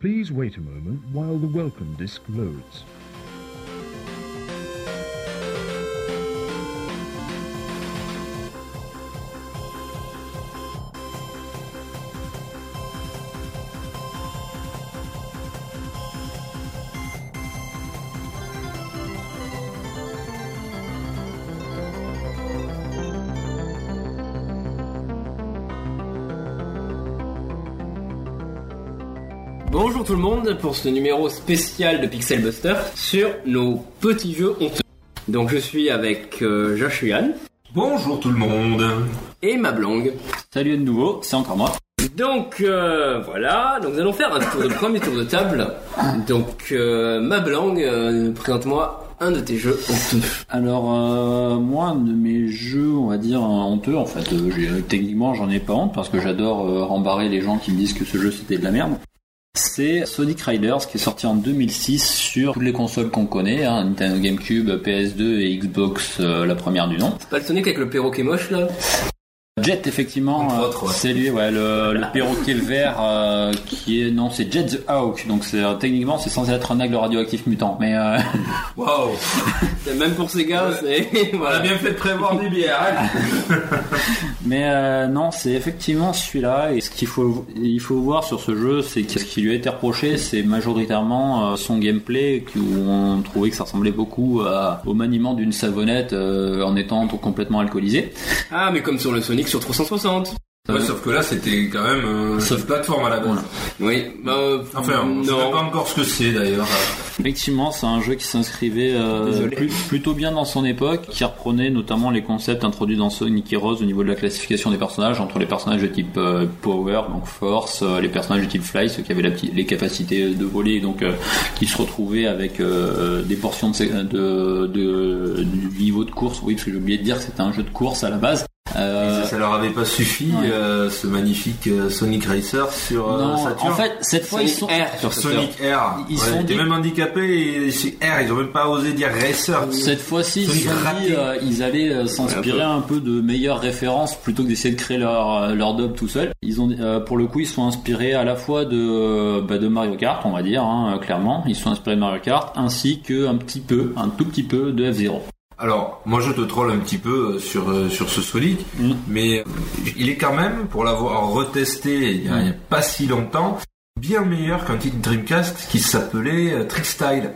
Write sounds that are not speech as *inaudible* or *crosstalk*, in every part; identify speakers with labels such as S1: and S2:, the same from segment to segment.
S1: Please wait a moment while the welcome disk loads.
S2: Bonjour tout le monde pour ce numéro spécial de Pixel Buster sur nos petits jeux honteux. Donc je suis avec euh, Joshuan
S3: Bonjour tout le monde
S2: et Mablong.
S4: Salut de nouveau, c'est encore moi.
S2: Donc euh, voilà, donc nous allons faire un tour de premier tour de table. Donc euh, Mablang, euh, présente-moi un de tes jeux honteux.
S4: Alors euh, moi, un de mes jeux, on va dire euh, honteux, en fait, euh, j'ai- techniquement j'en ai pas honte parce que j'adore euh, rembarrer les gens qui me disent que ce jeu c'était de la merde. C'est Sonic Riders qui est sorti en 2006 sur toutes les consoles qu'on connaît, hein, Nintendo GameCube, PS2 et Xbox, euh, la première du nom.
S2: C'est pas le Sonic avec le perroquet moche là
S4: Jet effectivement,
S3: Entre
S4: euh,
S3: autres, ouais.
S4: c'est lui, ouais, le, le perroquet *laughs* vert euh, qui est non, c'est Jet the Hawk, donc c'est euh, techniquement c'est censé être un aigle radioactif mutant, mais euh,
S3: Waouh
S2: C'est Même pour ces gars, c'est. *laughs*
S3: On a
S2: voilà.
S3: bien fait de prévoir du bière
S4: Mais euh, non, c'est effectivement celui-là. Et ce qu'il faut, il faut voir sur ce jeu, c'est que ce qui lui a été reproché, c'est majoritairement euh, son gameplay, qui- où on trouvait que ça ressemblait beaucoup à- au maniement d'une savonnette euh, en étant tout- complètement alcoolisé.
S2: Ah, mais comme sur le Sonic sur 360.
S3: Ouais, sauf que là c'était quand même euh,
S4: Sauf-
S3: une plateforme à la base.
S4: Voilà.
S2: Oui, bah. euh,
S3: Enfin, on ne sait
S2: non.
S3: pas encore ce que c'est d'ailleurs.
S4: Effectivement, c'est un jeu qui s'inscrivait euh,
S2: Désolé.
S4: plus- plutôt bien dans son époque, qui reprenait notamment les concepts introduits dans Sonic Heroes au niveau de la classification des personnages, entre les personnages de type euh, Power, donc Force, euh, les personnages de type Fly, ceux qui avaient la petite- les capacités de voler, donc euh, qui se retrouvaient avec euh, des portions de, sé- de- de- du niveau de course. Oui, parce que j'ai oublié de dire que c'était un jeu de course à la base. Euh,
S3: Ça, Ça leur avait pas suffi,
S4: Ouais.
S3: euh, ce magnifique euh, Sonic Racer sur euh,
S4: non,
S3: Saturn.
S4: en fait, cette fois
S2: Sonic
S4: ils sont
S2: R sur Saturn.
S3: Sonic R.
S4: Ils
S3: Ils
S4: sont
S3: étaient
S4: dit-
S3: même handicapés et c'est R, ils ont même pas osé dire Racer.
S4: Cette fois-ci, ils, se
S3: Sonic
S4: sont dit,
S3: raté.
S4: euh, ils allaient euh, s'inspirer
S2: Ouais,
S4: un peu de meilleures références plutôt que d'essayer de créer leur euh, leur dub tout seul. Ils ont euh, pour le coup, ils sont inspirés à la fois de euh, bah, de Mario Kart, on va dire hein, euh, clairement, ils sont inspirés de Mario Kart ainsi que un petit peu, un tout petit peu de F 0
S3: Alors, moi je te troll un petit peu euh, sur, euh, sur ce Sonic,
S4: Mm.
S3: mais euh, il est quand même, pour l'avoir retesté il y, a, il y a pas si longtemps, bien meilleur qu'un titre Dreamcast qui s'appelait euh, Trick Style.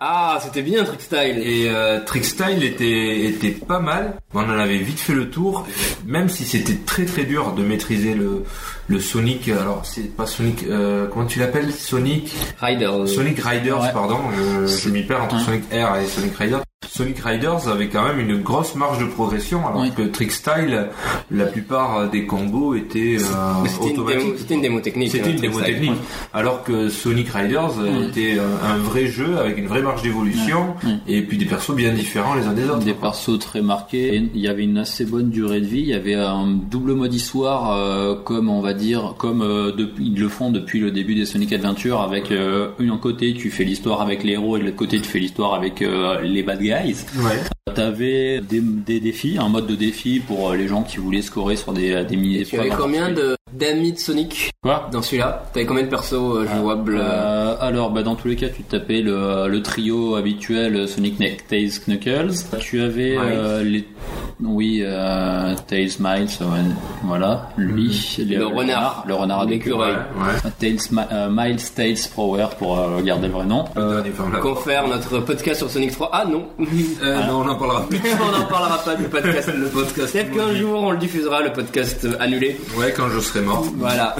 S2: Ah, c'était bien Trick Style.
S3: Et euh, Trick Style était, était pas mal, on en avait vite fait le tour, même si c'était très très dur de maîtriser le, le Sonic, alors c'est pas Sonic, euh, comment tu l'appelles Sonic
S2: Rider. euh,
S3: Sonic Riders,
S4: Ouais.
S3: pardon, euh, je, je
S4: C'est-
S3: m'y perds entre
S4: Hein.
S3: Sonic R et Sonic Riders. Sonic Riders avait quand même une grosse marge de progression, alors
S4: Oui.
S3: que Trick Style, la plupart des combos étaient euh,
S2: mais C'était une, démo-
S3: automatiques.
S2: c'était une démo technique.
S3: C'était
S2: hein,
S3: une
S2: Trick
S3: démo
S2: Style.
S3: technique. Alors que Sonic Riders euh,
S4: Oui.
S3: était un, un vrai jeu avec une vraie marge d'évolution
S4: Oui.
S3: et puis des persos bien différents les uns des autres.
S4: Des persos très marqués. Et il y avait une assez bonne durée de vie. Il y avait un double mode histoire, euh, comme on va dire, comme euh, depuis- ils le font depuis le début des Sonic Adventure, avec euh, un côté tu fais l'histoire avec les héros et de l'autre côté tu fais l'histoire avec euh, les bad guys.
S3: Ouais.
S4: T'avais des, des défis, un mode de défi pour euh, les gens qui voulaient scorer sur des, des milliers.
S2: Tu avais combien de- d'amis de Sonic
S4: Quoi
S2: dans celui-là T'avais combien de persos euh, jouables euh,
S4: Euh, alors, bah, dans tous les cas, tu tapais le, le trio habituel euh, Sonic, Neck, Tails, Knuckles. Tu avais euh, les. Oui, euh, Tails, Miles, euh, voilà, lui. euh,
S2: Le renard.
S4: Le renard à deux queues.
S2: L'écureuil.
S3: Ouais.
S4: Tails, Ma- euh, Miles, Tails, Power pour euh, garder le vrai nom.
S3: Le dernier, enfin, là.
S2: Qu'on faire notre podcast sur Sonic 3 Ah non
S3: Euh, non, on en parlera plus.
S2: On n'en parlera pas du podcast.
S3: Le podcast.
S2: Peut-être qu'un jour on le diffusera, le podcast euh, annulé.
S3: Ouais, quand je serai mort.
S2: Voilà.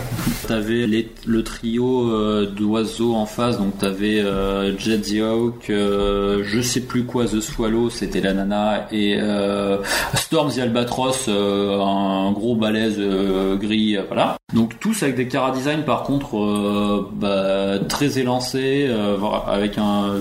S4: T'avais les- le trio euh, d'oiseaux en face, donc t'avais euh, Jet the Hawk, euh, je sais plus quoi, The Swallow, c'était la nana, et euh, Storm the Albatros, euh, un gros balèze euh, gris, euh, voilà. Donc tous avec des chara-design par contre euh, bah, très élancés, euh, voilà, avec un...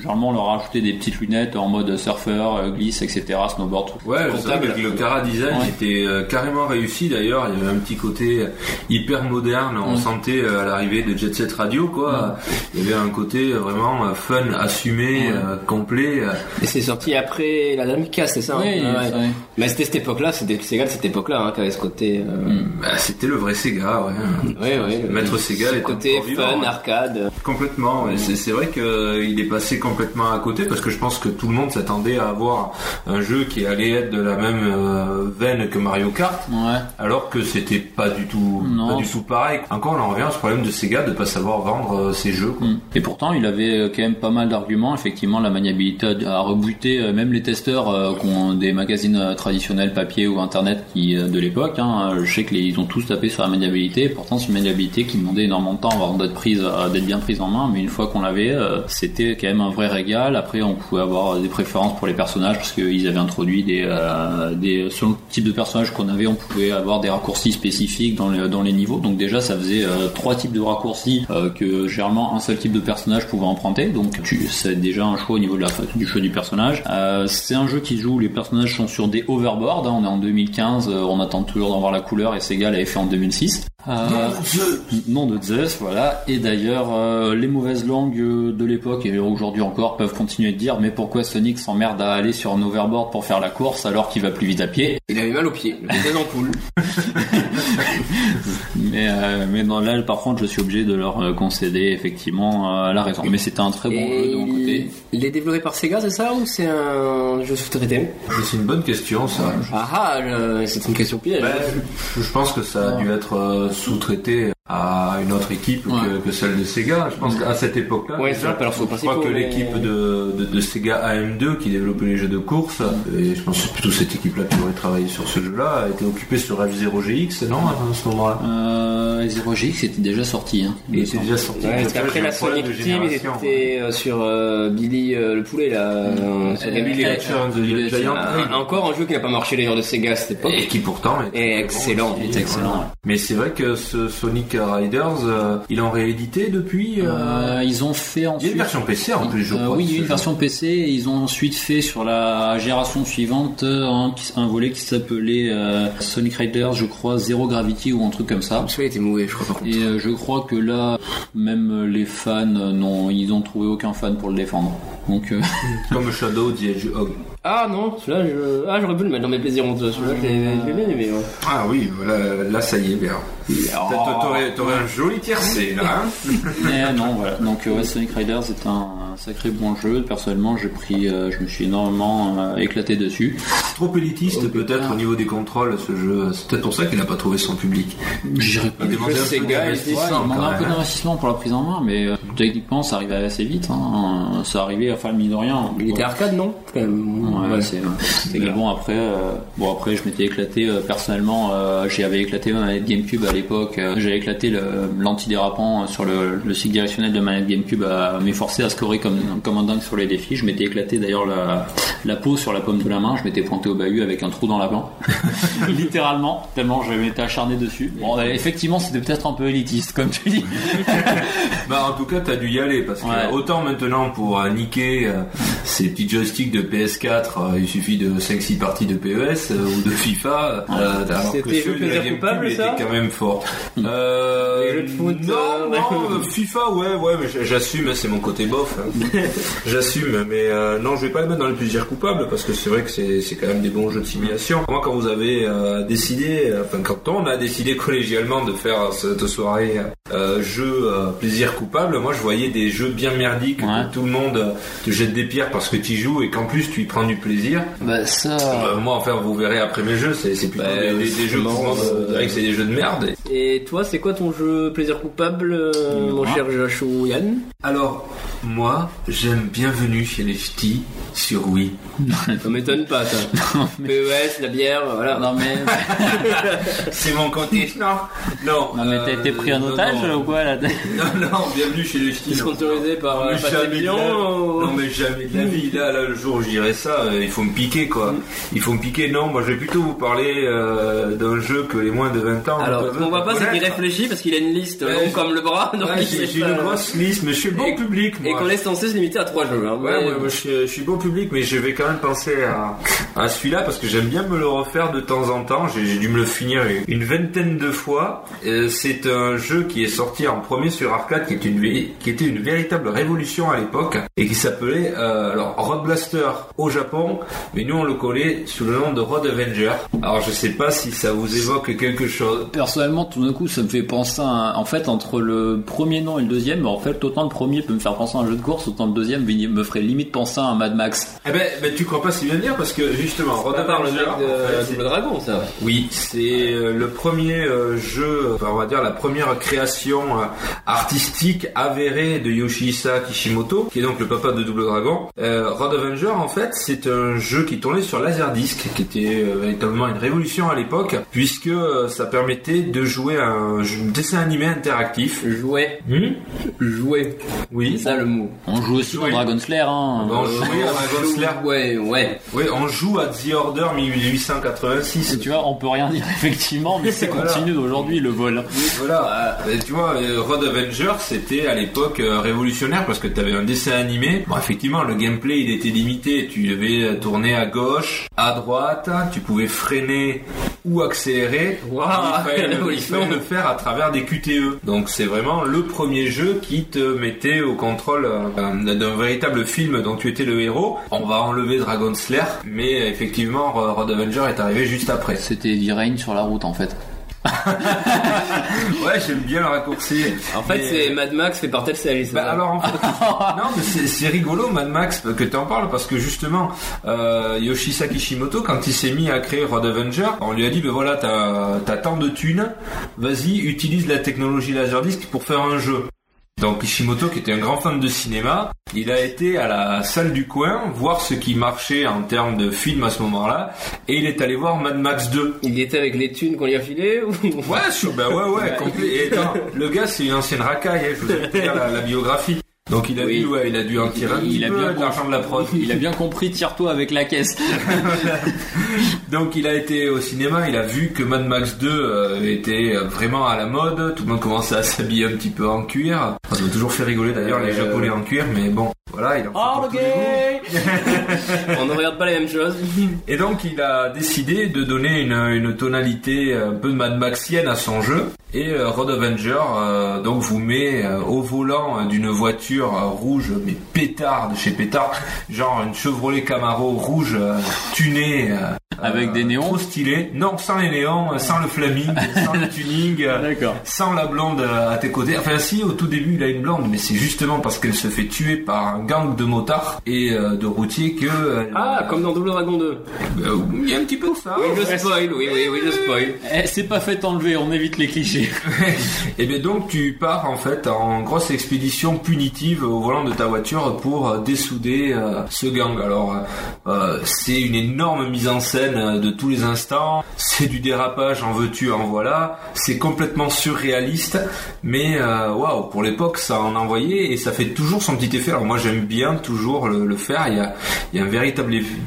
S4: Généralement on leur a ajouté des petites lunettes en mode surfeur, euh, glisse, etc., snowboard, tout.
S3: Ouais, je
S2: Comptable.
S3: savais que le Cara Design
S4: Ouais.
S3: était euh, carrément réussi d'ailleurs. Il y avait un petit côté hyper moderne. On
S4: Mm.
S3: sentait euh, à l'arrivée de Jet Set Radio, quoi. Il y avait un côté euh, vraiment euh, fun, assumé,
S4: Ouais.
S3: euh, complet. euh.
S2: Et c'est sorti après la Dreamcast, c'est ça hein
S4: Oui,
S2: Ouais.
S4: ça-
S2: Mais c'était cette époque-là, c'était Sega de cette époque-là hein, qui avait ce côté. euh,
S3: Bah, C'était le vrai Sega, ouais.
S4: *laughs*
S2: Ouais, ouais.
S3: Hmm. Maître Sega
S2: Ce
S3: est
S2: côté
S3: encore vivant,
S2: fun,
S3: ouais.
S2: arcade.
S3: Complètement, ouais. c'est c'est vrai qu'il est passé complètement à côté parce que je pense que tout le monde s'attendait à avoir un jeu qui allait être de la même euh, veine que Mario Kart,
S4: Ouais.
S3: alors que c'était pas du tout,
S4: Non.
S3: pas du tout pareil. Encore, on en revient à ce problème de Sega de pas savoir vendre euh, ses jeux. quoi.
S4: Mm. Et pourtant, il avait euh, quand même pas mal d'arguments. Effectivement, la maniabilité a- a rebooté euh, même les testeurs euh, qui ont des magazines euh, traditionnels papier ou internet qui euh, de l'époque. hein, euh, je sais que les- ils ont tous tapé sur la maniabilité. Pourtant, c'est une maniabilité qui demandait énormément de temps avant d'être prise, euh, d'être bien prise en main. Mais une fois qu'on l'avait, euh, c'était quand même un vrai régal. Après, on pouvait avoir euh, des préférences pour les personnages parce qu'ils avaient introduit des, euh, des selon le type de personnage qu'on avait, on pouvait avoir des raccourcis spécifiques dans les, dans les niveaux. Donc déjà, ça faisait euh, trois types de raccourcis euh, que généralement un seul type de personnage pouvait emprunter. Donc tu, c'est déjà un choix au niveau de la, du choix du personnage. Euh, c'est un jeu qui se joue où les personnages sont sur des hoverboards. hein. on est en 2015, euh, on attend toujours d'en voir la couleur et Sega l'avait fait en 2006. Euh, nom de Zeus, voilà. Et d'ailleurs, euh, les mauvaises langues euh, de l'époque et aujourd'hui encore peuvent continuer de dire mais pourquoi Sonic s'emmerde à aller sur un overboard pour faire la course alors qu'il va plus vite à pied
S2: Il avait mal aux pieds, des ampoules.
S4: Mais, euh, mais dans là, par contre, je suis obligé de leur euh, concéder effectivement euh, la raison. Mais c'était un très bon
S2: Et
S4: jeu de mon côté.
S2: il... il est développé par Sega, c'est ça Ou c'est un jeu sous-traité
S3: Mais C'est une bonne question ça.
S2: Ah ah, le- c'est une question piège.
S3: Ben, je- je pense que ça a dû être euh, sous-traité à une autre équipe que,
S4: Ouais.
S3: que celle de Sega. Je pense qu'à cette époque-là,
S2: Ouais,
S3: déjà,
S2: c'est vrai, alors, faut
S3: je
S2: pas
S3: crois
S2: si tôt,
S3: que
S2: mais-
S3: l'équipe de, de, de Sega AM2 qui développait les jeux de course, et je pense que c'est plutôt cette équipe-là qui aurait travaillé sur ce jeu-là, était occupée sur F0GX, non, à ce moment-là
S4: Euh, 0GX c'était déjà sorti. Hein,
S3: Il était déjà sorti.
S2: Ouais,
S3: Donc
S2: parce
S3: là,
S2: qu'après
S3: j'ai
S2: la
S3: un problème
S2: Sonic
S3: de
S2: Team, ils
S3: génération.
S2: étaient euh, sur euh, Billy euh, le poulet là. euh, sur
S4: Euh,
S2: Gabi,
S4: Billy
S2: euh,
S4: Hatcher.
S3: Return of the
S4: Il est-
S3: Giant
S2: un-
S3: Egg.
S2: encore un jeu qui n'a pas marché d'ailleurs de Sega à cette époque.
S3: Et qui pourtant
S2: Et
S3: était
S2: excellent,
S3: bon aussi,
S4: Il était excellent.
S3: voilà.
S4: ouais.
S3: Mais c'est vrai que ce Sonic Riders, euh, il en réédité depuis. euh,
S4: Euh, ils ont fait
S3: Il y a
S4: ensuite.
S3: une version PC en plus, je
S4: Euh,
S3: crois.
S4: oui,
S3: de
S4: il y a
S3: ce
S4: une
S3: jeu.
S4: version PC et ils ont ensuite fait sur la génération suivante euh, un, qui- un volet qui s'appelait euh, Sonic Riders, je crois, Zero Gravity ou un truc comme ça.
S2: Celui-là était mauvais, je crois par contre.
S4: Et euh, je crois que là, même les fans, euh, non, ils ont trouvé aucun fan pour le défendre. Donc, euh, *laughs*
S3: Comme Shadow of the Hedgehog.
S2: Ah non, celui-là, je... ah, j'aurais pu le mettre dans mes plaisirs honteux. Celui-là, je l'ai je l'ai bien aimé. ouais.
S3: Ah oui, voilà, là ça y est, bien.
S4: oh.
S3: T'as- T'aurais t'aurais un joli tiercé là. hein.
S4: Mais non, voilà. Donc euh, ouais, Sonic Riders est un, un sacré bon jeu. Personnellement, j'ai pris, euh, je me suis énormément euh, éclaté dessus.
S3: Trop élitiste
S4: Oh,
S3: peut-être
S4: putain.
S3: au niveau des contrôles ce jeu. C'est peut-être pour ça qu'il n'a pas trouvé son public.
S4: J'irai pas.
S3: Il
S4: Ouais,
S3: demandait un peu
S2: Sega, il
S4: il
S3: d'investissement,
S4: demandait
S3: quand
S4: un peu
S3: même.
S4: d'investissement pour la prise en main, mais euh, techniquement, ça arrivait assez vite. Hein. Ça arrivait, enfin, mine de rien.
S2: Il était arcade, non Quand même.
S4: Ouais,
S2: Ouais.
S4: c'est- Mais bon après, euh, bon après, je m'étais éclaté euh, personnellement. euh, J'avais éclaté ma manette GameCube à l'époque. euh, J'avais éclaté le- l'antidérapant euh, sur le, le cycle directionnel de manette GameCube à m'efforcer à scorer comme, comme un dingue sur les défis. Je m'étais éclaté d'ailleurs la, la peau sur la paume de la main. Je m'étais pointé au bahut avec un trou dans la main, *laughs* littéralement, tellement je m'étais acharné dessus. Bon, euh, effectivement, c'était peut-être un peu élitiste comme tu dis.
S3: Bah en tout cas t'as dû y aller parce que
S4: Ouais.
S3: autant maintenant pour euh, niquer euh, ces petits joysticks de PS4, euh, il suffit de 5-6 parties de PES euh, ou de FIFA. euh, alors que
S2: C'était
S3: ceux
S2: le
S3: de
S2: plaisir
S3: la GameCube
S2: coupable, ça
S3: étaient quand même fort. Euh,
S2: Les jeux de foot,
S3: non,
S2: euh,
S3: non, euh, FIFA ouais ouais mais j- j'assume c'est mon côté bof. hein. j'assume mais euh, non je vais pas le mettre dans le plaisir coupable parce que c'est vrai que c'est c'est quand même des bons jeux de simulation. Moi quand vous avez euh, décidé, euh, enfin quand on a décidé collégialement de faire cette soirée euh, jeu euh, plaisir coupable, moi je voyais des jeux bien merdiques où
S4: Ouais.
S3: tout le monde euh, te jette des pierres parce que tu joues et qu'en plus tu y prends du plaisir.
S4: Bah ça.
S3: Euh, moi enfin vous verrez après mes jeux, c'est c'est plutôt
S2: Bah,
S3: des, des- des jeux que
S2: non,
S3: je vends, euh,
S2: euh,
S3: direct, c'est des jeux de merde.
S2: Et toi, c'est quoi ton jeu plaisir coupable, euh, mon cher Josh ou Yann
S3: Alors, moi, j'aime Bienvenue chez les Ch'tis sur Wii.
S2: Ça m'étonne pas, ça.
S4: *laughs*
S2: PES, la bière, voilà.
S4: Non mais,
S2: *laughs*
S3: C'est mon côté chenard. Non,
S4: non, mais t'as
S3: euh,
S4: été pris en
S3: non,
S4: otage
S3: Non,
S4: ou quoi
S3: *laughs*
S4: là
S3: non, non, Bienvenue chez les Ch'tis.
S2: Ils sont
S3: non.
S2: autorisés par
S3: Non,
S2: euh,
S3: mais
S2: Patrick
S3: jamais de la-
S2: Dion, euh,
S3: non mais jamais de la vie. Là, là, le jour où je dirais ça, euh, il faut me piquer quoi. Il faut me piquer. Non, moi je vais plutôt vous parler euh, d'un jeu que les moins de 20 ans.
S2: Alors,
S3: peuvent
S2: ce qu'on voit pas, c'est qu'il
S3: connaître.
S2: réfléchit parce qu'il a une liste
S3: Ouais,
S2: longue
S3: j'ai-
S2: comme le bras, donc
S3: Ouais,
S2: il sait
S3: J'ai j'ai
S2: pas.
S3: une grosse liste, mais je suis bon
S2: Et-
S3: public.
S2: Et
S3: moi.
S2: qu'on est censé se limiter à trois jeux. Hein.
S3: Ouais,
S2: Mais-
S3: ouais, moi, je, suis- je suis bon public, mais je vais quand même penser à, à celui-là parce que j'aime bien me le refaire de temps en temps. J'ai j'ai dû me le finir une vingtaine de fois. Euh, C'est un jeu qui est sorti en premier sur arcade, qui, est une, vé- qui était une véritable révolution à l'époque et qui s'appelait. euh, alors, alors Road Blaster au Japon, mais nous on le collait sous le nom de Road Avenger. Alors je sais pas si ça vous évoque quelque chose.
S4: Personnellement, tout d'un coup, ça me fait penser à. un- En fait, entre le premier nom et le deuxième, en fait, autant le premier peut me faire penser à un jeu de course, autant le deuxième me ferait limite penser à un Mad Max.
S3: Eh ben, ben, tu crois pas si bien dire parce que justement Road
S2: part le
S3: Avenger.
S2: mec
S3: en
S2: de
S3: fait, c'est-
S2: Double Dragon, ça.
S3: Oui, c'est euh, le premier euh, jeu, enfin, on va dire la première création euh, artistique avérée de Yoshihisa Kishimoto, qui est donc le papa de Double Dragon. Euh, Road Avenger, en fait, c'est un jeu qui tournait sur Laserdisc, qui était euh, véritablement une révolution à l'époque, puisque euh, ça permettait de jouer à un jeu- dessin animé interactif.
S2: Jouer,
S3: Hmm
S2: jouer, c'est
S3: oui.
S2: ça le mot.
S4: On joue aussi
S3: Oui.
S4: dans Dragon Slayer, hein.
S3: On joue à Dragon Slayer.
S2: Ouais, ouais.
S3: Oui, on joue à The Order 1886.
S4: Et tu vois, on peut rien dire *laughs* effectivement, mais ça
S3: Voilà.
S4: continue aujourd'hui le vol.
S3: Voilà, euh, tu vois, euh, Road Avenger, c'était à l'époque euh, révolutionnaire parce que tu avais un dessin animé. Bon, effectivement, le gameplay, il était limité. Tu devais euh, tourner à gauche, à droite, tu pouvais freiner ou accélérer.
S2: Waouh,
S3: Il fallait *laughs* le- il
S2: révolution.
S3: fallait le faire à travers des QTE. Donc c'est vraiment le premier jeu qui te mettait au contrôle euh, d'un véritable film dont tu étais le héros. On va enlever Dragon Slayer, mais euh, effectivement, Road Avenger est arrivé juste après.
S4: C'était Rain sur la route en fait.
S3: Ouais, j'aime bien le raccourci.
S2: En fait,
S3: Mais-
S2: c'est Mad Max fait par telle série, ça.
S3: Bah alors en fait, non mais c'est- c'est rigolo Mad Max que t'en parles parce que justement euh, Yoshisa Kishimoto quand il s'est mis à créer Road Avenger on lui a dit ben voilà t'as t'as tant de thunes vas-y utilise la technologie Laserdisc pour faire un jeu donc Kishimoto qui était un grand fan de cinéma il a été à la salle du coin voir ce qui marchait en termes de films à ce moment là et il est allé voir Mad Max 2
S2: Il était avec les thunes qu'on lui a filées ou...
S3: Ouais, sur- bah ouais, ouais, complet. Et attends, le gars, c'est une ancienne racaille, hein, je vous ai fait la, la biographie. Donc il a
S2: Oui.
S3: dû, ouais, il a dû en tirer un
S4: Il
S3: petit
S4: a
S3: peu
S4: bien
S3: de l'argent de la prod.
S4: Il a bien compris, tire-toi avec la caisse.
S3: Donc il a été au cinéma, il a vu que Mad Max 2 euh, était euh, vraiment à la mode, tout le monde commençait à s'habiller un petit peu en cuir. Ça m'a toujours fait rigoler d'ailleurs les
S2: Euh,
S3: japonais en cuir, mais bon, voilà, il en fait pour tous les goûts.
S2: On ne regarde pas les mêmes choses.
S3: Et donc il a décidé de donner une, une tonalité un peu Mad Maxienne à son jeu. Et euh, Road Avenger euh, donc vous met euh, au volant euh, d'une voiture euh, rouge mais pétarde chez pétard, genre une Chevrolet Camaro rouge euh, tunée euh,
S4: Avec
S3: euh,
S4: des néons
S3: trop stylée. Non, sans les néons, euh, sans le flaming,
S4: *laughs*
S3: sans le tuning. euh,
S4: Ah, D'accord.
S3: sans la blonde euh, à tes côtés. Enfin, si, au tout début, il a une blonde, mais c'est justement parce qu'elle se fait tuer par un gang de motards et euh, de routiers que. euh,
S2: Ah, comme dans Double Dragon 2.
S3: euh, il y a un petit peu de Ah, ça.
S2: Oui, je spoil, oui, oui, oui, je spoil.
S4: Eh, c'est pas fait enlever, on évite les clichés.
S3: Et Eh bien donc tu pars en fait en grosse expédition punitive au volant de ta voiture pour euh, dessouder euh, ce gang. Alors euh, euh, c'est une énorme mise en scène euh, de tous les instants, c'est du dérapage en veux-tu en voilà, c'est complètement surréaliste, mais euh, waouh pour l'époque ça en envoyait et ça fait toujours son petit effet. Alors moi j'aime bien toujours le, le faire, il y a, il y a un véritable eff-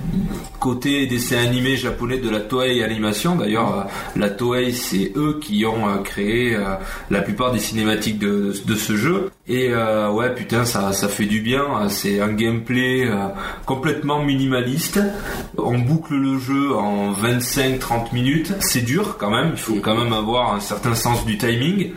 S3: côté dessin animé japonais de la Toei Animation. D'ailleurs euh, la Toei c'est eux qui ont euh, créé... euh, la plupart des cinématiques de, de ce jeu. Et euh, ouais, putain, ça, ça fait du bien. C'est un gameplay euh, complètement minimaliste. On boucle le jeu en 25-30 minutes. C'est dur quand même. Il faut quand même avoir un certain sens du timing.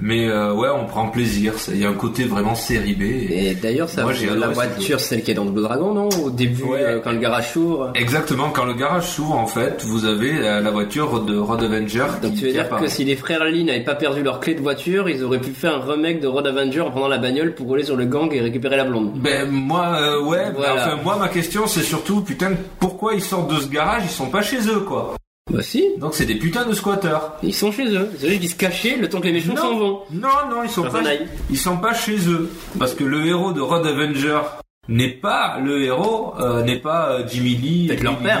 S3: Mais euh, ouais, on prend plaisir. Ça- Il y a un côté vraiment série B. Et-
S2: Et d'ailleurs, ça
S3: Moi,
S2: va
S3: j'ai
S2: la
S3: adoré ce
S2: voiture, celle qui est dans Double Dragon, non Au début,
S3: Ouais.
S2: euh, quand le garage s'ouvre.
S3: Exactement, quand le garage s'ouvre, en fait, vous avez euh, la voiture de Road Avenger.
S2: Donc
S3: qui-
S2: tu veux
S3: qui
S2: dire
S3: apparaît.
S2: que si les frères Lee n'avaient pas perdu leur clé de voiture, ils auraient pu faire un remake de Road Avenger en prenant la bagnole pour rouler sur le gang et récupérer la blonde.
S3: Ben moi euh, ouais,
S2: Voilà.
S3: enfin moi ma question c'est surtout putain pourquoi ils sortent de ce garage, ils sont pas chez eux quoi.
S2: Bah si,
S3: Donc c'est des putains de squatteurs.
S2: ils sont chez eux. C'est juste qu'ils se cachaient le temps que les méchants s'en vont.
S3: non, non, ils sont
S2: Dans
S3: pas,
S2: un aïe.
S3: ils sont pas chez eux parce que le héros de Road Avenger n'est pas le héros, euh, n'est pas euh, Jimmy Lee, *laughs*
S2: Peut-être
S3: Billy,
S2: leur père.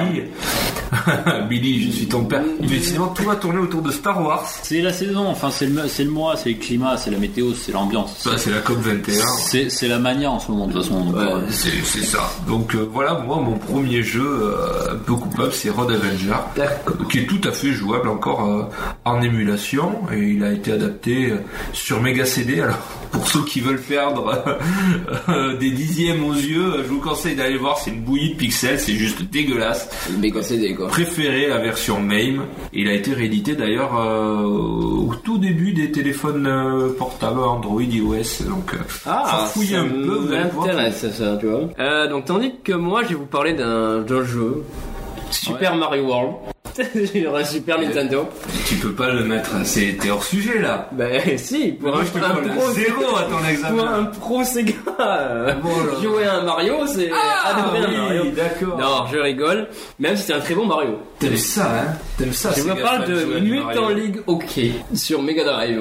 S3: Lee. Billy, je suis
S2: *laughs*
S3: ton père. Mais sinon tout va tourner autour de Star Wars.
S4: C'est la saison, enfin c'est le, c'est le mois, c'est le climat, c'est la météo, c'est l'ambiance.
S3: Ça c'est la COP 21.
S4: C'est c'est la mania en ce moment de toute façon. donc, euh,
S3: Ouais, c'est c'est ça. Donc euh, voilà, moi mon premier jeu euh, un peu coupable, c'est Road Avenger, qui est tout à fait jouable encore euh, en émulation et il a été adapté euh, sur Mega CD. Alors *laughs* pour ceux qui veulent perdre *laughs* euh, des dixièmes aux yeux, je vous conseille d'aller voir, c'est une bouillie de pixels, c'est juste dégueulasse.
S2: Mais quand c'est des quoi.
S3: Préférez la version MAME, il a été réédité d'ailleurs euh, au tout début des téléphones euh, portables Android iOS, donc euh, faut fouiller
S2: Ah, ça
S3: un peu, vous allez voir.
S2: m'intéresse ça, tu vois. Euh, donc tandis que moi, je vais vous parler d'un d'un jeu Super Mario World. *laughs* J'ai un Super Nintendo.
S3: tu peux pas le mettre, c'est t'es hors sujet là.
S2: Ben *laughs* si, pour
S3: Moi,
S2: un,
S3: je te
S2: un
S3: colle
S2: pro,
S3: zéro à ton
S2: pour
S3: examen. Ah
S2: un pro Sega. euh, *laughs*
S3: Bon, alors.
S2: Jouer à un Mario, c'est adorer un Mario.
S3: Ah, oui, d'accord.
S2: Non, je rigole. Même si c'est un très bon Mario.
S3: T'aimes ça, hein T'aimes ça,
S2: Je
S3: Sega
S2: vous parle
S3: fan, jouer à
S2: de
S3: du
S2: Mutant
S3: Mario.
S2: League Hockey sur Mega Drive,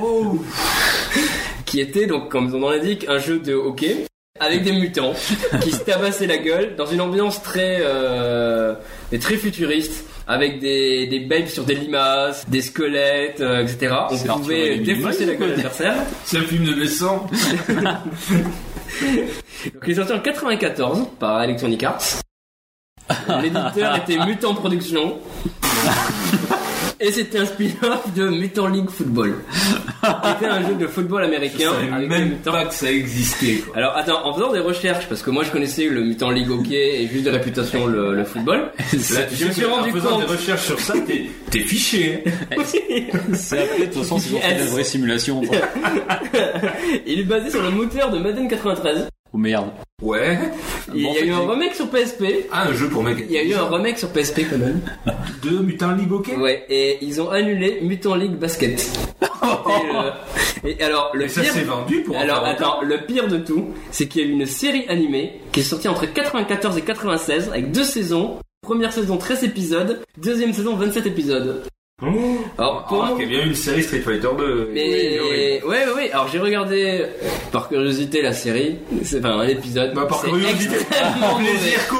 S3: Oh
S2: qui était donc, comme on en indique, un jeu de hockey avec des mutants qui se tabassaient la gueule dans une ambiance très, euh, mais très futuriste. Avec des, des babes sur des limaces, des squelettes, euh, etc. On
S4: C'est Arthur
S2: pouvait
S4: et les
S2: défausser la
S4: Minimoys,
S2: gueule de l'adversaire.
S3: C'est un film de Besson
S2: Donc, il est sorti en 94 par Electronic Arts. L'éditeur était Mutant Production. Et c'était un spin-off de Mutant League Football. C'était un jeu de football américain.
S3: savais
S2: avec des
S3: même
S2: mutants.
S3: pas que ça existait, quoi.
S2: Alors attends, en faisant des recherches, parce que moi je connaissais le Mutant League Hockey et juste de réputation le, le football.
S4: C'est-
S2: je me suis rendu
S3: En faisant
S2: compte.
S3: des recherches sur ça, t'es- t'es fiché. hein.
S4: C'est après, de toute façon, c'est fait la vraie simulation. quoi.
S2: *laughs* Il est basé sur le moteur de Madden 93.
S4: Oh merde.
S3: Ouais.
S2: Il
S4: Bon,
S2: y a eu
S4: c'était-
S2: un remake sur PSP.
S3: Ah, un jeu pour mec.
S2: Il y a eu un remake sur PSP quand même.
S3: Deux mutins League Hockey
S2: Ouais, et ils ont annulé Mutant League Basket. et, le- et alors, le
S3: Et ça
S2: pire...
S3: s'est vendu pour
S2: alors,
S3: avoir autant.
S2: attends, le pire de tout, c'est qu'il y a eu une série animée qui est sortie entre 94 et 96 avec deux saisons. Première saison 13 épisodes, deuxième saison 27 épisodes.
S3: Oh.
S2: Alors, pour
S3: Ah,
S2: moi-
S3: qu'il y a bien eu une série Street Fighter 2.
S2: Mais ouais, ouais, ouais. Alors j'ai regardé euh, par curiosité la série, c'est enfin un épisode.
S3: Bah, par
S2: C'est
S3: curiosité. *laughs*
S2: extrêmement mauvais. Ah,
S3: plaisir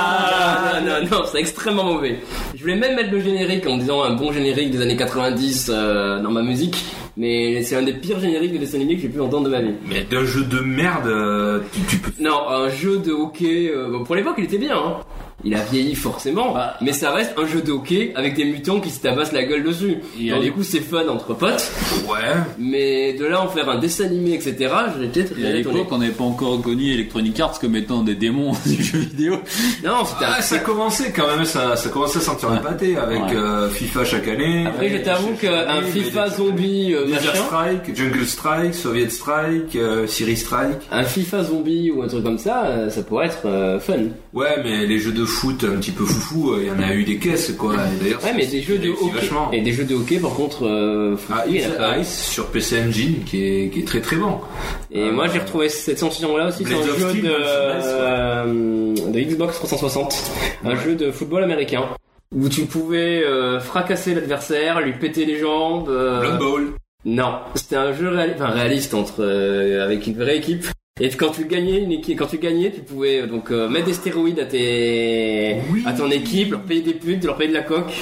S3: coupable.
S2: Non, non, non, c'est extrêmement mauvais. Je voulais même mettre le générique en disant un bon générique des années 90 euh, dans ma musique, mais c'est un des pires génériques de dessin animé que j'ai pu entendre de ma vie.
S3: Mais d'un jeu de merde, euh, tu, tu peux.
S2: Non, un jeu de hockey, euh, bon, pour l'époque il était bien, hein. Il a vieilli forcément,
S4: Bah.
S2: mais ça reste un jeu de hockey avec des mutants qui se tabassent la gueule dessus.
S4: Et
S2: Donc,
S4: allez-
S2: du coup c'est fun entre potes,
S3: Ouais.
S2: mais de là en faire un dessin animé, etc., j'ai peut-être
S4: Et à l'époque, on n'avait pas encore connu Electronic Arts comme étant des démons *laughs* du jeu vidéo.
S2: Non, c'était un-
S3: Ah, ça commençait quand même, ça, ça commençait à sentir le pâté avec
S4: Ouais.
S3: euh, FIFA chaque année.
S2: Après, je t'avoue qu'un FIFA zombie euh,
S3: Ninja
S2: machin,
S3: Strike, Jungle Strike, Soviet Strike, euh, Siri Strike.
S2: un FIFA zombie ou un truc comme ça, euh, ça pourrait être euh, fun.
S3: Ouais, mais les jeux de foot un petit peu foufou, euh, il y en a eu des caisses quoi. Et D'ailleurs,
S2: Ouais, mais des jeux de
S3: c'est
S2: hockey.
S3: Vachement.
S2: Et des jeux de hockey, par contre, euh, faut
S3: Ah,
S2: il y
S3: Ice,
S2: en a pas.
S3: Ice sur PC Engine qui est, qui est très très bon.
S2: Et
S3: Euh,
S2: moi, j'ai retrouvé cette sensation-là aussi sur
S3: Blades
S2: un
S3: of
S2: jeu
S3: Steel,
S2: de,
S3: dans le SNES,
S2: euh, de Xbox 360, un jeu de football américain où tu pouvais euh, fracasser l'adversaire, lui péter les jambes. euh,
S3: Blood Bowl.
S2: Non, c'était un jeu réali- enfin, réaliste entre euh, avec une vraie équipe. Et quand tu gagnais une équipe, quand tu gagnais, tu pouvais euh, donc euh, mettre des stéroïdes à tes
S3: Oui.
S2: à ton équipe, leur payer des putes, leur payer de la coque.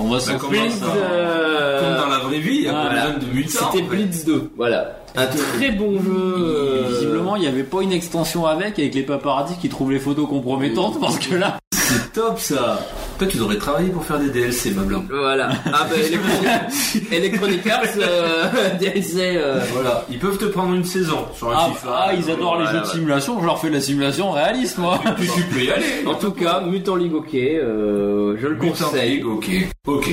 S4: On va s'en
S3: Bah, comment
S4: faire
S2: Blitz,
S3: ça
S2: euh,
S3: Comme dans la vraie vie, il y a pas
S4: voilà.
S3: besoin de mutants.
S2: c'était Blitz 2, voilà. Un très bon jeu. euh,
S4: Visiblement, il n'y avait pas une extension avec, avec les paparazzis qui trouvent les photos compromettantes, parce que là,
S3: C'est top ça. Toi, tu devrais travailler pour faire des DLC, ma blanc.
S2: Voilà. Ah
S3: *laughs*
S2: bah Electronic, Electronic Arts euh, *laughs* DLC. euh,
S3: Voilà, ils peuvent te prendre une saison sur un
S4: ah,
S3: FIFA.
S4: ah, ils adorent les
S3: Voilà,
S4: jeux de simulation, je leur fais de la simulation
S2: *laughs*
S4: réaliste, moi.
S3: ouais. Tu, tu peux y aller.
S2: En tout cas, Mutant League OK, euh, je le conseille,
S3: Ok, ok.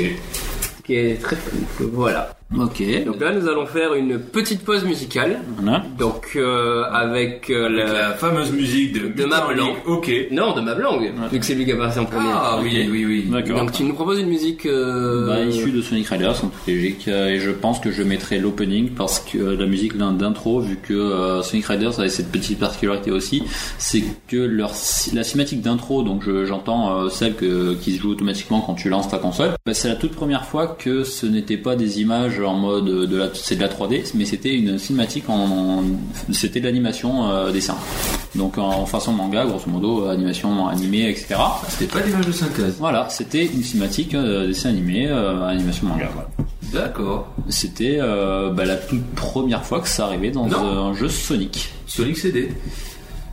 S2: qui est très fun. Voilà.
S4: ok.
S2: Donc là, nous allons faire une petite pause musicale.
S4: Voilà.
S2: Donc euh, avec euh,
S3: Avec
S2: la...
S3: la fameuse musique de,
S2: De ma
S3: Mutant League,
S2: blanc.
S3: Ok.
S2: Non, de ma langue, vu que c'est lui qui a passé en premier.
S3: Ah oui, oui, oui.
S4: D'accord.
S2: Donc tu nous proposes une musique... euh,
S4: Bah, issu de Sonic Riders en toute logique euh, et je pense que je mettrai l'opening parce que euh, la musique l'un d'intro vu que euh, Sonic Riders avait cette petite particularité aussi c'est que leur ci- la cinématique d'intro donc je- j'entends euh, celle que, qui se joue automatiquement quand tu lances ta console bah, c'est la toute première fois que ce n'était pas des images en mode euh, de la c'est de la 3D mais c'était une cinématique en c'était de l'animation euh, dessin donc en, en façon manga grosso modo euh, animation animée etc
S3: C'était pas l'image de synthèse.
S4: voilà c'était une cinématique euh, dessin animé euh, animation manga voilà.
S3: D'accord.
S4: C'était euh, bah, la toute première fois que ça arrivait dans
S3: Non.
S4: un jeu Sonic.
S3: Sonic CD.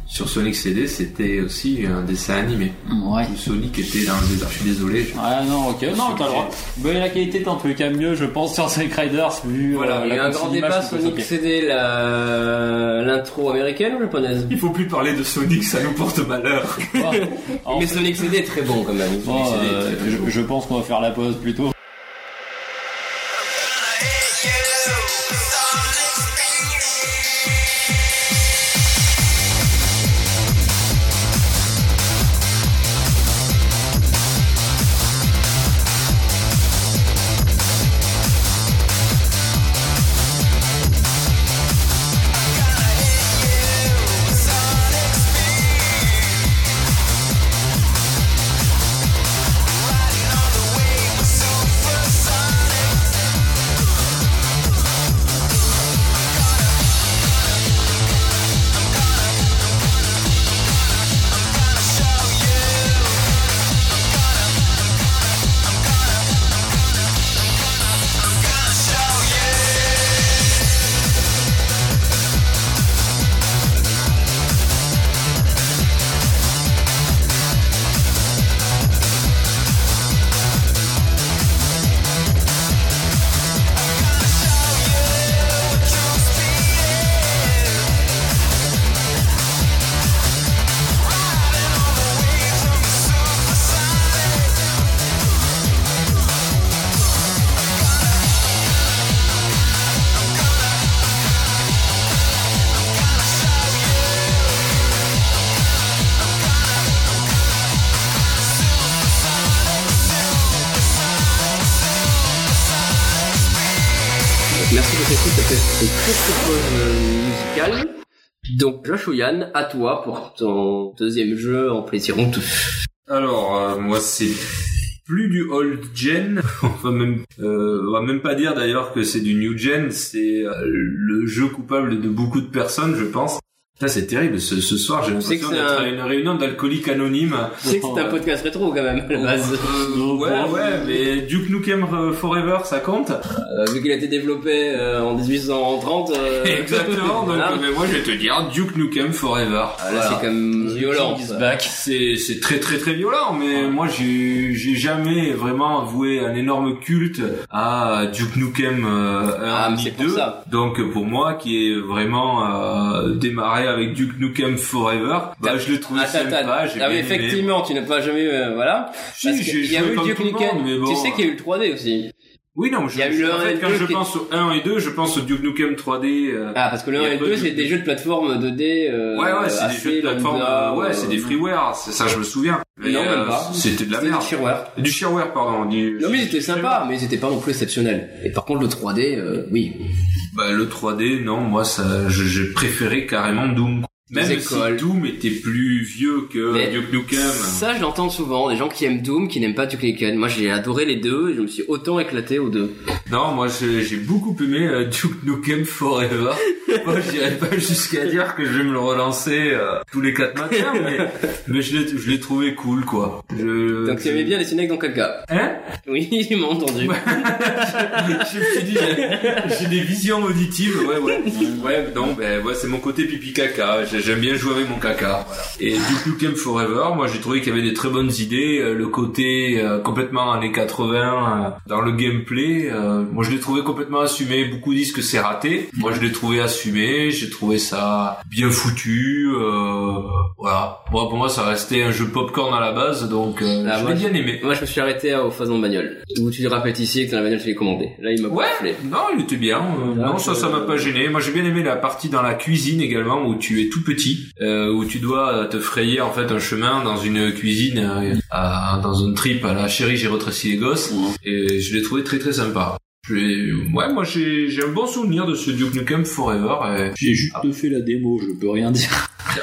S3: sur Sonic CD, c'était aussi un dessin animé.
S4: Ouais.
S3: Où Sonic était dans le désert. Je suis désolé. je-
S4: Ah non, ok, non,
S3: Sonic
S4: t'as le droit. Mais la qualité est en tous les cas mieux, je pense, sur Sonic Riders, vu.
S2: Voilà,
S4: euh,
S2: il y a
S4: la
S2: eu un grand
S4: quantité d'images
S2: débat
S4: qui passe,
S2: Sonic
S4: ok.
S2: CD, la- l'intro américaine ou japonaise
S3: Il faut plus parler de Sonic, ça nous porte malheur.
S4: Bon, en
S2: Mais
S4: fait,
S2: Sonic CD est très bon quand même.
S4: bon,
S2: Sonic CD est
S4: euh,
S2: très, très bon.
S4: je, je pense qu'on va faire la pause plutôt.
S2: Merci pour cette écoute, ça fait une très très bonne euh, musicale. Donc, Josh ou Yann, à toi pour ton deuxième jeu en plaisir honteux.
S3: Alors, euh, moi, c'est plus du old gen. *laughs* on va même, euh, on va même pas dire d'ailleurs que c'est du new gen. C'est euh, le jeu coupable de beaucoup de personnes, je pense. Ça, c'est terrible. Ce, ce soir, j'ai
S2: sais
S3: l'impression
S2: que c'est
S3: d'être
S2: un-
S3: à une réunion d'alcooliques anonymes.
S2: Je sais que c'est un podcast rétro quand même, à la base. *laughs*
S3: Euh, ouais, ouais, mais Duke Nukem euh, Forever, ça compte
S2: Euh, vu qu'il a été développé euh, en 1830. euh,
S3: *laughs* Exactement. Donc, euh,
S2: voilà.
S3: mais moi, je vais te dire Duke Nukem Forever.
S2: Ah, Là, c'est quand même violent.
S4: King is
S2: ça.
S4: back.
S3: C'est c'est très très très violent, mais moi j'ai j'ai jamais vraiment avoué un énorme culte à Duke Nukem euh, 1
S2: Ah, mais
S3: ni
S2: c'est pour
S3: 2.
S2: ça.
S3: Donc pour moi qui est vraiment euh, démarré avec Duke Nukem Forever, bah, je le trouve
S2: Ah, t'as-
S3: sympa.
S2: t'as-
S3: j'ai
S2: ah oui,
S3: bien aimé.
S2: effectivement, tu n'as pas jamais, euh, voilà.
S3: Si,
S2: Parce que
S3: j'ai
S2: il y a
S3: joué
S2: eu
S3: comme
S2: Duke
S3: tout le monde,
S2: Nukem.
S3: mais bon. euh,
S2: Tu sais qu'il y a eu le 3D aussi.
S3: Oui non, mais je,
S2: Il y a eu le
S3: en
S2: un et
S3: fait,
S2: le
S3: quand
S2: deux
S3: je
S2: qui-
S3: pense au 1 et 2, je pense au Duke Nukem 3D. euh,
S2: Ah, parce que le
S3: Il y
S2: 1
S3: a
S2: et
S3: pas
S2: le 2,
S3: de-
S2: c'est des jeux de plateforme 2D. euh,
S3: Ouais, ouais, c'est des
S2: assez
S3: jeux de plateforme,
S2: lambda,
S3: euh, ouais, c'est des
S2: euh,
S3: freeware, c'est ça, je me souviens. Mais, euh,
S2: Non, même pas.
S3: C'était de la
S2: C'était
S3: merde.
S2: du shareware.
S3: Du shareware, pardon. Du,
S2: Non mais
S3: du-
S2: c'était sympa, mais c'était pas non plus exceptionnel. Et par contre le 3D, euh, oui.
S3: Bah, le 3D, non, moi, ça, je- j'ai préféré carrément Doom. Même
S2: Les
S3: si
S2: écoles.
S3: Doom était plus vieux que
S2: Mais
S3: Duke Nukem.
S2: Ça je l'entends souvent, des gens qui aiment Doom, qui n'aiment pas Duke Nukem. Moi j'ai adoré les deux, et je me suis autant éclaté aux deux.
S3: Non, moi, j'ai j'ai beaucoup aimé euh, Duke
S2: *laughs*
S3: Nukem Forever. moi, j'irais pas jusqu'à dire que je vais me le relancer euh, tous les 4
S2: *laughs*
S3: matins, mais, mais je l'ai- je l'ai trouvé cool, quoi. Je,
S2: Donc tu aimais bien les Sinex dans quel cas
S3: Hein
S2: Oui, *laughs* ils m'ont entendu.
S3: *laughs* Je me suis dit, j'ai- j'ai des visions auditives, ouais, ouais. Ouais, non, ben, ouais, c'est mon côté pipi caca. J'ai- J'aime bien jouer avec mon caca. voilà. Et Duke Nukem Forever, moi, j'ai trouvé qu'il y avait des très bonnes idées. Euh, Le côté euh, complètement années 80 euh, dans le gameplay, euh, moi, je l'ai trouvé complètement assumé. Beaucoup disent que c'est raté. Moi, je l'ai trouvé assumé. J'ai trouvé ça bien foutu. euh, voilà. Moi, pour moi, ça restait un jeu popcorn à la base, donc euh,
S2: Ah,
S3: je
S2: moi,
S3: l'ai bien aimé.
S2: Moi je me suis arrêté aux phases de bagnole. Où tu rappelles ici que dans la bagnole tu les commandais. Là il m'a
S3: Ouais.
S2: gonflé.
S3: Non, il était bien. Euh,
S2: Là,
S3: non, ça,
S2: je-
S3: ça m'a pas gêné. Moi, j'ai bien aimé la partie dans la cuisine également où tu es tout petit, euh, où tu dois euh, te frayer en fait un chemin dans une cuisine, euh, à- dans une trip à la chérie, j'ai retracé les gosses. Et je l'ai trouvé très très sympa. Je l'ai- Ouais, moi j'ai j'ai un bon souvenir de ce Duke Nukem Forever. et-
S4: J'ai juste fait la démo, je peux rien dire.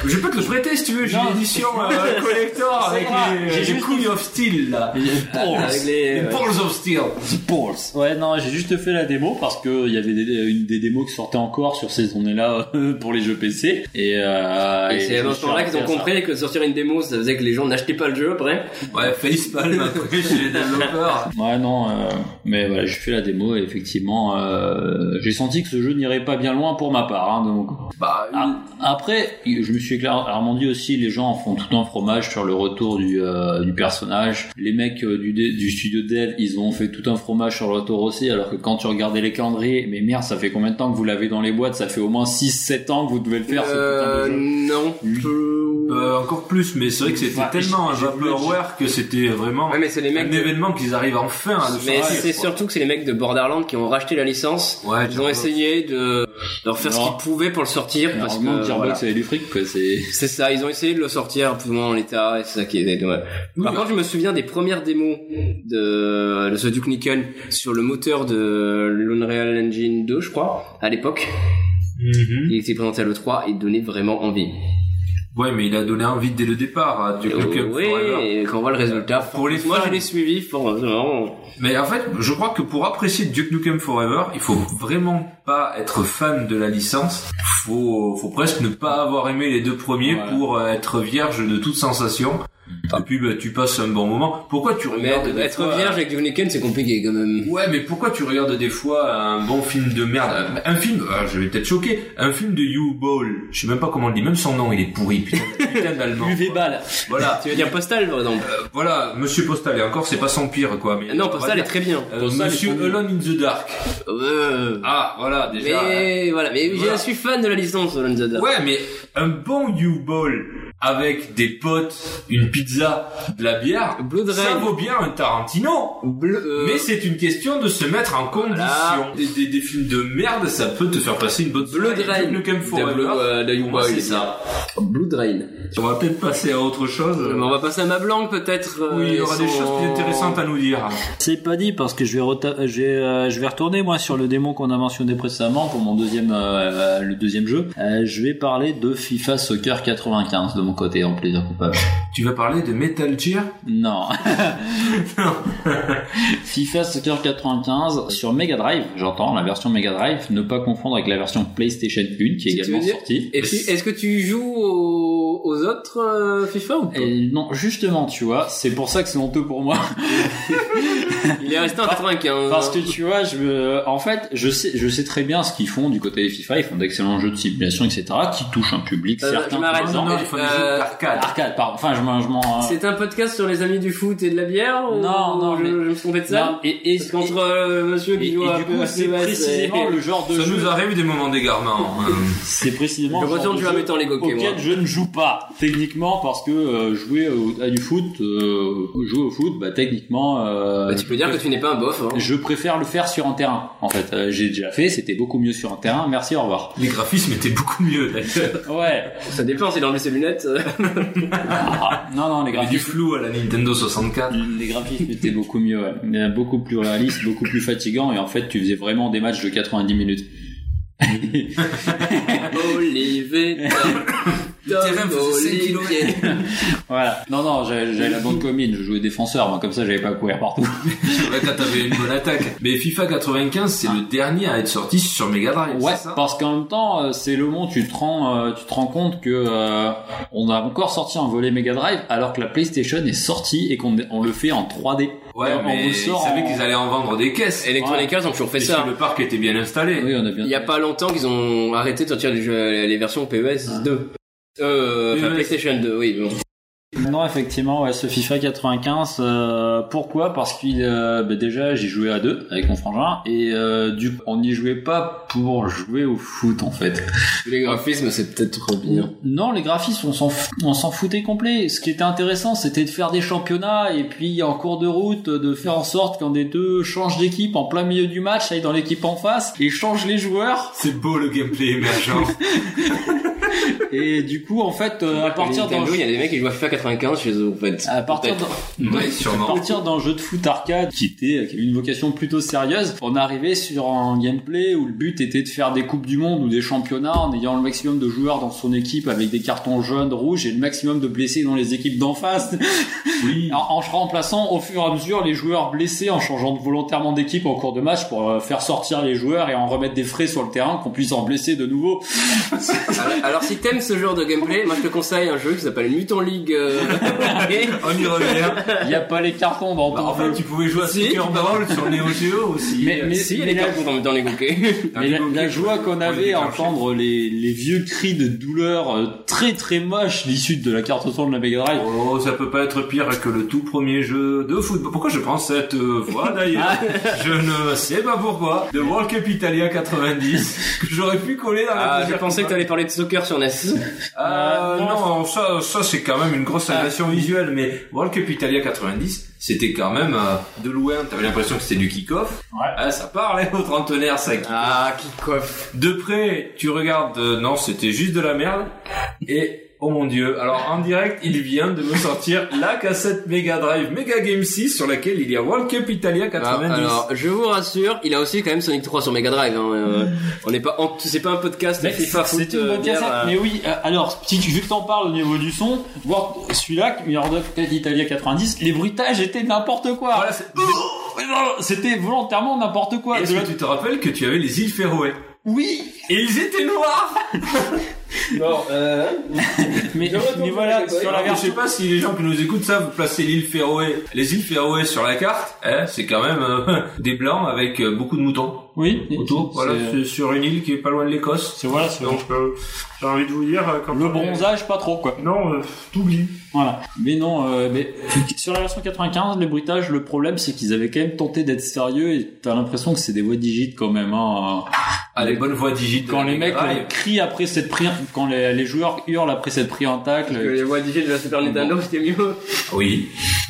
S3: Je peux te le prêter si tu veux. J'ai
S4: Non.
S3: l'édition euh, collector
S4: C'est
S3: avec
S4: moi. J'ai
S3: les, les
S4: juste-
S3: couilles of steel
S4: Ah,
S3: là.
S2: Avec les-
S3: Les
S2: Eh ouais.
S3: balls of steel.
S4: Ouais, non, j'ai juste fait la démo parce que il y avait des, une des démos qui sortait encore sur ces années-là euh, *laughs* pour les jeux PC. Et, euh,
S2: Ah, Et c'est
S4: je
S2: à
S4: me
S2: ce
S4: suis
S2: moment-là qu'ils ont
S4: arrêté à ça.
S2: compris que sortir une démo, ça faisait que les gens n'achetaient pas le jeu après.
S3: Ouais, facepalm après chez les développeurs.
S2: *laughs*
S4: Ouais, non, euh, mais voilà, j'ai fait la démo et effectivement, euh, j'ai senti que ce jeu n'irait pas bien loin pour ma part. hein, donc,
S3: Bah,
S4: Ah, après, je me suis clair, Armandie aussi, les gens en font tout un fromage sur le retour du, euh, du personnage. Les mecs euh, du, dé- du studio dev, ils ont fait tout un fromage sur le retour aussi, alors que quand tu regardais les calendriers, mais merde, ça fait combien de temps que vous l'avez dans les boîtes Ça fait au moins 6-7 ans que vous devez le faire, ce
S2: Euh,
S4: putain de jeu.
S2: non.
S4: Oui.
S3: Euh, encore plus, mais c'est vrai que c'était
S4: Ouais,
S3: tellement un
S4: j'ai- j'ai
S3: vaporware que c'était vraiment
S2: Ouais, mais c'est les mecs.
S3: un
S2: de-
S3: événement qu'ils arrivent enfin à le
S2: Mais
S3: sortir,
S2: c'est
S3: quoi.
S2: surtout que c'est les mecs de Borderlands qui ont racheté la licence.
S3: Ouais,
S2: Ils ont essayé de, de refaire ce
S4: Non.
S2: qu'ils pouvaient pour le sortir parce
S4: Heureusement
S2: que
S4: Gearbox
S2: voilà.
S4: avait du fric, quoi, c'est...
S2: c'est ça, ils ont essayé de le sortir plus ou moins en l'état et c'est ça qui est dommage. Par contre, je me souviens des premières démos de, de ce Duke Nukem sur le moteur de l'Unreal Engine 2, je crois, à l'époque.
S4: Mhm.
S2: Il était présenté à l'E3 et donnait vraiment envie.
S3: Ouais, mais il a donné envie dès le départ à
S2: Euh,
S3: Duke Nukem
S2: oui,
S3: Forever.
S2: et quand on voit le résultat,
S3: Pour les
S2: moi
S3: fans.
S2: je l'ai suivi, pour- vraiment.
S3: Mais en fait, je crois que pour apprécier Duke Nukem Forever, il faut vraiment pas être fan de la licence. Faut, faut presque ne pas avoir aimé les deux premiers
S4: Ouais.
S3: pour euh, être vierge de toute sensation. Et puis, bah, tu passes un bon moment. Pourquoi tu
S2: Ah. Mais
S3: regardes des
S2: être
S3: fois- euh,
S2: vierge avec Duke Nukem, c'est compliqué quand même.
S3: Ouais, mais pourquoi tu regardes des fois un bon film de merde Un film, ah, je vais peut-être choquer, un film de U-Ball, je sais même pas comment on le dit, même son nom il est
S2: *laughs*
S3: pourri, putain, putain d'allemand.
S4: balle
S3: Voilà,
S2: Tu veux dire Postal par exemple
S3: voilà, Monsieur Postal, et encore c'est pas son pire quoi. Mais
S2: Non,
S3: on va
S2: Postal est
S3: dire,
S2: très bien.
S3: euh,
S4: Postal est
S3: Monsieur
S4: trop nul.
S3: Alone in the Dark.
S2: Euh,
S3: Ah, voilà,
S2: mais
S3: déjà.
S2: voilà, mais
S3: Voilà.
S2: je suis fan de la licence Alone in the Dark.
S3: Ouais, mais un bon U-Ball avec des potes, une pizza, de la bière,
S2: Blood
S3: ça
S2: Rain.
S3: vaut bien un Tarantino.
S2: Bleu, euh,
S3: Mais c'est une question de se mettre en condition.
S2: Voilà.
S3: Des, des- des films de merde, ça peut te faire passer une bonne
S2: Blood
S3: soirée.
S2: Rain.
S3: Duke Nukem Forever.
S2: De Blue, euh, de
S3: Pour moi,
S2: YouBoy,
S3: c'est
S2: ça. Blood Rain.
S3: On va peut-être passer à autre chose.
S2: Mais on va passer à ma blanque peut-être. euh,
S3: Oui, il y aura
S2: et
S3: des
S2: son-
S3: choses plus intéressantes à nous dire.
S4: C'est pas dit parce que je vais, reta- je vais, euh, je vais retourner moi sur le démon qu'on a mentionné précédemment pour mon deuxième euh, euh, le deuxième jeu. Euh, je vais parler de FIFA Soccer 95 de mon côté en plaisir coupable.
S3: Tu vas parler de Metal Gear
S2: *laughs*
S4: Non. FIFA Soccer 95 sur Mega Drive, j'entends la version Mega Drive, ne pas confondre avec la version PlayStation 1 qui est
S2: Si tu
S4: également
S2: veux dire-
S4: sortie.
S2: Et puis, est-ce que tu joues aux, aux autres euh, FIFA ou pas
S4: Et non, justement, tu vois, c'est pour ça que c'est honteux pour moi.
S2: Il est resté en 95.
S4: Parce que tu vois, je, me- en fait, je sais, je sais très bien ce qu'ils font du côté des FIFA. Ils font d'excellents jeux de simulation, etc., qui touchent un public
S2: Euh,
S4: certain.
S2: je m'arrête.
S4: plus
S2: Non,
S3: Non,
S4: grand.
S3: il faut des
S2: euh,
S3: jeux d'arcade.
S4: Arcade, pardon. Enfin, je m'en, je m'en- euh,
S2: C'est un podcast sur les amis du foot et de la bière ou-
S4: Non, non,
S2: je,
S4: mais-
S2: je me suis trompé de ça
S4: Non, et, et,
S2: Parce qu'entre euh, monsieur
S4: et-
S2: qui
S4: et
S2: joue à
S4: du coup,
S2: à
S4: c'est
S2: PES et-
S4: précisément le genre de
S3: Ça
S4: jeu.
S3: nous arrive des moments d'égarement. hein.
S4: C'est précisément
S2: Je
S4: le genre
S2: retourne
S4: de
S2: jouer à
S4: jeu
S2: mettant les goquets,
S4: auquel
S2: moi.
S4: je ne joue pas techniquement parce que euh, jouer au- à du foot, euh, jouer au foot, bah techniquement. euh,
S2: Bah, tu peux dire que tu n'es pas un bof. hein.
S4: Je préfère le faire sur un terrain. En fait, Euh, j'ai déjà fait. C'était beaucoup mieux sur un terrain. Merci, au revoir.
S3: Les graphismes étaient beaucoup mieux d'ailleurs.
S4: Ouais.
S2: Ça dépend s'il a enlevé ses lunettes.
S4: euh. Ah, non, non, les
S3: Il y avait du
S4: graphismes.
S3: flou à la Nintendo 64.
S4: Les graphismes étaient beaucoup mieux, ouais. Euh, beaucoup plus réaliste, beaucoup plus fatigant, et en fait, tu faisais vraiment des matchs de 90 minutes.
S2: *coughs* Olivier.
S3: Le terrain faisait cinq kilomètres.
S4: Voilà. Non, non, j'avais j'avais la bonne commune, je jouais défenseur, moi, comme ça, j'avais pas à courir partout.
S3: Ouais, quand t'avais une bonne attaque. Mais FIFA 95, c'est le dernier à être sorti sur Mega Drive.
S4: Ouais,
S3: c'est ça
S4: parce qu'en même temps, euh, c'est le moment où tu te rends, euh, tu te rends compte que euh, on a encore sorti un volet Mega Drive, alors que la PlayStation est sortie et qu'on on le fait en 3D. Et
S3: Ouais,
S4: on vous
S3: mais
S4: le
S3: ils
S4: sort
S3: savaient
S4: en-
S3: qu'ils allaient en vendre des caisses.
S2: Electronic Arts ont toujours fait
S3: Puisque
S2: ça.
S3: le parc était bien installé.
S4: Oui, on a bien.
S2: Il y a pas longtemps qu'ils ont arrêté de sortir du jeu- les versions PES 2. Euh, enfin,
S3: PES.
S2: PlayStation 2, oui. bon.
S4: Non, effectivement, ouais, ce FIFA 95. euh, pourquoi Parce qu'il, euh, bah, déjà, j'y jouais à deux avec mon frangin et euh, du coup, on n'y jouait pas pour jouer au foot en fait.
S2: Les graphismes, c'est peut-être trop bien.
S4: Non, les graphismes, on s'en f- on s'en foutait complet. Ce qui était intéressant, c'était de faire des championnats et puis en cours de route, de faire en sorte qu'un des deux change d'équipe en plein milieu du match, aille dans l'équipe en face et change les joueurs.
S3: C'est beau le gameplay émergent.
S4: Et du coup, en fait, euh, à partir d'un
S2: Nintendo, il y a des mecs qui jouent à FIFA 95 chez eux, en fait.
S4: à partir d'un-
S3: ouais,
S4: À
S3: sûrement.
S4: partir d'un jeu de foot arcade qui était qui avait une vocation plutôt sérieuse, on arrivait sur un gameplay où le but était de faire des coupes du monde ou des championnats en ayant le maximum de joueurs dans son équipe avec des cartons jaunes, rouges et le maximum de blessés dans les équipes d'en face,
S3: *laughs* Oui.
S4: en, en remplaçant au fur et à mesure les joueurs blessés en changeant volontairement d'équipe en cours de match pour euh,
S3: *laughs*
S4: faire sortir les joueurs et en remettre des frais sur le terrain qu'on puisse en blesser de nouveau.
S2: Alors, si t'aimes aimes ce genre de gameplay, moi je te conseille un jeu qui s'appelle Mutant League. *laughs* euh, et-
S3: On y revient.
S4: Il n'y a pas les cartons dans
S3: Bah,
S4: ton
S3: en fait,
S4: jeu.
S3: tu pouvais jouer à
S2: Si.
S3: Soccer Brawl sur Neo Geo aussi.
S4: Mais- mais-
S2: si, il y a des
S4: mais là-
S2: cartons dans Mutant League, ok.
S4: Mais la, la joie qu'on avait à
S3: déclenché.
S4: entendre les, les vieux cris de douleur euh, très très moches l'issue de la carte son de la Mega Drive.
S3: Oh, ça peut pas être pire que le tout premier jeu de football. Pourquoi je prends cette euh, voix d'ailleurs *laughs* Je ne sais pas pourquoi. De World Cup Italia 90 que j'aurais pu coller dans la.
S2: Ah, je pensais que
S3: hein.
S2: t'allais parler de soccer sur E NES.
S4: Euh,
S3: Ah, non, ça, ça c'est quand même une grosse agression
S4: Ah.
S3: visuelle. Mais World Cup Italia 90, c'était quand même euh, de loin. T'avais l'impression que c'était du kick-off.
S4: Ouais.
S3: Ah, ça parlait au trentenaire, ça.
S2: Ah, kick-off.
S3: De près, tu regardes, euh, non, c'était juste de la merde. Et oh mon dieu, alors en direct, il vient de me sortir la cassette Mega Drive Mega Game 6 sur laquelle il y a World Cup Italia 90.
S2: Bah,
S4: Ah,
S2: Alors, je vous rassure, il a aussi quand même Sonic 3 sur Mega Drive. hein, euh, on n'est pas, en- c'est pas un podcast
S4: Mais
S2: FIFA foot.
S4: c'est une
S2: euh,
S4: bonne
S2: bière,
S4: cassette.
S2: euh,
S4: Mais oui, euh, alors, si tu, vu que t'en parles au niveau du son, voir celui-là, Mirror of Cat Italia 90, les bruitages étaient n'importe quoi.
S3: Voilà, c'est-
S4: C'était volontairement n'importe quoi.
S3: Est-ce
S4: Oh, De la-
S3: que tu te rappelles que tu avais les îles Féroé
S4: Oui,
S3: Et ils étaient noirs euh,
S4: *laughs* mais, mais voilà, sur
S3: Alors,
S4: la
S3: Je
S4: version.
S3: sais pas si les gens qui nous écoutent savent placer l'île Féroé, les îles Féroé sur la carte. hein, c'est quand même euh, *laughs* des blancs avec euh, beaucoup de moutons
S4: Oui,
S3: autour.
S4: c'est- euh,
S3: Voilà,
S4: c'est-
S3: c'est sur une île qui est pas loin de l'Écosse.
S4: c'est voilà, c'est-
S3: Donc euh, j'ai envie de vous dire euh, quand
S4: le
S3: on est-
S4: bronzage, pas trop quoi.
S3: Non, euh, t'oublies.
S4: Voilà. Mais non, euh, mais sur la version 95, les bruitages, le problème c'est qu'ils avaient quand même tenté d'être sérieux et t'as l'impression que c'est des voix digites quand même. Hein.
S3: Ah, les bonnes Ah, voix digitales.
S4: Quand les mecs euh, crient après cette prise, quand les, les joueurs hurlent après cette prise en tacle.
S2: Que les voix DJ de la Super Nintendo, c'était mieux.
S3: Oui.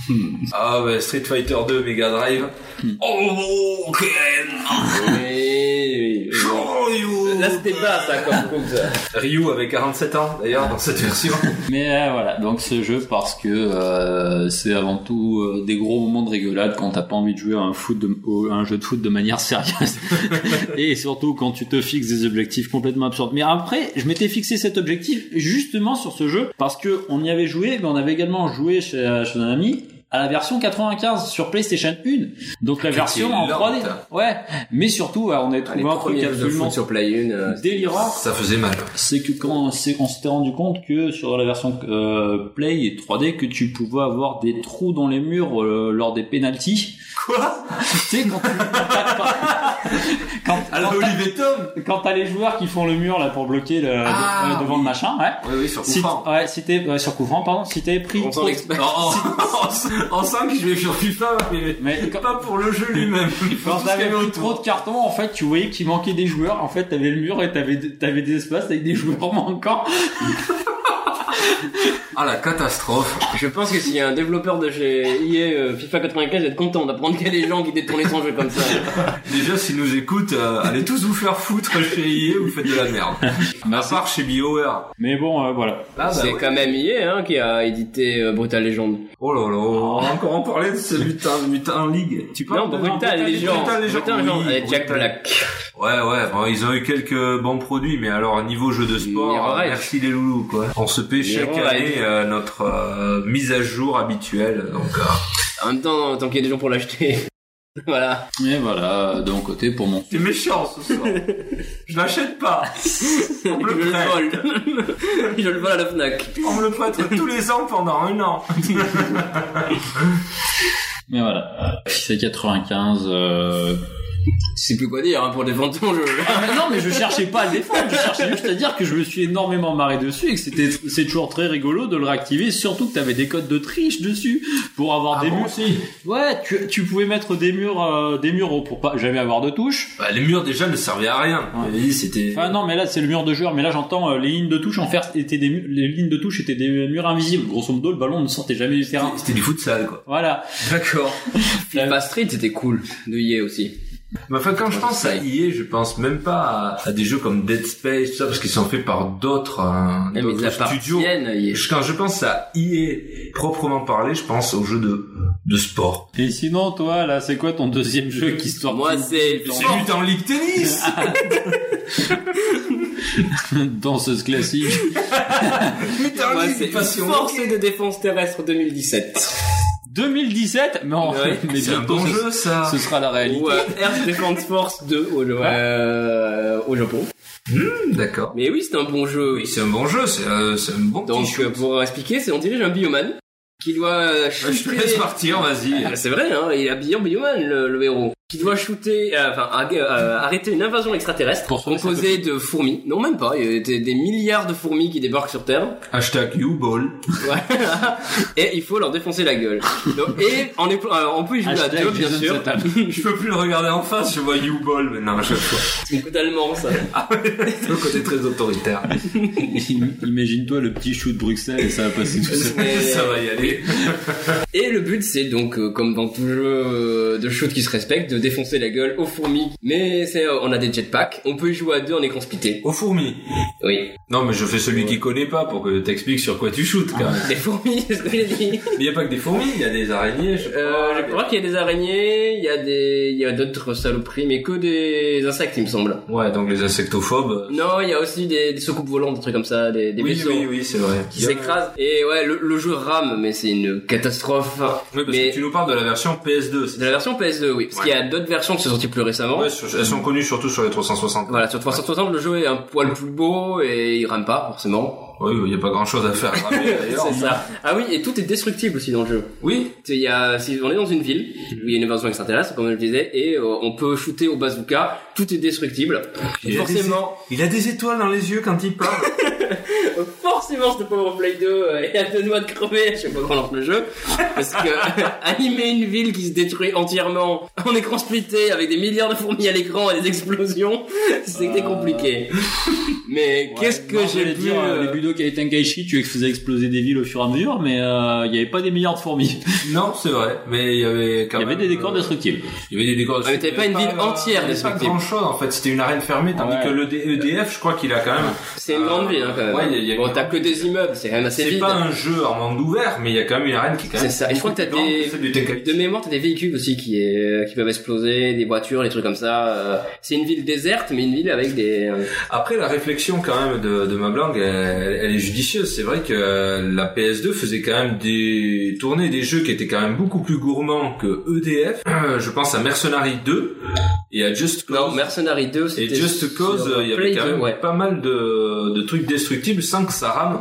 S3: *laughs* ah, bah, Street Fighter 2, Mega Drive. Oh, ok.
S2: Mais, mais bon.
S3: Oh, you.
S2: Là, c'était pas ça comme coup, ça.
S3: Ryu avait 47 ans, d'ailleurs, dans cette version.
S4: Mais euh, voilà, donc ce jeu parce que euh, c'est avant tout euh, des gros moments de rigolade quand t'as pas envie de jouer à un, foot de- au- à un jeu de foot de
S2: *laughs*
S4: manière sérieuse. et surtout quand tu te fixes des objectifs complètement absurdes. Mais après, je m'étais fixé cet objectif justement sur ce jeu parce que on y avait joué, mais on avait également joué chez, chez un ami à la version 95 sur PlayStation 1. Donc la
S2: Ah,
S3: Qui
S4: version
S3: était
S4: en 3D.
S3: lente.
S4: Ouais, mais surtout euh, on a trouvé
S2: les
S4: un truc
S2: premiers jeux de
S4: absolument
S2: foot sur Play 1. euh,
S4: délirant
S3: *laughs* Ça faisait mal.
S4: c'est que quand c'est on s'était rendu compte que sur la version euh, Play et 3D que tu pouvais avoir des trous dans les murs euh, lors des pénalties.
S3: Quoi
S4: Tu sais quand tu-
S3: *laughs*
S4: quand, quand,
S3: Alors, Olivier Tom
S4: quand t'as les joueurs qui font le mur là pour bloquer le,
S3: Ah,
S4: de- euh, devant le machin, ouais.
S3: Oui, oui, sur
S4: Si,
S3: *laughs* FIFA.
S4: ouais, si t'es ouais, sur coup franc, pardon, si t'es pris
S2: On
S4: trop-
S2: s'en expert.
S3: En, *laughs* en, en 5, je vais sur FIFA, mais
S4: mais quand,
S3: pas pour le jeu lui-même. *laughs*
S4: quand
S3: Parce
S4: t'avais
S3: qu'il y avait
S4: pris trop de cartons, en fait, tu voyais qu'il manquait des joueurs. En fait, t'avais le mur et t'avais t'avais des espaces avec des *laughs* joueurs manquants.
S3: Ah, la catastrophe.
S2: Je pense que s'il y a un développeur de chez EA euh, FIFA 95, être content d'apprendre qu'il y a des gens qui détournaient son jeu comme ça.
S3: Déjà, s'ils nous écoutent, euh, allez tous vous faire foutre chez EA, vous faites de la merde. À part chez BioWare.
S4: Mais bon, euh,
S3: Ah,
S4: voilà.
S3: bah
S2: c'est quand même EA hein, qui a édité euh, Brutal Legend.
S3: Oh là là, on va encore en parler de ce mutin, mutin league. Tu
S2: Non,
S3: de-
S2: Brutal Legend.
S3: Brutal Legend,
S2: Brutal Legend
S3: oui,
S2: avec Jack
S3: Brutal.
S2: Black.
S3: Ouais, ouais, bon, ils ont eu quelques bons produits, mais alors niveau jeu de sport,
S2: Mirror
S3: euh,
S2: Edge.
S3: merci les loulous, quoi. On se paie chaque
S2: Mirror
S3: année euh, notre euh, mise à jour habituelle, donc euh,
S2: En même temps, tant qu'il y a des gens pour l'acheter. *laughs* voilà.
S4: Et voilà, euh, de mon côté, pour mon
S3: T'es méchant ce soir. *laughs* Je l'achète pas. On me
S2: Je
S3: le
S2: le
S3: prête.
S2: vole. *laughs* Je le vole à la Fnac.
S3: On me le prête tous les ans pendant un an.
S4: Mais voilà. C'est 95. Euh...
S2: Je sais plus quoi dire hein, pour défendre ton jeu.
S4: Ah, mais non, mais je cherchais pas à le défendre. Je cherchais juste à dire que je me suis énormément marré dessus et que c'était c'est toujours très rigolo de le réactiver. Surtout que t'avais des codes de triche dessus pour avoir
S3: Ah
S4: des murs.
S3: si.
S4: Ouais, tu, tu pouvais mettre des murs euh, des murs hauts pour pas jamais avoir de touche.
S3: Bah, les murs déjà ne servaient à rien.
S4: Ouais.
S3: Oui, c'était.
S4: Enfin non, mais là c'est le mur de joueur. Mais là j'entends euh, les lignes de touche en fer étaient des mu- les lignes de touche étaient des murs invisibles. Grosso modo, le ballon ne sortait jamais du terrain.
S3: C'était du futsal, quoi.
S4: Voilà.
S3: D'accord. Euh,
S2: FIFA Street, c'était cool. De EA aussi.
S3: Mais enfin, quand je pense à EA, je pense même pas à, à des jeux comme Dead Space, tout ça, parce qu'ils sont faits par d'autres hein,
S2: Même ils
S3: d'autres studios.
S2: appartiennent à EA.
S3: Je- Quand je pense à EA proprement parlé, je pense aux jeux de, de sport.
S4: Et sinon, toi, là, c'est quoi ton deuxième jeu qui sort *laughs*
S2: Moi, c'est
S3: C'est lutte en ligue tennis
S4: danseuse classique.
S3: Lutte en
S2: Moi,
S3: ligue
S2: c'est
S3: passion.
S2: Force de défense terrestre 2017.
S4: 2017 Mais, en-
S2: Ouais,
S4: mais
S3: C'est un
S4: bientôt,
S3: bon
S4: ce,
S3: jeu, ça.
S4: ce sera la réalité.
S2: Ou euh, Air Defense Force 2 au,
S4: Ouais.
S2: euh, au Japon.
S3: D'accord.
S2: Mais oui, c'est un bon jeu.
S3: Oui, c'est un bon jeu, c'est euh, c'est un bon petit
S2: Donc
S3: shoot.
S2: euh, pour expliquer, c'est on dirige un bioman qui doit euh, shooter.
S3: Je te laisse partir, vas-y.
S2: Ah, C'est vrai, hein, il est habillé en bioman le, le héros. Qui doit shooter, euh, enfin ag- euh, arrêter une invasion extraterrestre
S4: Pour sauver sa
S2: composée de fourmis. Non, même pas. Il y a des, des milliards de fourmis qui débarquent sur Terre.
S4: *laughs*
S3: Hashtag YouBall.
S2: Voilà. Et il faut leur défoncer la gueule. Donc, et on, est, euh, on peut y jouer à
S4: Hashtag
S2: deux, bien
S4: Jason
S2: sûr. *laughs*
S4: Statham.
S3: Je peux plus le regarder en face, je vois YouBall maintenant à chaque fois.
S2: C'est totalement ça.
S3: C'est le côté très *laughs* autoritaire.
S4: Imagine-toi le petit chou de Bruxelles et *laughs* ça va passer tout seul.
S2: Mais- euh,
S3: Ça va y aller.
S2: Et le but, c'est donc, euh, comme dans tout jeu euh, de shoot qui se respecte, de défoncer la gueule aux fourmis. Mais c'est, euh, on a des jetpacks, on peut y jouer à deux, on est conspité.
S3: Aux fourmis.
S2: Oui.
S3: Non, mais je fais celui qui connaît pas pour que t'expliques sur quoi tu shootes, quand même.
S2: Des fourmis, *laughs* c'est ce que j'ai dit.
S3: Mais il y a pas que des fourmis, il y a des araignées, je
S2: Euh, je
S3: crois.
S2: crois qu'il y a des araignées, il y a des, il y a d'autres saloperies, mais que des insectes, il me semble.
S3: Ouais, donc les insectophobes.
S2: Non, il y a aussi des, des soucoupes volantes, des trucs comme ça, des, des
S3: oui,
S2: vaisseaux.
S3: oui, oui, c'est vrai.
S2: Qui s'écrasent. Et ouais, le, le jeu rame, mais c'est une catastrophe.
S3: Oui, parce
S2: Mais-
S3: que tu nous parles de la version PS2. c'est
S2: De la version PS2, oui. Parce qu'il
S3: Ouais.
S2: y a d'autres versions qui sont sorties plus récemment.
S3: Ouais, sur- elles sont connues surtout sur les 360.
S2: Voilà, sur 360, le jeu est un poil plus beau et il rame pas, forcément.
S3: Oui, il n'y a pas grand chose à *laughs* faire. ramer, d'ailleurs.
S2: *laughs* C'est ça. Ah oui, et tout est destructible aussi dans le jeu.
S3: Oui,
S2: Il y a, si on est dans une ville
S3: Mhm.
S2: où il y a une invasion extraterrestre, comme je le disais, et euh, on peut shooter au bazooka, tout est destructible.
S3: Il
S2: Et
S3: est *laughs*
S2: forcément, euh,
S3: il a des étoiles dans les yeux quand il parle.
S2: forcément, ce pauvre Play 2 euh, est à deux doigts de crever à chaque fois qu'on lance le jeu. Parce que *laughs* animer une ville qui se détruit entièrement en écran splitté avec des milliards de fourmis à l'écran et des explosions, *laughs* c'était
S4: Euh,
S2: compliqué. Mais qu'est-ce que
S4: Ouais, non,
S2: j'ai
S4: j'allais
S2: pu...
S4: dire
S2: euh,
S4: euh, Les Budokai et Tenkaichi, tu faisais exploser des villes au fur et à mesure, mais euh, il n'y avait pas des milliards de fourmis.
S3: non, c'est vrai, mais il y avait quand
S4: Il y avait
S3: même,
S4: des décors
S3: euh,
S4: destructibles.
S3: Il y avait des décors
S2: Ah, mais t'avais pas une ville entière
S3: C'est pas
S2: destructible.
S3: grand chose en fait, c'était une arène fermée, tandis
S4: Ouais.
S3: que le D- EDF, je crois qu'il a quand même.
S2: C'est une grande
S3: Euh,
S2: ville hein, quand même.
S3: ouais, il y a- il y a-
S2: bon, t'as que des immeubles, c'est quand même assez
S3: C'est
S2: vide.
S3: pas un jeu en monde ouvert, mais il y a quand même une arène qui est quand même.
S2: C'est ça. Et je crois que t'as
S3: beaucoup plus
S2: des-
S3: grande que celle du Tenkaichi.
S2: De mémoire, t'as des véhicules aussi qui, euh, qui peuvent exploser, des voitures, des trucs comme ça. euh, C'est une ville déserte, mais une ville avec des. euh,
S3: Après, la réflexion quand même de, de ma blague, elle, elle est judicieuse. C'est vrai que euh, la PS2 faisait quand même des tournées des jeux qui étaient quand même beaucoup plus gourmands que EDF. Euh, *clears throat* Je pense à Mercenary 2 et à Just Cause.
S2: Non, Mercenary 2,
S3: et
S2: Bah, c'était.
S3: Just
S2: sur
S3: Cause, euh, il y avait
S2: Play
S3: quand
S2: 2,
S3: même
S2: ouais.
S3: pas mal de, de trucs destructibles sans que ça rame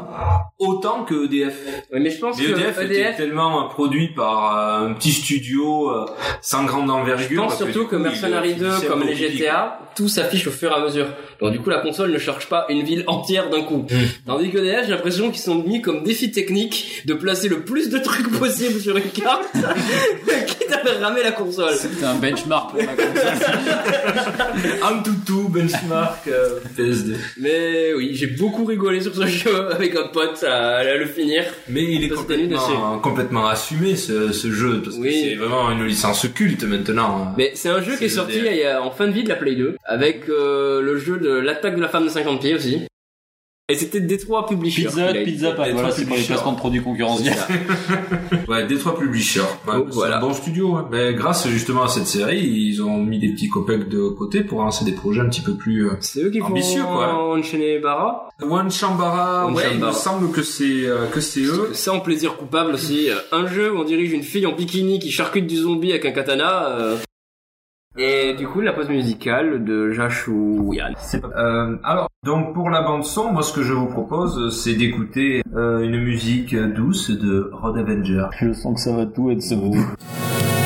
S3: autant que E EDF.
S2: Ouais, mais je pense
S3: Mais EDF,
S2: que
S3: E
S2: E
S3: était
S2: EDF.
S3: tellement euh, produit par euh, un petit studio euh, sans grande
S2: Je
S3: envergure.
S2: pense
S3: parce
S2: surtout
S3: du
S2: que
S3: coup, il-
S2: Mercenary
S3: il
S2: 2,
S3: s'est
S2: comme les
S3: approprié.
S2: GTA, tout s'affiche au fur et à mesure. Donc du coup, la console ne charge pas une ville entière d'un coup.
S3: Hmm.
S2: Tandis que EDF, j'ai l'impression qu'ils sont mis comme défi technique de placer le plus de trucs *laughs* possible sur une carte, *laughs* quitte à faire ramer la console.
S4: C'était un benchmark *laughs* pour la console.
S3: Antutu, Benchmark, euh, PS2.
S2: Mais oui, j'ai beaucoup rigolé sur ce jeu *laughs* avec un pote à, à le finir.
S3: Mais il est
S2: Parce que lui,
S3: complètement, euh, complètement assumé ce, ce jeu parce que
S2: Oui.
S3: c'est vraiment une licence culte maintenant. hein.
S2: Mais c'est un jeu
S3: C'est
S2: qui est
S3: le
S2: sorti
S3: dernier.
S2: il y a- en fin de vie de la Play 2, avec euh, le jeu de l'attaque de la femme de 50 pieds aussi. Et c'était Détroit Publisher.
S4: Pizza
S2: Il a-
S4: Hut, Pizza Hut,
S3: Des
S4: voilà,
S3: trucs
S4: c'est pour les
S3: chers.
S4: placements de produits concurrentiels.
S3: Ouais, Détroit Publisher. Ouais,
S2: Oh,
S3: hein. c'est
S2: voilà.
S3: un bon studio. hein. Mais grâce justement à cette série, ils ont mis des petits copecs de côté pour lancer des projets un petit peu plus. euh,
S2: C'est eux qui
S3: Ambitieux,
S2: font
S3: quoi.
S2: enchaîner Barra.
S3: One Chambara.
S2: One
S3: ouais, il
S2: Chambara.
S3: me semble que c'est euh, que c'est eux.
S2: Sans plaisir coupable aussi. euh, Un jeu où on dirige une fille en bikini qui charcute du zombie avec un katana. euh. Et du coup, la pause musicale de Jashu Yann.
S3: Euh, alors, donc pour la bande son, moi ce que je vous propose, c'est d'écouter euh, une musique douce de Rod Avenger.
S2: hein.
S4: Je sens que ça va tout être ce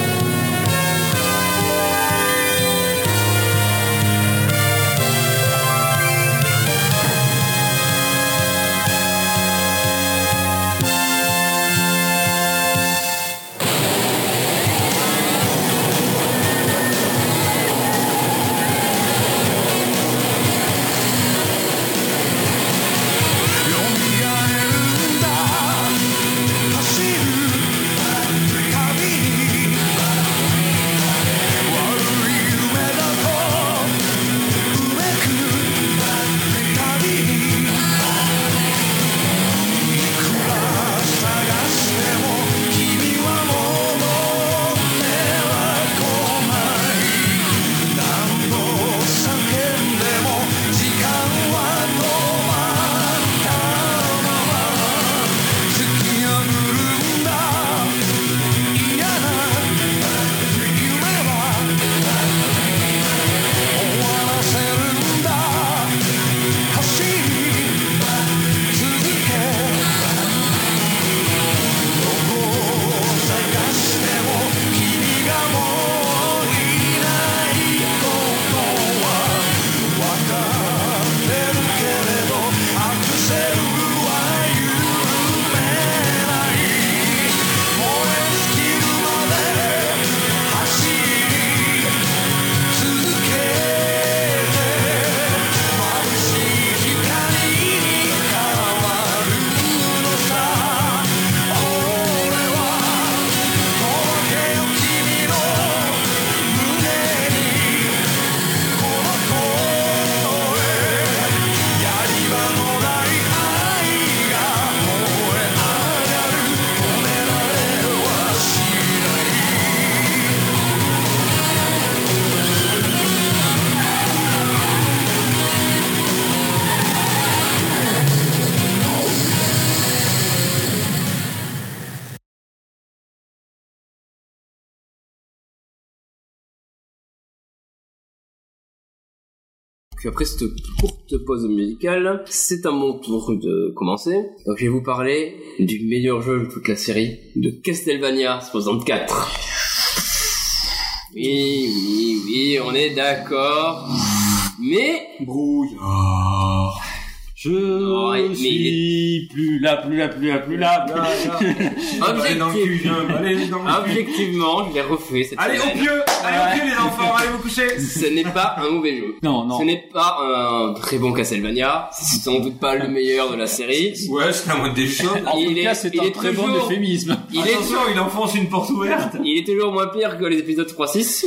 S5: 「よみがえるんだ」「走るたびに」
S2: Puis après cette courte pause musicale, c'est à mon tour de commencer. Donc je vais vous parler du meilleur jeu de toute la série, de Castlevania 64. Oui, oui, oui, on est d'accord. Mais
S4: Brouillard. Je
S2: Ouais, mais il est-
S4: suis plus là, plus là, plus là, plus là.
S3: Ah, Là, là. Ah, Allez Ah, dans le cul,
S2: objectivement,
S3: viens, allez dans le cul.
S2: objectivement je l'ai refait cette
S3: Allez au
S2: semaine.
S3: pieu, allez au
S4: Ouais.
S3: pieu les enfants, allez vous coucher.
S2: Ce n'est pas un mauvais jeu.
S4: Non,
S2: Ce
S4: non.
S2: n'est pas un très bon Castlevania, c'est sans doute pas le meilleur de la série.
S3: Ouais, c'est la mode des choses.
S4: En
S2: il
S4: tout
S2: est-
S4: cas, c'est
S2: il
S4: un
S2: est
S4: très bon
S2: toujours-
S4: euphémisme.
S2: Il est,
S3: Attention, il enfonce une porte ouverte.
S2: il est toujours moins pire que les épisodes 3-6.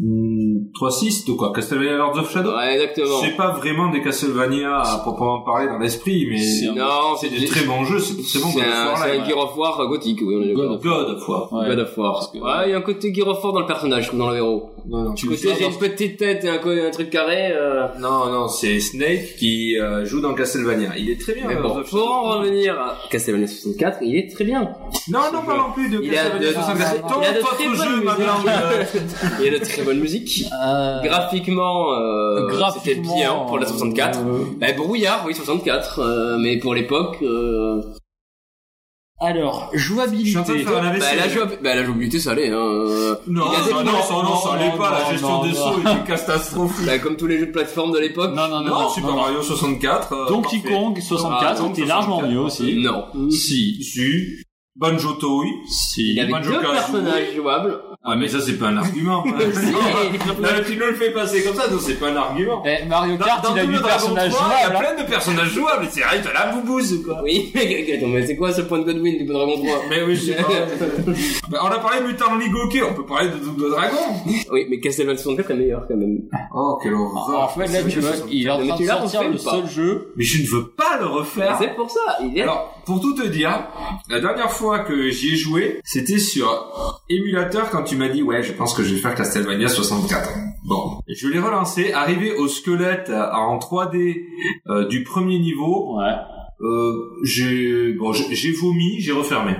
S3: Hmm, 3-6 de quoi Castlevania Lords of Shadow
S2: Ouais, exactement.
S3: C'est pas vraiment des Castlevania à proprement parler dans l'esprit, mais
S4: C'est-
S2: Non,
S3: c'est des très bons jeux, c'est c'est bon
S2: C'est
S3: God of
S2: un,
S3: War, là,
S2: c'est un
S3: ouais.
S2: Gear of War gothique, oui, on est d'accord.
S3: God of War.
S4: Ouais.
S2: God of War.
S4: que-
S2: Ouais, il y a un côté Gear of War dans le personnage, comme dans le héros.
S3: Non, non,
S2: Du côté, j'ai une petite tête et un, co- un truc carré. euh,
S3: non, non, c'est Snake qui euh, joue dans Castlevania. Il est très bien.
S2: Mais
S3: Lords
S2: bon, euh,
S3: of
S2: pour en
S3: Shadow.
S2: revenir à Castlevania 64, il est très bien.
S3: Non, non,
S2: Ce
S3: pas
S2: jeu.
S3: non plus de
S2: Il a de-
S3: Castlevania. 64.
S2: il a de
S3: Ton
S2: très
S3: autre
S2: bonnes
S3: jeu, ma
S2: musiques. *laughs*
S3: blonde, euh,
S2: Il y a de très bonne musique.
S4: Euh,
S2: *laughs* Graphiquement, euh, c'était
S4: graphiquement,
S2: bien pour la 64.
S4: euh,
S2: Bah, brouillard, oui, 64, euh, mais pour l'époque, euh,
S4: alors,
S3: Je suis en train de
S4: jouabilité.
S3: faire un
S2: bah, la,
S3: AVC.
S2: jouab- bah, la jouabilité, ça allait. Hein. euh,
S3: Non,
S2: il y a des
S3: non, non,
S2: points-
S3: non, non, ça allait
S4: non,
S3: pas. La
S4: non,
S3: gestion
S4: non,
S3: des
S4: non.
S3: sauts est une catastrophique.
S2: bah, comme tous les jeux de plateforme de l'époque.
S4: Non, non, non,
S3: Non,
S4: non,
S3: Super
S4: non, non.
S3: Mario 64. euh,
S4: Donkey
S3: parfait.
S4: Kong 64
S3: Ah,
S4: était
S3: Donkey
S4: largement
S3: 64.
S4: mieux aussi.
S2: Non.
S3: Mm. Si. Si. Banjo Tooie.
S4: Si.
S2: Il y avait
S3: Banjo
S2: deux
S3: Kazooie.
S2: personnages jouables.
S3: Ah, mais ça, c'est pas
S2: *laughs*
S3: un argument. Non, mais tu nous le fais passer comme ça, donc c'est pas un argument.
S4: Eh, Mario Kart, il a
S3: tout le
S4: 8
S3: Dragon
S4: personnages
S3: 3, Il y a
S4: jouables. hein.
S3: plein de personnages jouables. C'est vrai, t'as la boubouse ou quoi.
S2: Oui, *laughs* mais attends, mais c'est quoi ce point de Godwin du Dragon 3
S3: *laughs* Mais oui, je sais pas. Bah, on a parlé de Mutant League Hockey, on peut parler de Double Dragon.
S2: Oui, mais Castlevania 64 est meilleur quand même.
S3: Oh, quelle horreur.
S4: Ah, En fait, là, tu vois, il est en
S2: Mais
S4: train
S2: tu
S4: de
S2: l'as
S4: sortir
S2: refait
S4: le
S2: ou pas
S4: seul jeu.
S3: Mais je ne veux pas le
S2: Mais
S3: refaire.
S2: C'est pour ça, il est.
S3: Bah, Alors, pour tout te dire, la dernière fois que j'y ai joué, c'était sur émulateur quand tu m'as dit, ouais, je pense que je vais faire Castlevania 64. Bon. Et je l'ai relancé, arrivé au squelette euh, en 3D euh, du premier niveau,
S4: Ouais.
S3: euh, j'ai bon, j'ai j'ai vomi, j'ai refermé.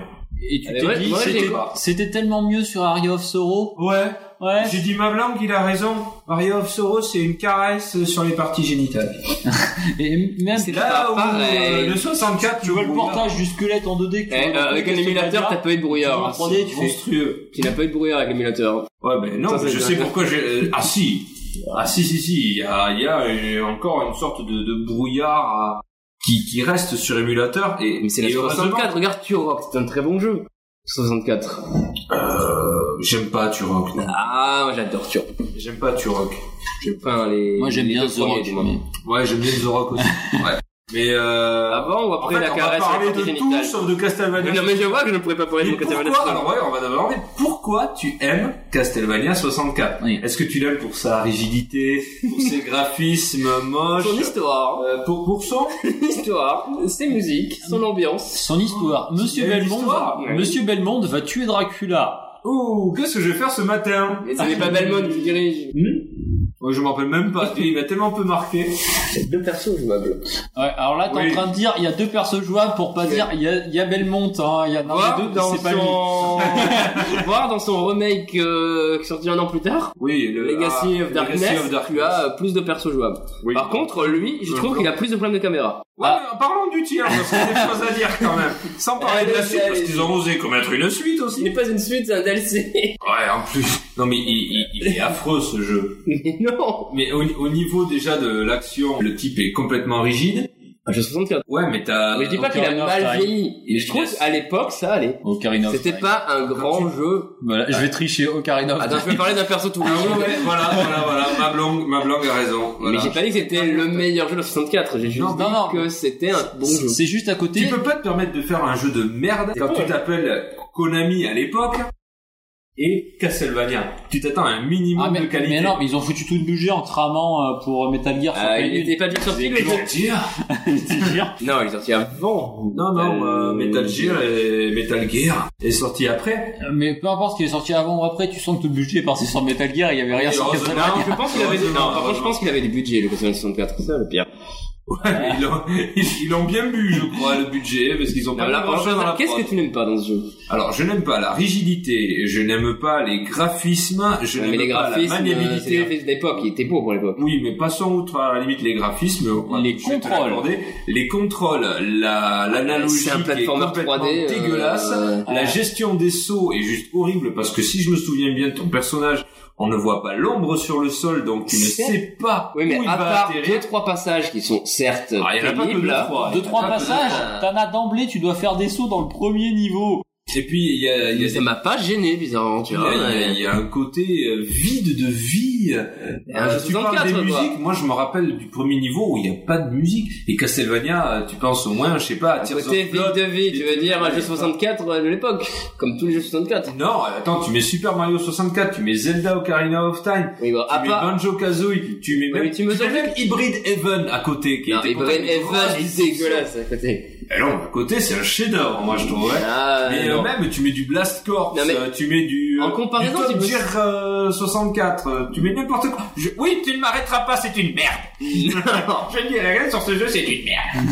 S4: Et tu
S2: Mais
S4: t'es
S2: Eh ouais,
S4: dit,
S2: moi, j'ai-
S4: c'était- c'était tellement mieux sur Aria of Sorrow.
S3: Ouais,
S2: *laughs*
S4: Ouais.
S3: j'ai dit ma langue, il a raison. Mario of Sorrow, c'est une caresse sur les parties génitales.
S4: Et même,
S2: C'est
S4: tu
S3: Là
S2: pas
S3: où
S2: pareil.
S3: euh, le 64, tu
S4: vois le portage du squelette en 2D. que tu
S2: Eh,
S4: vois dans
S2: euh,
S4: le
S2: avec un
S4: podcast
S2: émulateur, t'as
S4: Mania,
S2: pas eu de brouillard. hein.
S4: tu vois en 3D, tu fais.
S3: monstrueux.
S2: Tu n'as pas eu de brouillard avec l'émulateur.
S3: Ouais, ben non,
S2: Ça,
S3: mais
S2: c'est
S3: je
S2: bien.
S3: sais pourquoi j'ai... euh, Ah si Ah si, si, si, il y a, il y a, euh, encore une sorte de, de brouillard euh, qui, qui reste sur émulateur. Et,
S2: Mais c'est la
S3: et heureusement-
S2: 64, regarde Turok, c'est un très bon jeu. 64.
S3: Euh, J'aime pas Turok. non.
S2: Ah, moi j'adore Turok.
S3: J'aime pas Turok.
S2: Enfin, les.
S4: Moi, j'aime
S2: les
S4: bien
S2: deux
S4: The
S2: premiers,
S4: Rock,
S2: du moins.
S4: mais-
S3: Ouais, j'aime bien The
S2: *laughs*
S3: Rock aussi. ouais. Mais euh...
S2: Avant ou
S3: En
S2: après
S3: fait,
S2: la
S3: on va
S2: caresse sur
S3: parler
S2: les
S3: de
S2: parties
S3: tout
S2: génitales
S3: sauf de Castlevania.
S2: Non, mais je vois que je ne pourrais pas parler de
S3: Mais
S2: mon Castlevania.
S3: pourquoi, alors ouais, on va d'abord parler. Pourquoi tu aimes Castlevania 64
S4: Oui.
S3: Est-ce que tu l'aimes pour sa rigidité, pour ses graphismes moches,
S2: Son histoire,
S3: euh, pour, pour son
S2: histoire, ses musiques, son ambiance.
S4: Son
S2: Oh,
S4: histoire. Monsieur
S3: Il y a une
S4: Belmond,
S3: histoire,
S4: va-
S2: oui.
S4: Monsieur Belmond va tuer Dracula.
S3: Ouh, qu'est-ce que je vais faire ce matin
S2: Mais ce n'est pas Belmont qui dirige.
S3: Moi, Je m'en rappelle même pas, il m'a tellement peu marqué.
S2: C'est deux persos jouables.
S4: Ouais, alors là, t'es
S3: Oui.
S4: en train de dire, il y a deux persos jouables pour pas
S2: Oui.
S4: dire, il y a, il y a Belmont, hein, il y en a
S2: Voir
S4: un des deux,
S2: dans
S4: c'est pas lui.
S2: son. *laughs* Voir dans son remake euh, qui est sorti un an plus tard,
S3: Oui, le
S2: Legacy
S3: ah,
S2: of Darkness,
S3: Legacy of Darkness.
S2: tu as euh, plus de persos jouables.
S3: Oui.
S2: Par contre, lui, je
S3: Le
S2: trouve
S3: blanc.
S2: qu'il a plus de problèmes de caméra.
S3: Ouais, mais parlons du tir, parce qu'il y a des choses à dire quand même. Sans parler de la
S2: Allez,
S3: suite, parce
S2: allez.
S3: qu'ils ont osé commettre une suite
S2: Ce
S3: aussi.
S2: n'est pas une suite, c'est un DLC.
S3: Ouais, en plus. Non, mais il- il- il est affreux ce jeu.
S2: *laughs* Mais non
S3: Mais au, au niveau déjà de l'action, le type est complètement rigide.
S2: Un jeu 64.
S3: Ouais, mais t'as.
S2: Mais je dis pas
S4: Ocarina
S2: qu'il a
S4: of
S2: mal
S4: Time.
S2: vieilli.
S3: Il est
S2: Je trouve
S3: efficace.
S2: qu'à l'époque, ça allait.
S4: Ocarina of
S2: C'était
S4: Time.
S2: pas un grand jeu.
S4: Voilà, je vais tricher Ocarina of
S2: Attends, je
S4: *laughs* Time.
S2: vais parler d'un perso tout
S3: Ah
S2: mignon.
S3: ouais, ouais, voilà, voilà, voilà. Ma blonde, ma blonde a raison.
S2: Mais
S3: Voilà.
S2: j'ai pas dit que c'était le meilleur jeu de 64. J'ai juste
S4: Non,
S2: dit
S4: non, non.
S2: que c'était un bon jeu.
S4: C'est juste à côté.
S3: Tu peux pas te permettre de faire un jeu de merde quand tu t'appelles Konami à l'époque et Castlevania. Tu t'attends à un minimum
S4: Ah, mais,
S3: de qualité.
S4: mais non, mais ils ont foutu tout le budget en tramant euh, pour Metal Gear sur
S2: Euh,
S4: Play
S2: il
S4: *laughs*
S2: était pas déjà sorti le jeu.
S3: Metal Gear
S4: Metal Gear.
S2: Non, il est sorti avant.
S3: Non, non, euh,
S2: Euh,
S3: Metal Gear et Metal Gear est sorti après.
S4: Mais peu importe qu'il est sorti avant ou après, tu sens que tout le budget est parti sur Metal Gear, il y avait rien sur
S2: oh,
S3: Heureusement.
S4: Castlevania.
S2: Je pense qu'il avait.
S3: Heureusement,
S2: Non, par contre, je pense qu'il avait du budget le Castlevania 64. C'est ça le pire.
S3: Ouais, mais ils l'ont- ils l'ont bien bu, je crois, le budget, parce qu'ils ont pas
S2: Non, là,
S3: mis
S2: par
S3: grand-chose dans la
S2: contre, Qu'est-ce
S3: prod.
S2: que tu n'aimes pas dans ce jeu
S3: Alors, je n'aime pas la rigidité, je n'aime pas les graphismes, je
S2: Mais les
S3: n'aime pas la
S2: graphismes, euh, c'est les
S3: maniabilité.
S2: graphismes d'époque, ils étaient beaux pour l'époque.
S3: Oui, mais passons outre à la limite les graphismes. on va
S4: Les
S3: tout de suite te
S4: contrôles.
S3: l'accorder. Les contrôles, la- l'analogie
S2: C'est un
S3: qui est
S2: platformer
S3: complètement
S2: 3D, euh,
S3: dégueulasse.
S2: euh,
S3: la gestion des sauts est juste horrible parce que si je me souviens bien de ton personnage, on ne voit pas l'ombre sur le sol, donc tu ne
S2: C'est-
S3: sais pas
S2: Oui, mais
S3: où il
S2: à
S3: va
S2: part deux
S3: atterrir.
S2: trois passages qui sont certes
S3: Ah, il y en a pas que
S2: pénibles,
S3: deux,
S2: là.
S3: trois.
S4: Deux, trois
S2: Ah,
S4: passages,
S2: peut-être.
S4: t'en as d'emblée, tu dois faire des sauts dans le premier niveau.
S3: Et puis il y a, il y a
S2: ça m'a pas gêné bizarrement, tu
S3: Il y,
S2: vois.
S3: a, il y a-
S2: ouais.
S3: il y a un côté euh, vide de vie. Euh,
S2: un jeu
S3: tu parles
S2: 64,
S3: des
S2: quoi.
S3: musiques. Moi, je me rappelle du premier niveau où il n'y a pas de musique. Et Castlevania, euh, tu penses au moins, je sais pas, à Tears
S2: Côté
S3: of
S2: ville
S3: Blood.
S2: de vie, tu veux
S3: Tears
S2: dire
S3: of
S2: un jeu
S3: Blood.
S2: 64 de l'époque, comme tous les jeux 64.
S3: Non, attends, tu mets Super Mario 64, tu mets Zelda Ocarina of Time,
S2: Oui, bon,
S3: tu
S2: à
S3: mets
S2: part
S3: Banjo Kazooie, tu mets
S2: Ah, Oui,
S3: même,
S2: mais tu me
S3: mets
S2: donnes-
S3: même Hybrid Heaven à côté, qui
S2: non,
S3: était
S2: et Brain
S3: complètement
S2: Heaven est
S3: dégueulasse.
S2: dégueulasse à côté.
S3: Eh non, à côté, c'est un chef-d'œuvre, moi je trouve. ouais.
S2: Ah,
S3: Mais euh,
S2: non.
S3: même, tu mets du Blast Corps,
S2: Non, mais-
S3: euh, tu mets du. euh,
S2: En comparaison,
S3: du Top
S2: tu peux-
S3: Gear, euh, 64, euh, tu mets n'importe quoi. Je- Oui, tu ne m'arrêteras pas, c'est une merde. *laughs* je dis à la gueule sur ce jeu, c'est une merde.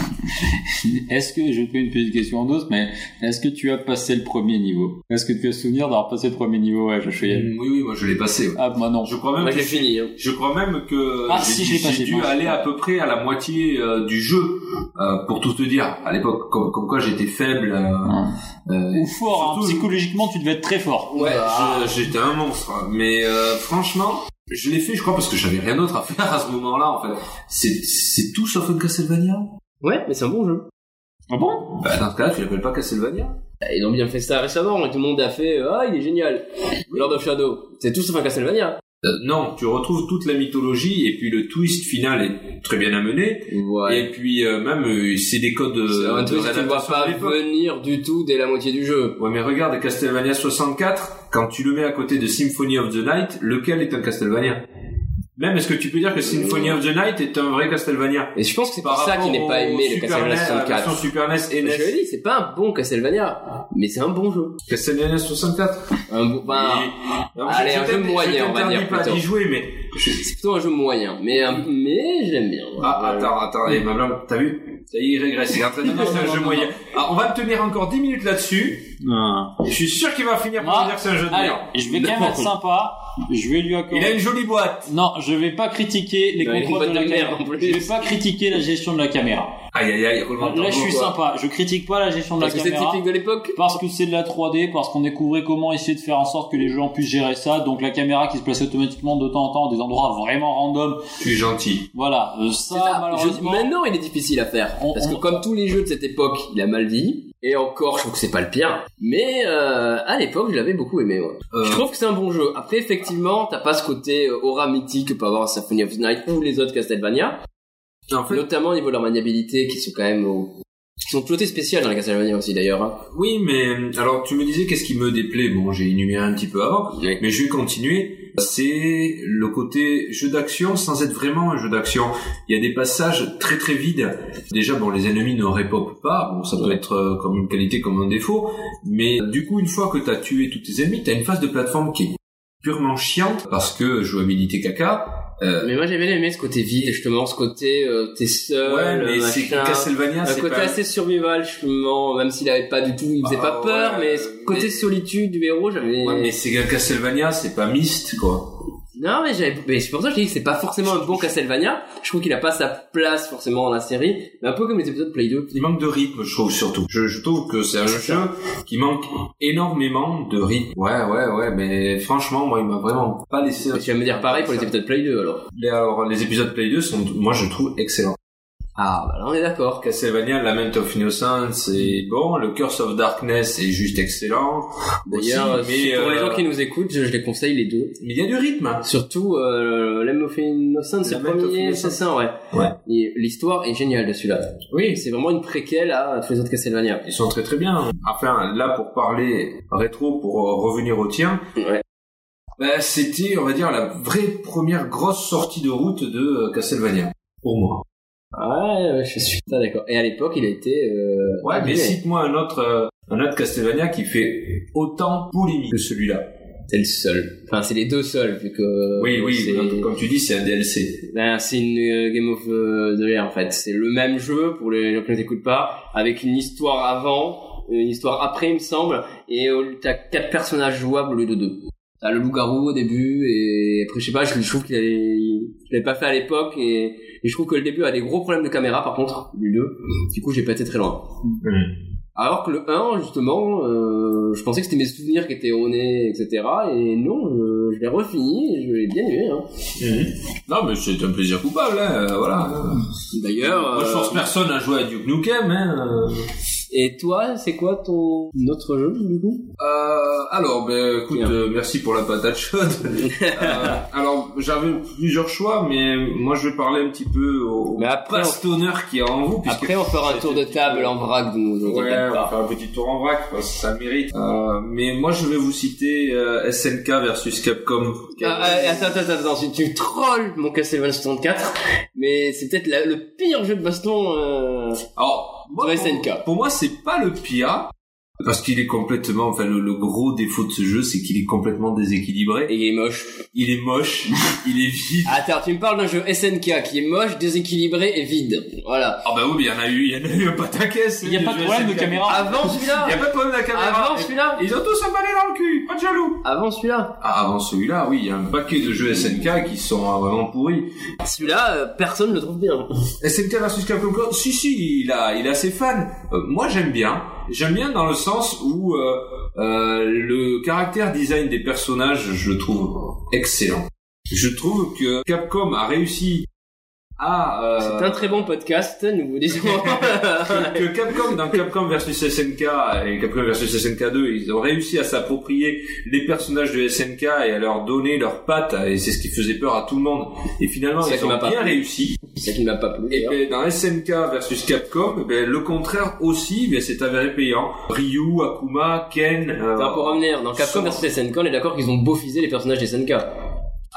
S4: Est-ce que, je te fais une petite question en douce, mais est-ce que tu as passé le premier niveau? Est-ce que tu as souvenir d'avoir passé le premier niveau? Ouais, je suis
S3: Oui, oui, moi je l'ai passé. ouais.
S4: Ah, moi non.
S3: Je crois même
S2: Moi
S3: que
S2: j'ai fini. hein.
S3: Je crois même que
S4: Ah,
S3: j'ai
S4: si,
S3: dû-
S4: je l'ai
S3: j'ai
S4: passé,
S3: dû
S4: moi.
S3: aller à peu près à la moitié euh, du jeu euh, pour tout te dire. À l'époque, comme, comme quoi j'étais faible. euh,
S4: Hein.
S3: euh,
S4: Ou fort, hein,
S3: Surtout, je-
S4: psychologiquement, tu devais être très fort.
S3: ouais,
S2: Ah.
S3: je- j'étais un monstre. hein. Mais euh, franchement, je l'ai fait, je crois, parce que j'avais rien d'autre à *laughs* faire à ce moment-là. En fait, c'est c'est tout sauf un Castlevania.
S2: Ouais, mais c'est un bon jeu.
S4: Ah bon?
S3: Bah, dans ce cas-là, tu l'appelles pas Castlevania.
S2: Ils ont bien fait ça récemment et tout le monde a fait euh, ah il est génial. Lord of Shadow, c'est tout sauf un Castlevania.
S3: Euh, non, tu retrouves toute la mythologie et puis le twist final est très bien amené.
S2: Ouais.
S3: Et puis euh, même, euh, c'est des codes. euh,
S2: C'est un
S3: de
S2: truc que tu ne vois
S3: réadaptation
S2: pas
S3: de l'époque.
S2: venir du tout dès la moitié du jeu.
S3: Ouais, mais regarde Castlevania 64, quand tu le mets à côté de Symphony of the Night, lequel est un Castlevania Même est-ce que tu peux dire que Symphony of the Night est un vrai Castlevania
S2: Et je pense que Euh, c'est pour
S3: Par
S2: ça
S3: rapport
S2: qu'il n'est pas
S3: au
S2: aimé le
S3: Super
S2: Castlevania
S3: NES, à la
S2: 64.
S3: euh, version E Super NES et
S2: Je l'ai
S3: NES.
S2: dit, c'est pas un bon Castlevania, mais c'est un bon jeu.
S3: Castlevania 64.
S2: Un bon, bah,
S3: Et- Non,
S2: allez,
S3: je- je
S2: un jeu
S3: t'aime-
S2: moyen,
S3: je
S2: on va dire,
S3: t'interdis pas
S2: plutôt.
S3: d'y jouer, mais.
S2: c'est plutôt un jeu moyen, mais un- mais je l'aime bien.
S3: Ah,
S2: Euh,
S3: attends, attends, et ma blâme, t'as vu Ça y est, il régresse, il est en train de dire que c'est un
S4: Non, non,
S3: jeu
S4: non,
S3: moyen. Ah, on va te tenir encore 10 minutes là-dessus. Je suis sûr qu'il va finir par
S4: Ah,
S3: dire que c'est un jeu de
S4: Allez,
S3: merde.
S4: je vais quand même être sympa. Je vais lui accorder.
S3: Il a une jolie boîte.
S4: Non, je vais pas critiquer les
S2: Dans les
S4: contrôles de
S2: combats
S4: la
S2: de merde,
S4: caméra.
S2: en plus.
S4: Je vais pas critiquer la gestion de la caméra.
S3: Aïe, aïe, aïe, roulement de
S4: Là, je
S3: tambour,
S4: suis
S3: quoi.
S4: sympa. Je critique pas la gestion de la
S2: Parce que c'est
S4: caméra.
S2: typique de l'époque.
S4: Parce que c'est de la 3D, parce qu'on découvrait comment essayer de faire en sorte que les gens puissent gérer ça. Donc la caméra qui se plaçait automatiquement de temps en temps à des endroits vraiment random.
S3: Tu es gentil.
S4: Voilà, Euh, ça,
S2: C'est ça. Je-
S4: malheureusement.
S2: maintenant, il est difficile à faire.
S4: On-
S2: parce que
S4: on-
S2: comme tous les jeux de cette époque, il a mal vieilli. Et encore, je trouve que c'est pas le pire. Mais euh, à l'époque, je l'avais beaucoup aimé. ouais.
S3: Euh.
S2: Je trouve que c'est un bon jeu. Après, effectivement, t'as pas ce côté euh, aura mythique que peut avoir Symphony of the Night ou les autres Castlevania.
S3: En fait,
S2: Notamment au niveau de leur maniabilité, qui sont quand même... euh, qui sont tout à fait spéciales dans les Castlevania aussi, d'ailleurs. hein.
S3: Oui, mais euh, alors tu me disais qu'est-ce qui me déplaît. Bon, j'ai énuméré un petit peu avant,
S2: Oui.
S3: mais je vais continuer. C'est le côté jeu d'action sans être vraiment un jeu d'action. Il y a des passages très très vides. Déjà, bon, les ennemis ne répopent pas. Bon, ça peut être euh, comme une qualité, comme un défaut. Mais euh, du coup, une fois que t'as tué tous tes ennemis, t'as une phase de plateforme qui est purement chiante parce que jouabilité caca. Euh,
S2: Mais moi, j'avais bien aimé ce côté vide, justement, ce côté euh, t'es seul,
S3: ouais, mais
S2: machin.
S3: c'est Castlevania,
S2: Un
S3: Ah, c'est
S2: côté
S3: pas-
S2: assez survival, justement, même s'il avait pas du tout, il faisait
S3: Ah,
S2: pas peur,
S3: ouais,
S2: mais ce côté
S3: mais-
S2: solitude du héros, j'avais.
S3: Ouais, mais c'est un Castlevania, c'est pas Myst, quoi.
S2: Non, mais j'avais. Mais c'est pour ça que je dis que c'est pas forcément un bon Castlevania. Je trouve qu'il a pas sa place forcément dans la série, mais un peu comme les épisodes Play 2.
S3: Il manque de rythme, je trouve surtout. Je, je trouve que c'est un jeu qui manque énormément de rythme. Ouais, ouais, ouais, mais franchement, moi, il m'a vraiment pas laissé.
S2: Mais Tu vas me dire pareil pour les épisodes Play 2 alors.
S3: Les- Alors, les épisodes Play 2 sont, moi, je trouve excellents.
S2: Ah, bah là on est d'accord.
S3: Castlevania, Lament of Innocence, c'est bon. Le Curse of Darkness est juste excellent.
S2: D'ailleurs,
S3: Aussi, Bah, mais,
S2: euh, pour les
S3: euh,
S2: gens qui nous écoutent, je, je les conseille les deux.
S3: Mais il y a du rythme. hein.
S2: Surtout, euh, Lame of Innocence, c'est le
S3: Lament of
S2: premier,
S3: Innocence.
S2: c'est ça, ouais.
S3: Ouais.
S2: Et L'histoire est géniale de celui-là. Oui. C'est vraiment une préquelle à tous les autres Castlevania.
S3: Ils sont très très bien. Enfin, là, pour parler rétro, pour euh, revenir au tien,
S2: Ouais.
S3: bah, c'était, on va dire, la vraie première grosse sortie de route de euh, Castlevania. Pour moi.
S2: Ouais, ouais, je suis pas d'accord. Et à l'époque, il a été. Euh,
S3: Ouais, mais
S2: abusé.
S3: cite-moi un autre, euh, un autre Castlevania qui fait autant polémique que celui-là.
S2: C'est le seul. Enfin, c'est les deux seuls, vu que.
S3: Oui, oui,
S2: Euh, c'est-
S3: comme tu dis, c'est un DLC.
S2: Ben, c'est une euh, Game of euh, the Year, en fait. C'est le même jeu pour les gens qui ne t'écoutent pas, avec une histoire avant, une histoire après, il me semble, et euh, t'as quatre personnages jouables au lieu de deux. T'as le loup-garou au début, et après, je sais pas, je je trouve qu'il avait, je l'avais pas fait à l'époque, et, et je trouve que le début a des gros problèmes de caméra, par contre, du 2. Du coup, j'ai pas été très loin. Alors que le 1, justement, euh, je pensais que c'était mes souvenirs qui étaient erronés, etc. Et non, euh, je l'ai refini, et je l'ai bien aimé, hein.
S3: Non, mais c'est un plaisir coupable, hein, euh, voilà.
S2: D'ailleurs,
S3: Moi, je
S2: euh,
S3: force personne à jouer à Duke Nukem, hein.
S2: Et toi, c'est quoi ton autre jeu du coup
S3: Euh, alors, ben, écoute,
S2: Bien.
S3: euh, merci pour la
S2: *laughs*
S3: patate chaude. Euh, alors, j'avais plusieurs choix, mais moi, je vais parler un petit peu au
S2: Mais après,
S3: pastonneur qui est en vous. puisque-
S2: Après, on fera un tour de table en vrac de nos
S3: Ouais, on va faire un petit tour en vrac, parce que ça mérite. Euh, mais moi, je vais vous citer euh, SNK versus Capcom.
S2: Ah, attends, attends, attends, attends, tu, tu trolls mon Castlevania 64, mais c'est peut-être la- le pire jeu de baston euh,
S3: Alors, moi,
S2: de
S3: pour-
S2: SNK.
S3: Pour moi, c'est pas le pire. Parce qu'il est complètement, enfin, le, le gros défaut de ce jeu, c'est qu'il est complètement déséquilibré.
S2: Et il est moche.
S3: Il est moche, *laughs* il est vide.
S2: Attends, tu me parles d'un jeu SNK qui est moche, déséquilibré et vide. Voilà.
S3: Ah bah oui, mais il y en a eu, il y en a eu un pataquès.
S4: Il n'y a pas de problème de caméra. Ah,
S2: Avant
S3: Ah, Il y a
S2: celui-là
S3: pas de problème de la caméra.
S2: Avant celui-là
S3: Ils ont tous un balai dans le cul, pas de jaloux.
S2: Avant celui-là
S3: Ah, avant celui-là, oui, il y a un paquet de jeux SNK qui sont euh, vraiment pourris.
S2: Celui-là, euh, personne ne le trouve bien.
S3: SNK versus Capcom Clan, si si, il a, il a ses fans. Euh, moi j'aime bien, j'aime bien dans le sens où euh, euh, le caractère design des personnages, je le trouve excellent. Je trouve que Capcom a réussi à euh,
S2: C'est un très bon podcast, nous vous
S3: *laughs*
S2: disons.
S3: que, que Capcom dans Capcom versus SNK et Capcom versus SNK 2, ils ont réussi à s'approprier les personnages de SNK et à leur donner leurs pattes et c'est ce qui faisait peur à tout le monde. Et finalement,
S2: Ça
S3: ils
S2: qui
S3: ont
S2: m'a pas
S3: bien
S2: plu.
S3: réussi.
S2: C'est ça qui ne m'a pas plu.
S3: Et
S2: d'ailleurs.
S3: ben, dans SNK versus Capcom, ben, le contraire aussi, mais c'est avéré payant. Ryu, Akuma, Ken. euh,
S2: Enfin, pour revenir, dans Capcom vs SNK, on est d'accord qu'ils ont beaufisé les personnages des SNK.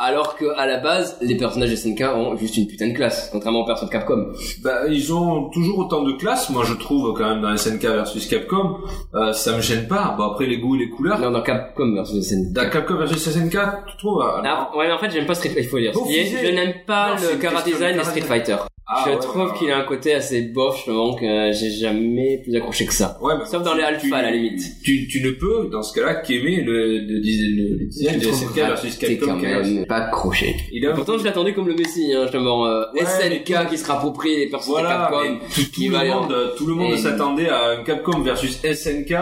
S2: Alors que, à la base, les personnages des SNK ont juste une putain de classe, contrairement aux personnes de Capcom.
S3: ben, ils ont toujours autant de classe, moi je trouve quand même dans SNK versus Capcom, euh, ça me gêne pas. Bon après les goûts et les couleurs.
S2: Non, dans Capcom vs SNK.
S3: Dans Capcom versus SNK, tu trouves euh,
S2: Alors, ouais, mais en fait, j'aime pas Street Fighter. Il faut le dire.
S3: Beaufisé.
S2: Je n'aime pas
S3: Non, c'est
S2: le
S3: une
S2: cara
S3: question de
S2: design des
S3: cara
S2: Street
S3: design.
S2: Fighter.
S3: Ah,
S2: je
S3: ouais,
S2: trouve
S3: bah,
S2: qu'il a un côté assez bof, justement, que euh, j'ai jamais plus accroché que ça.
S3: Ouais, mais
S2: Sauf dans les alphas,
S3: tu-
S2: à la limite.
S3: Tu, tu ne peux, dans ce cas-là, qu'aimer le, le, dis- le, le design
S2: Je
S3: de
S2: trouve
S3: SNK
S2: raté
S3: versus
S2: quand
S3: Capcom. qui est-
S2: même pas accroché.
S3: Il a un-
S2: Pourtant, je l'attendais comme le Messi, hein, justement. euh,
S3: Ouais, mais
S2: SNK
S3: tout-
S2: qui se rapproprie les personnages de
S3: Voilà,
S2: Capcom.
S3: mais tout, tout
S2: Il va
S3: le
S2: aller en-
S3: monde, tout le monde
S2: Et-
S3: s'attendait à un Capcom versus SNK,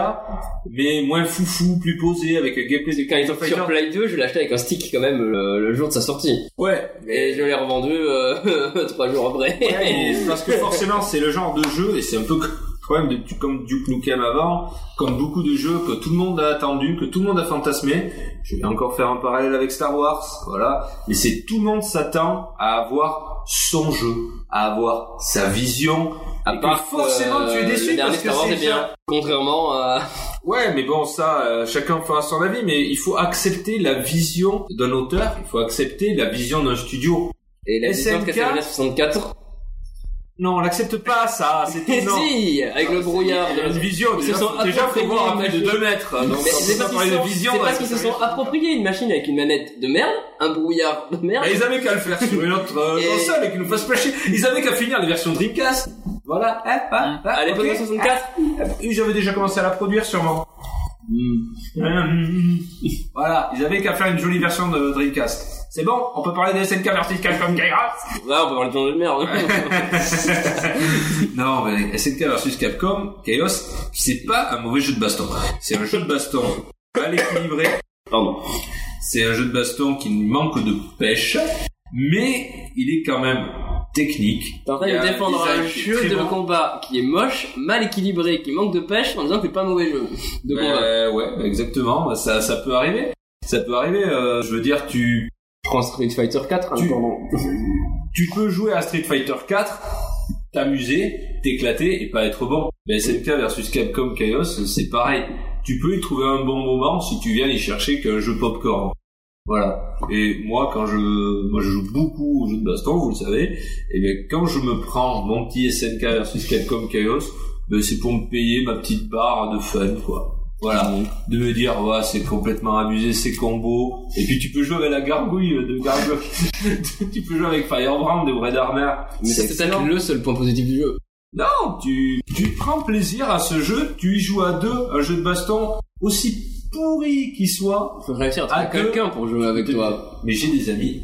S3: mais moins foufou, plus posé, avec un gameplay de
S2: Quand il
S3: King of
S2: sur
S3: Fighters.
S2: Play 2, je l'ai acheté avec un stick quand même le, le jour de sa sortie.
S3: Ouais,
S2: Et
S3: mais
S2: je l'ai revendu euh, *laughs* trois jours après.
S3: Ouais,
S2: *laughs*
S3: mais parce que forcément, c'est le genre de jeu, et c'est un peu que- quand même de- comme Duke Nukem avant, comme beaucoup de jeux que tout le monde a attendu, que tout le monde a fantasmé. Je vais encore faire un parallèle avec Star Wars, voilà. Mais c'est tout le monde s'attend à avoir son jeu, à avoir sa vision.
S2: À
S3: Et
S2: part,
S3: que forcément,
S2: euh,
S3: tu es déçu
S2: le dernier
S3: parce que
S2: Star Wars
S3: c'est
S2: est bien.
S3: bien.
S2: Contrairement à.
S3: Ouais, mais bon, ça, euh, chacun fera son avis, mais il faut accepter la vision d'un auteur, il faut accepter la vision d'un studio.
S2: Et la
S3: SNK?
S2: vision de Castlevania 64.
S3: Non, on l'accepte pas, ça, Ah, c'est
S2: Et
S3: énorme.
S2: *laughs* si Avec le brouillard.
S3: Il y a une
S2: de-
S3: vision,
S2: Ils
S3: déjà,
S2: se sont
S3: faut, déjà faut
S2: appropriés
S3: voir
S2: une
S3: un mec de
S2: machine.
S3: 2 mètres. hein, Donc,
S2: Mais
S3: on
S2: c'est parce
S3: peut pas
S2: qu'ils
S3: parler de
S2: sont-
S3: vision.
S2: c'est
S3: là,
S2: parce qu'ils se sont appropriés une machine avec une manette de merde, un brouillard de merde.
S3: Mais ils avaient qu'à le faire sur une autre euh,
S2: Et-
S3: console et qu'ils nous fassent pêcher. Ils avaient qu'à finir les versions Dreamcast. Voilà. Eh, ah, ah,
S2: Hein. À l'époque
S3: ok.
S2: de 64,
S3: Et J'avais déjà commencé à la produire sûrement.
S2: Hmm.
S3: Hum. voilà, ils avaient qu'à faire une jolie version de Dreamcast. C'est bon, on peut parler des SNK versus Capcom Kairas
S2: ouais, on peut parler de gens de merde.
S3: *laughs* Non, mais SNK versus Capcom, Chaos, c'est pas un mauvais jeu de baston. C'est un jeu de baston mal équilibré.
S2: Pardon.
S3: C'est un jeu de baston qui manque de pêche, mais il est quand même technique.
S2: T'es en train
S3: Il y a
S2: de défendre
S3: design
S2: un
S3: qui est
S2: jeu
S3: très
S2: de
S3: bon.
S2: combat qui est moche, mal équilibré, qui manque de pêche en disant que c'est pas un mauvais jeu de combat.
S3: Euh, ouais, exactement. Ça, ça peut arriver. Ça peut arriver. euh, je veux dire, tu,
S2: Je prends Street Fighter hein, 4
S3: Tu-
S2: indépendant.
S3: tu peux jouer à Street Fighter 4, t'amuser, t'éclater et pas être bon. Mais SNK versus Capcom Chaos, c'est pareil. Tu peux y trouver un bon moment si tu viens y chercher qu'un jeu popcorn. Voilà. Et moi, quand je, moi, je joue beaucoup aux jeux de baston, vous le savez, et Eh bien, quand je me prends mon petit SNK versus Capcom Chaos, ben, c'est pour me payer ma petite barre de fun, quoi. Voilà.
S2: Mmh.
S3: De me dire, ouais, c'est complètement abusé, c'est combo. Et puis tu peux jouer avec la gargouille de gargouille. *laughs* tu peux jouer avec Firebrand de Brad Armer.
S2: Mais c'est peut-être le seul point positif du jeu.
S3: Non, tu, tu prends plaisir à ce jeu, tu y joues à deux, un jeu de baston aussi pourri qu'il soit.
S2: Faut réussir à
S3: Ah,
S2: trouver quelqu'un pour jouer avec
S3: de-
S2: toi.
S3: Mais j'ai des amis.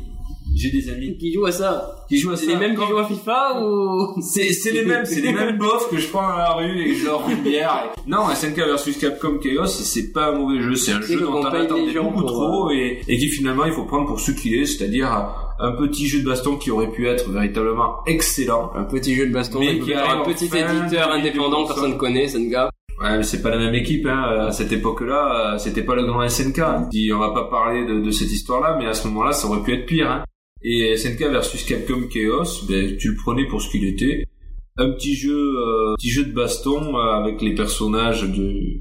S3: J'ai des amis
S2: Qui joue à ça
S3: qui jouent à
S2: C'est
S3: ça.
S2: les mêmes qui jouent à *laughs* FIFA ou
S3: C'est, c'est les mêmes, c'est les mêmes bofs que je prends à la rue et que je leur fous une bière. Et- Non, SNK vs Capcom Chaos, c'est pas un mauvais jeu, c'est un
S2: C'est
S3: jeu
S2: le
S3: dont on
S2: campagne des
S3: attendait
S2: gens
S3: beaucoup
S2: pour, euh,
S3: trop et, et qui finalement il faut prendre pour ce qu'il est, c'est-à-dire un petit jeu de baston qui aurait pu être véritablement excellent.
S2: un petit jeu de baston
S3: Mais
S2: avec
S3: qui
S2: un
S3: arrive
S2: petit
S3: enfin,
S2: éditeur
S3: qui
S2: indépendant,
S3: fait ça.
S2: personne ne connaît, Senga.
S3: Ouais, mais c'est pas la même équipe, hein. à cette époque-là, euh, c'était pas le grand SNK. hein. Si on va pas parler de, de cette histoire-là, mais à ce moment-là, ça aurait pu être pire. hein. Et SNK versus Capcom Chaos, ben, tu le prenais pour ce qu'il était. Un petit jeu, euh, petit jeu de baston euh, avec les personnages de,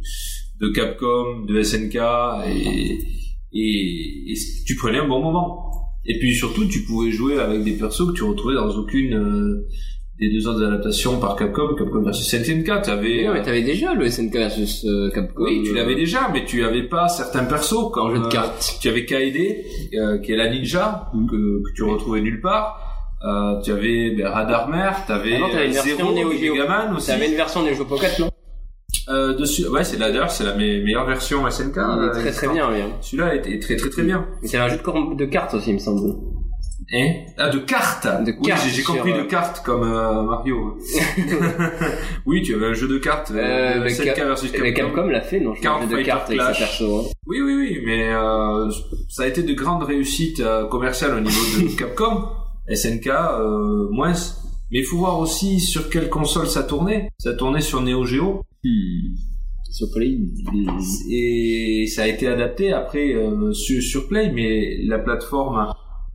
S3: de Capcom, de SNK, et, et, et c- tu prenais un bon moment. Et puis surtout, tu pouvais jouer avec des persos que tu retrouvais dans aucune euh, des deux autres adaptations par Capcom, Capcom versus SNK.
S2: Eh
S3: T'avais,
S2: Ouais,
S3: euh,
S2: mais t'avais déjà le SNK versus euh, Capcom.
S3: oui, tu
S2: euh,
S3: l'avais déjà, mais tu avais pas certains persos
S2: en
S3: comme
S2: jeu de
S3: euh,
S2: cartes.
S3: tu avais Kaede, euh, qui est la ninja
S2: Mm.
S3: que, que tu retrouvais nulle part. Euh, tu avais ben, Radarmer, tu avais
S2: Avant, Ah t'avais une version
S3: euh, Zero,
S2: Neo Geo.
S3: Megaman aussi.
S2: T'avais une version des jeux Pocket, non
S3: Euh, dessus, ouais, c'est la d'ailleurs, c'est la me- meilleure version SNK.
S2: Il est
S3: euh,
S2: Mm, très très
S3: existante.
S2: bien, lui. hein.
S3: Celui-là était très très très bien.
S2: Mais c'est un jeu de, cor- de cartes aussi, il me semble.
S3: Hein ah, de cartes.
S2: De
S3: oui,
S2: cartes
S3: j'ai- j'ai compris
S2: sur,
S3: de
S2: euh,
S3: cartes comme
S2: *laughs*
S3: euh, Mario. *laughs* oui, tu avais un jeu de cartes.
S2: Euh,
S3: euh,
S2: mais
S3: SNK
S2: Cap-
S3: versus
S2: Mais Capcom l'a fait, non Je
S3: Card
S2: crois, un jeu de
S3: Fighter
S2: cartes avec ses
S3: Clash.
S2: persos. hein.
S3: Oui, oui, oui, mais euh, ça a été de grandes réussites euh, commerciales au niveau de Capcom, SNK, euh, moins. Mais il faut voir aussi sur quelle console ça tournait. Ça tournait sur Neo Geo
S4: Hmm.
S2: Sur Play.
S3: et ça a été adapté après euh, sur, sur Play, mais la plateforme,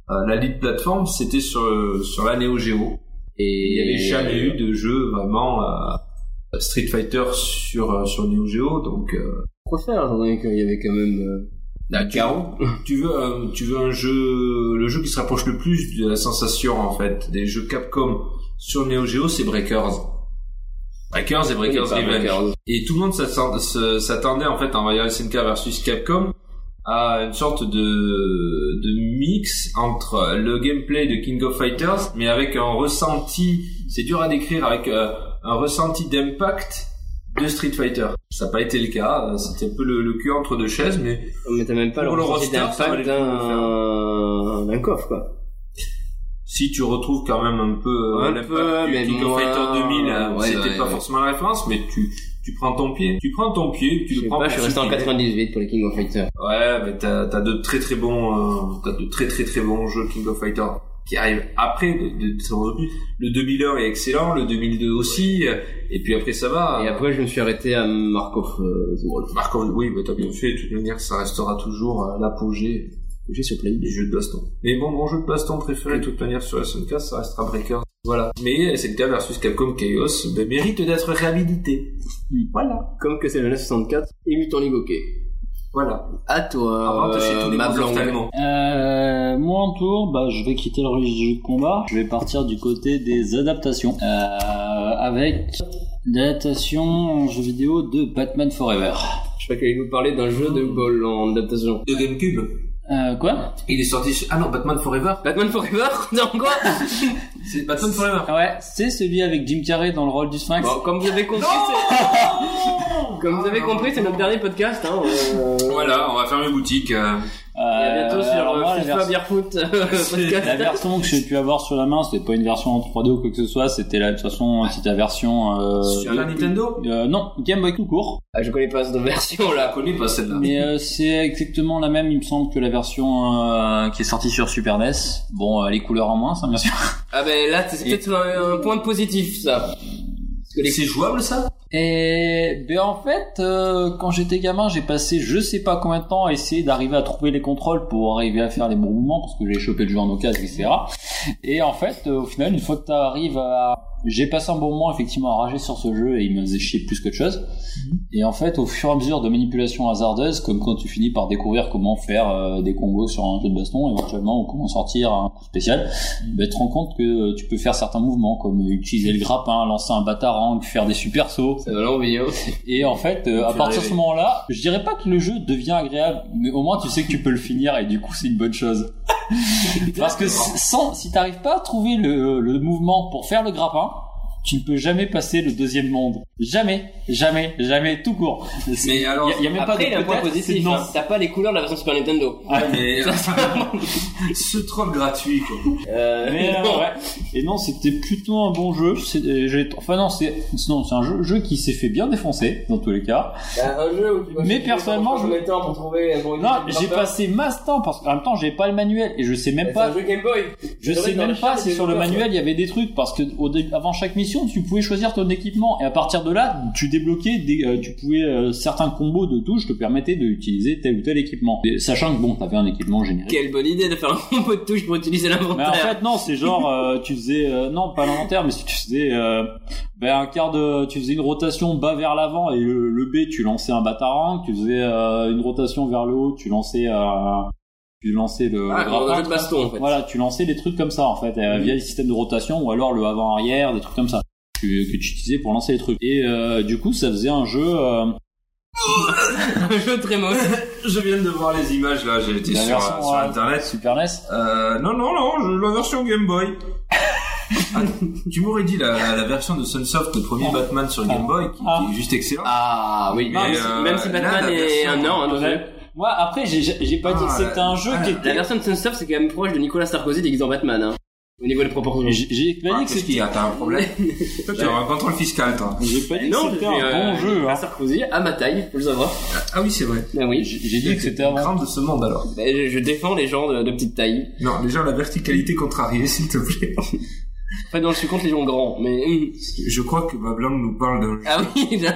S3: euh, la lead plateforme, c'était sur, sur la Neo Geo. Et il n'y avait jamais eu de jeu vraiment euh, Street Fighter sur, euh, sur Neo Geo, donc... euh,
S2: Quoi faire, étant donné qu'il y avait quand même. euh,
S3: Là, tu, Bah, tu veux, un- tu veux un jeu, le jeu qui se rapproche le plus de la sensation en fait des jeux Capcom sur Neo Geo, c'est Breakers. Breakers et Breakers
S2: pas
S3: Revenge.
S2: bah, Breakers.
S3: Et tout le monde s'attend- se- s'attendait en fait en Royal SNK versus Capcom à une sorte de, de mix entre le gameplay de King of Fighters, mais avec un ressenti, c'est dur à décrire, avec euh, un ressenti d'impact de Street Fighter. Ça n'a pas été le cas, euh, c'était un peu le, le cul entre deux chaises, Oh, mais
S2: Mais t'as même pas
S3: Pour
S2: le
S3: le
S2: ressenti
S3: roster, ça valait
S2: d'impact
S3: le coup de
S2: d'un d'un coffre, quoi.
S3: si tu retrouves quand même un peu euh,
S2: Un
S3: l'impact
S2: peu,
S3: du
S2: mais
S3: King
S2: moins.
S3: of Fighter 2000, euh,
S2: Ouais,
S3: c'était
S2: ouais,
S3: pas
S2: ouais.
S3: forcément la référence, mais tu tu prends ton pied, tu prends ton pied, tu
S2: Je
S3: le
S2: sais
S3: prends.
S2: pas, je
S3: pour
S2: suis resté
S3: ce
S2: en
S3: qu'il est.
S2: 98 pour les King of Fighters.
S3: Ouais, mais t'as t'as de très très bons, euh, t'as de très très très bons jeux King of Fighter qui arrivent après. De, de, de- sans aucun doute. le 2001 est excellent, le 2002 aussi, euh, et puis après ça va.
S2: Et après, je me suis arrêté à Markov euh, The Wolf.
S3: Markov, oui, mais t'as bien fait. De toute manière, ça restera toujours euh, l'apogée
S2: que J'ai sur Play.
S3: des jeux de baston. Mais bon, mon jeu de baston préféré de toute manière sur SNK, ça restera Breaker. Voilà. Mais euh, SNK versus Capcom Chaos ben, mérite d'être réhabilité. Voilà.
S2: Comme que c'est le 964. Et Mutant League Hockey.
S3: Voilà.
S2: À toi,
S3: Avant de chez tous
S2: euh,
S3: les
S2: ma
S3: gros
S2: blanche.
S3: ophtalmos.
S4: Euh, moi en tour, bah, je vais quitter le registre du combat. Je vais partir du côté des adaptations euh, avec l'adaptation en jeu vidéo de Batman Forever.
S2: Je crois qu'il nous parlait d'un jeu de bol en
S3: *laughs*
S2: adaptation.
S3: De Gamecube.
S4: Euh, quoi
S3: Il est sorti sur... Ah non, Batman Forever.
S2: Batman Forever Dans quoi
S3: C'est Batman Forever.
S4: Ouais, c'est celui avec Jim Carrey dans le rôle du Sphinx.
S2: Ah Bon, comme vous avez compris, c'est... Comme vous avez compris, c'est notre dernier podcast. Hein. euh,
S3: Voilà, on va fermer boutique. euh.
S4: Euh,
S2: Et à bientôt sur
S4: alors
S2: euh,
S4: moi, la
S2: FIFA
S4: version-
S2: Beerfoot euh,
S4: *laughs* La
S2: podcast.
S4: version que j'ai pu avoir sur la main, c'était pas une version en 3D ou quoi que ce soit, c'était la, de toute façon, c'était la version, euh,
S3: sur la Nintendo
S4: euh, non, Game Boy tout court.
S2: Ah, je connais pas cette version
S3: Je la
S2: là.
S3: connais pas celle-là.
S4: Mais euh, c'est exactement la même, il me semble, que la version euh, qui est sortie sur Super NES. Bon, euh, les couleurs en moins, ça, bien sûr.
S2: Ah ben là, c'est peut-être un, un point positif ça. Parce que les
S3: C'est jouable ça
S4: Et ben en fait, euh, quand j'étais gamin, j'ai passé je sais pas combien de temps à essayer d'arriver à trouver les contrôles pour arriver à faire les bons mouvements parce que j'ai chopé le jeu en occasion, etc. Et en fait, euh, au final, une fois que t'arrives à... J'ai passé un bon moment effectivement à rager sur ce jeu et il me faisait chier plus qu'autre chose. Et en fait, au fur et à mesure de manipulations hasardeuses, comme quand tu finis par découvrir comment faire euh, des combos sur un jeu de baston, éventuellement, ou comment sortir un coup spécial, bah, tu te rends compte que euh, tu peux faire certains mouvements comme utiliser le grappin, lancer un batarang, faire des super sauts.
S2: Ça donne envie, hein.
S4: Et en fait, euh, à
S2: Tu
S4: partir de
S2: rêves.
S4: ce moment-là, je dirais pas que le jeu devient agréable, mais au moins tu sais que tu peux le finir et du coup c'est une
S2: *laughs*
S4: bonne chose. Parce que si- sans, si t'arrives pas à trouver le, le mouvement pour faire le grappin, tu ne peux jamais passer le deuxième monde. Jamais, jamais, jamais, tout court.
S3: Mais alors,
S4: il y, a même
S2: Après, il y a
S4: pas
S2: un
S4: de
S2: point
S4: peut-être, c'est
S2: positif.
S4: non.
S2: hein. T'as pas les couleurs de la version Super Nintendo.
S3: *laughs* mais, ce troll gratuit, quoi.
S2: Euh,
S4: Mais, euh,
S2: *laughs* non.
S4: ouais. Et non, c'était plutôt un bon jeu. C'est- euh, j'ai- Enfin non, c'est non, c'est un jeu, jeu qui s'est fait bien défoncer dans tous les cas.
S2: Bah, un jeu où tu vas
S4: Mais
S2: chercher
S4: personnellement,
S2: pendant
S4: je-
S2: combien de temps pour trouver pour une-
S4: Non, j'ai
S2: Bah,
S4: passé masse temps parce qu'en même temps, j'ai pas le manuel et je sais même
S2: C'est
S4: pas
S2: un jeu Game Boy.
S4: Je
S2: C'est vrai
S4: sais
S2: que dans
S4: même
S2: la
S4: pas
S2: chaîne,
S4: si
S2: il y a
S4: sur le
S2: des joueurs,
S4: manuel il y avait des trucs parce que au dé- avant chaque mission tu pouvais choisir ton équipement et à partir de là tu débloquais des, euh, tu pouvais euh, certains combos de touches te permettaient d'utiliser tel ou tel équipement Et sachant que bon t'avais un équipement générique
S2: Quelle bonne idée de faire un *laughs* combo de touche pour utiliser
S4: mais en
S2: l'inventaire.
S4: fait non c'est genre euh, tu faisais euh, non pas l'inventaire mais si tu faisais euh, ben un quart de tu faisais une rotation bas vers l'avant et le, le B tu lançais un batarang tu faisais euh, une rotation vers le haut tu lançais euh, tu lançais le,
S2: Ah, un
S4: le grappin.
S2: jeu de baston, en fait. Mm.
S4: Voilà, tu lançais des trucs comme ça en fait, euh, via les systèmes de rotation ou alors le avant-arrière, des trucs comme ça que, que tu utilisais pour lancer les trucs. Et euh, du coup, ça faisait un jeu. euh,
S2: Un jeu très mauvais.
S3: Je viens de voir les images, là, j'ai été
S4: La
S3: sur,
S4: version,
S3: euh, sur
S4: ouais.
S3: Internet.
S4: Super E NES.
S3: Euh, non, non, non, je- la version Game *laughs* Boy. Ah, tu m'aurais dit la, la version de Sunsoft, le premier Batman sur Game Boy, qui, qui est juste excellent.
S2: Ah oui,
S3: Mais,
S2: même,
S3: euh,
S2: si, même si
S3: là, la
S2: Batman est
S3: version-
S2: un an, hein, dans le jeu.
S4: Moi, après, j'ai j'ai pas
S3: Ah,
S4: dit que c'était un jeu
S3: ah,
S4: qui
S2: La
S4: était.
S2: version de Sunsoft, c'est quand même proche de Nicolas Sarkozy déguisé en Batman, hein, au niveau des proportions.
S4: J'ai j'ai pas
S3: Ah,
S4: dit que
S3: Qu'est-ce
S4: c'était.
S3: qu'il y a T'as un problème *laughs* Toi, tu as un contrôle fiscal, toi.
S4: J'ai pas dit
S2: Non,
S4: que
S2: je
S4: c'était
S2: suis,
S4: un
S2: euh,
S4: bon jeu.
S2: Nicolas
S4: hein. Ben
S2: Sarkozy à ma taille, faut le savoir.
S3: Ah oui, c'est vrai.
S2: Ah oui,
S4: J'ai j'ai dit que c'était un bon.
S3: Grave de ce monde, alors.
S2: Ben, je, je défends les gens de, de petite taille.
S3: Non, déjà, la verticalité contrariée, *laughs* s'il te plaît.
S2: En fait, dans le suis contre les gens grands, mais... *laughs* hum.
S3: Je crois que Bablan nous parle d'un
S2: Ah oui, *laughs* il a-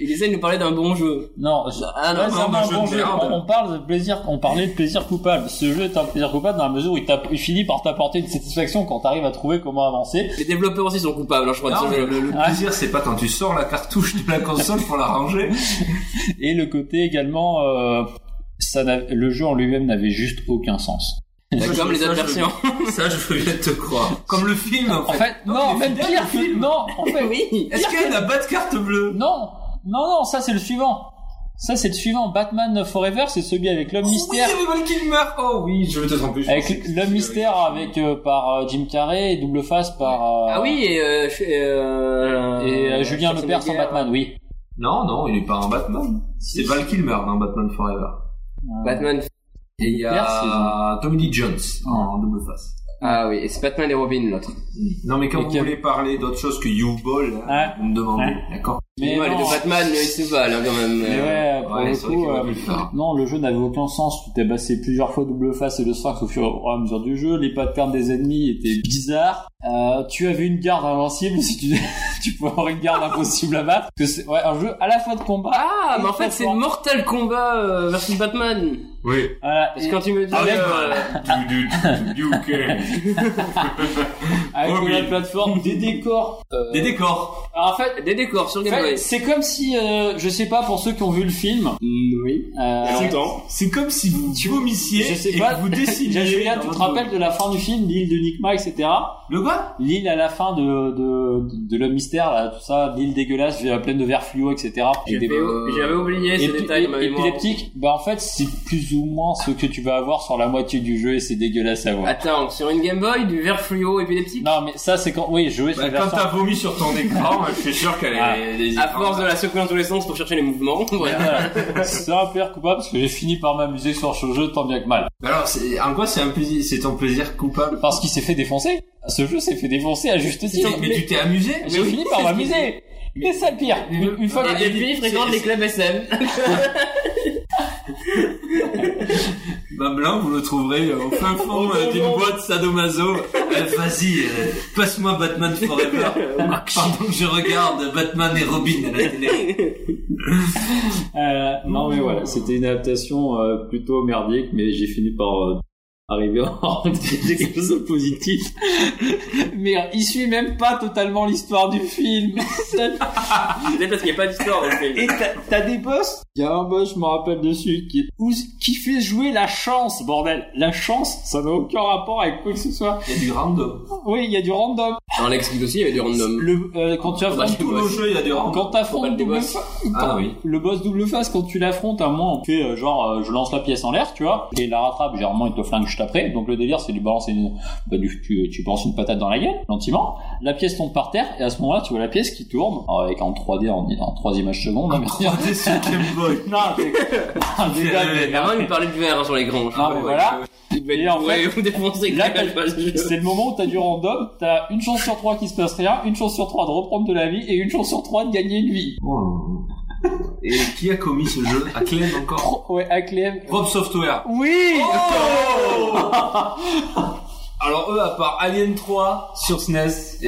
S2: il essaie de nous parler d'un bon jeu.
S4: Non, je-
S2: Ah non,
S4: ouais, c'est
S3: non,
S4: pas
S3: mais
S4: un
S3: je
S4: bon
S3: me
S4: jeu.
S3: merde.
S4: On, on parle de plaisir, on parlait de plaisir coupable. Ce jeu est un plaisir coupable dans la mesure où il, t'a- il finit par t'apporter une satisfaction quand t'arrives à trouver comment avancer.
S2: Les développeurs aussi sont coupables, hein, je crois,
S3: Non,
S2: de ce
S3: mais
S2: jeu.
S3: le, le
S4: Ah.
S3: plaisir, c'est pas quand tu sors la cartouche de la console pour la *laughs* ranger.
S4: Et le côté également, euh, ça n'a- le jeu en lui-même n'avait juste aucun sens.
S3: Ça,
S2: Comme
S3: je-
S2: les
S3: ça,
S2: autres
S3: je-
S2: versions.
S3: Ça, je veux bien te croire. Comme le film, en
S4: En
S3: fait.
S4: fait, non,
S3: mais
S4: même
S3: fidèle
S4: pire
S3: au
S4: que
S3: film.
S4: non, en fait,
S2: *laughs* oui
S3: Est-ce qu'elle n'a pas de carte bleue
S4: non, non, non, ça c'est le suivant. Ça c'est le suivant. Batman Forever, c'est celui avec l'homme mystère,
S3: Oui, il y avait Val Kilmer. Oh oui, je vais te tromper. je
S4: avec
S3: pense que
S4: l'homme
S3: c'est-
S4: mystère avec euh, par euh, Jim Carrey, et double face par. euh,
S2: Ah oui, et, euh, je- et, euh,
S4: Et euh, Julien Lepers en
S2: Schwarzenegger.
S4: Batman, oui.
S3: Non, non, il est pas un Batman. C'est Val Kilmer dans Batman Forever.
S2: Batman.
S3: Et il y a
S4: Merci.
S3: Tommy Lee Jones en double face.
S2: Ah oui, et c'est Batman et Robin, l'autre.
S3: Non, mais quand
S4: Et
S3: vous
S4: quel-
S3: voulez parler d'autre chose que U-Ball, hein,
S4: Ah.
S3: vous me demandez,
S4: Ah.
S3: d'accord
S4: Mais
S2: ouais,
S4: non.
S2: les deux Batman, euh, ils se valent, hein, quand même.
S4: Mais ouais, pour
S3: Ouais,
S4: le
S3: c'est vrai qu'il
S4: coup,
S3: aurait
S4: euh,
S3: pu le faire.
S4: non, le jeu n'avait aucun sens. Tu tabassais plusieurs fois double face et le sphinx au fur et à mesure du jeu. Les patterns des ennemis étaient bizarres. Euh, tu avais une garde invincible *laughs* si tu, tu pouvais avoir une garde impossible à battre. Parce que c'est ouais, un jeu à la fois de combat.
S2: Ah, mais en
S4: Très
S2: fait, c'est
S4: fort.
S2: Mortal Kombat euh, versus Batman.
S3: Oui.
S4: Voilà,
S2: Parce
S4: et
S2: que quand tu me dis...
S4: Avec-
S2: euh,
S3: Du- du- du- du- ok.
S4: avec
S3: Oh,
S4: de la
S3: oui.
S4: plateforme, des décors. euh,
S3: Des décors.
S4: alors en fait,
S2: euh, des décors sur
S4: en
S2: Game
S4: fait,
S2: Boy.
S4: c'est comme si, euh, je sais pas, pour ceux qui ont vu le film,
S2: Oui.
S4: euh,
S3: C'est comme si vous
S4: Tu-
S3: vomissiez
S4: je sais
S3: et
S4: pas.
S3: que
S4: *laughs*
S3: vous dessiniez.
S4: déjà, Julien,
S3: dans
S4: tu te
S3: votre-
S4: rappelles de la fin du film, l'île de Nikma, etc.
S3: Le quoi
S4: L'île à la fin de, de, de l'homme mystère, là, tout ça, l'île dégueulasse, pleine de verre fluo, etc. Et des-
S2: J'avais
S3: euh,
S2: j'avais oublié
S4: et-
S2: ce détail
S4: et-
S2: dans ma mémoire.
S4: épileptique, bah en fait c'est plus ou moins ce que tu vas avoir sur la moitié du jeu et c'est dégueulasse à voir.
S2: Attends, sur une Game Boy, du verre fluo épileptique
S4: Non mais ça c'est quand, oui, jouer sur
S3: Bah,
S4: la
S3: quand
S4: version-
S3: t'as
S4: *laughs*
S3: vomi sur ton écran, je suis sûr qu'elle
S4: Ah.
S3: est. les
S2: À
S3: écrans-
S2: force de la secouer dans tous les sens pour chercher les mouvements. *laughs*
S4: Ouais,
S2: Voilà.
S4: voilà. c'est un père coupable parce que j'ai fini par m'amuser sur ce jeu tant bien que mal.
S3: Mais Alors, c'est- en quoi c'est un plaisir, c'est ton plaisir coupable
S4: Parce qu'il s'est fait défoncer. Ce jeu s'est fait défoncer à juste
S3: Mais,
S4: titre.
S3: mais tu t'es amusé
S4: J'ai fini par m'amuser. C'est ça le pire. Une, une fois que
S2: Et puis, il fréquente les clubs SM.
S3: Bah, Blanc, vous le trouverez au fin fond
S2: Au
S3: euh, d'une
S2: donjon.
S3: boîte sadomaso. Euh, Vas-y, euh, passe-moi Batman Forever. Pendant que je regarde Batman et Robin à la télé.
S4: Oh. Euh, non mais voilà, c'était une adaptation euh, plutôt merdique, mais j'ai fini par euh, arriver à en *laughs* tirer quelque chose de positif. *laughs* Mais il suit même pas totalement l'histoire du film.
S2: Peut-être parce qu'il n'y a pas d'histoire dans le film.
S4: Et t'as- t'as des boss Il y a un boss, je me rappelle dessus, qui, où- qui fait jouer la chance, bordel. La chance, ça n'a aucun rapport avec quoi que ce soit.
S3: Il y a du random.
S4: Oui, il y a du random.
S2: Dans l'explique aussi, il y avait du random.
S4: Le, euh, quand tu
S2: Dans
S4: affrontes
S2: tous
S3: Tous
S2: nos
S3: nos
S2: jeux,
S3: jeux, il y a du random.
S4: quand
S2: Faut
S4: t'affrontes
S2: pas le
S4: double
S2: boss.
S4: face,
S3: Ah oui.
S4: le boss double face, quand tu l'affrontes, à un moment, tu fais euh, genre, euh, je lance la pièce en l'air, tu vois, et il la rattrape, généralement, il te flingue juste après. Donc le délire, c'est lui balancer une, bah, du- tu, tu balances une patate dans la gueule, gentiment. La pièce tombe par terre, et à ce moment-là, tu vois la pièce qui tourne, Alors, avec en 3D, en, en 3 images secondes. hein, mais-
S3: *laughs* Regardez sur Game Boy.
S4: *laughs* non, c'est- *laughs* non, déjà, mais-
S2: Avant, il me parlait du verre sur les granges.
S4: Euh, non, mais voilà.
S2: Il devait
S4: Et en
S2: ouais,
S4: fait,
S2: vous défoncez
S4: là,
S2: que la page du jeu.
S4: C'est le moment où t'as du random, t'as une chance sur trois qu'il se passe rien, une chance sur trois de reprendre de la vie et une chance sur trois de gagner une vie. *laughs*
S3: Oh. Et qui a commis ce jeu À Clem encore
S4: Pro- Ouais, à Clem.
S3: Rob Software.
S4: Oui
S3: Oh Alors eux, à part Alien 3 sur SNES et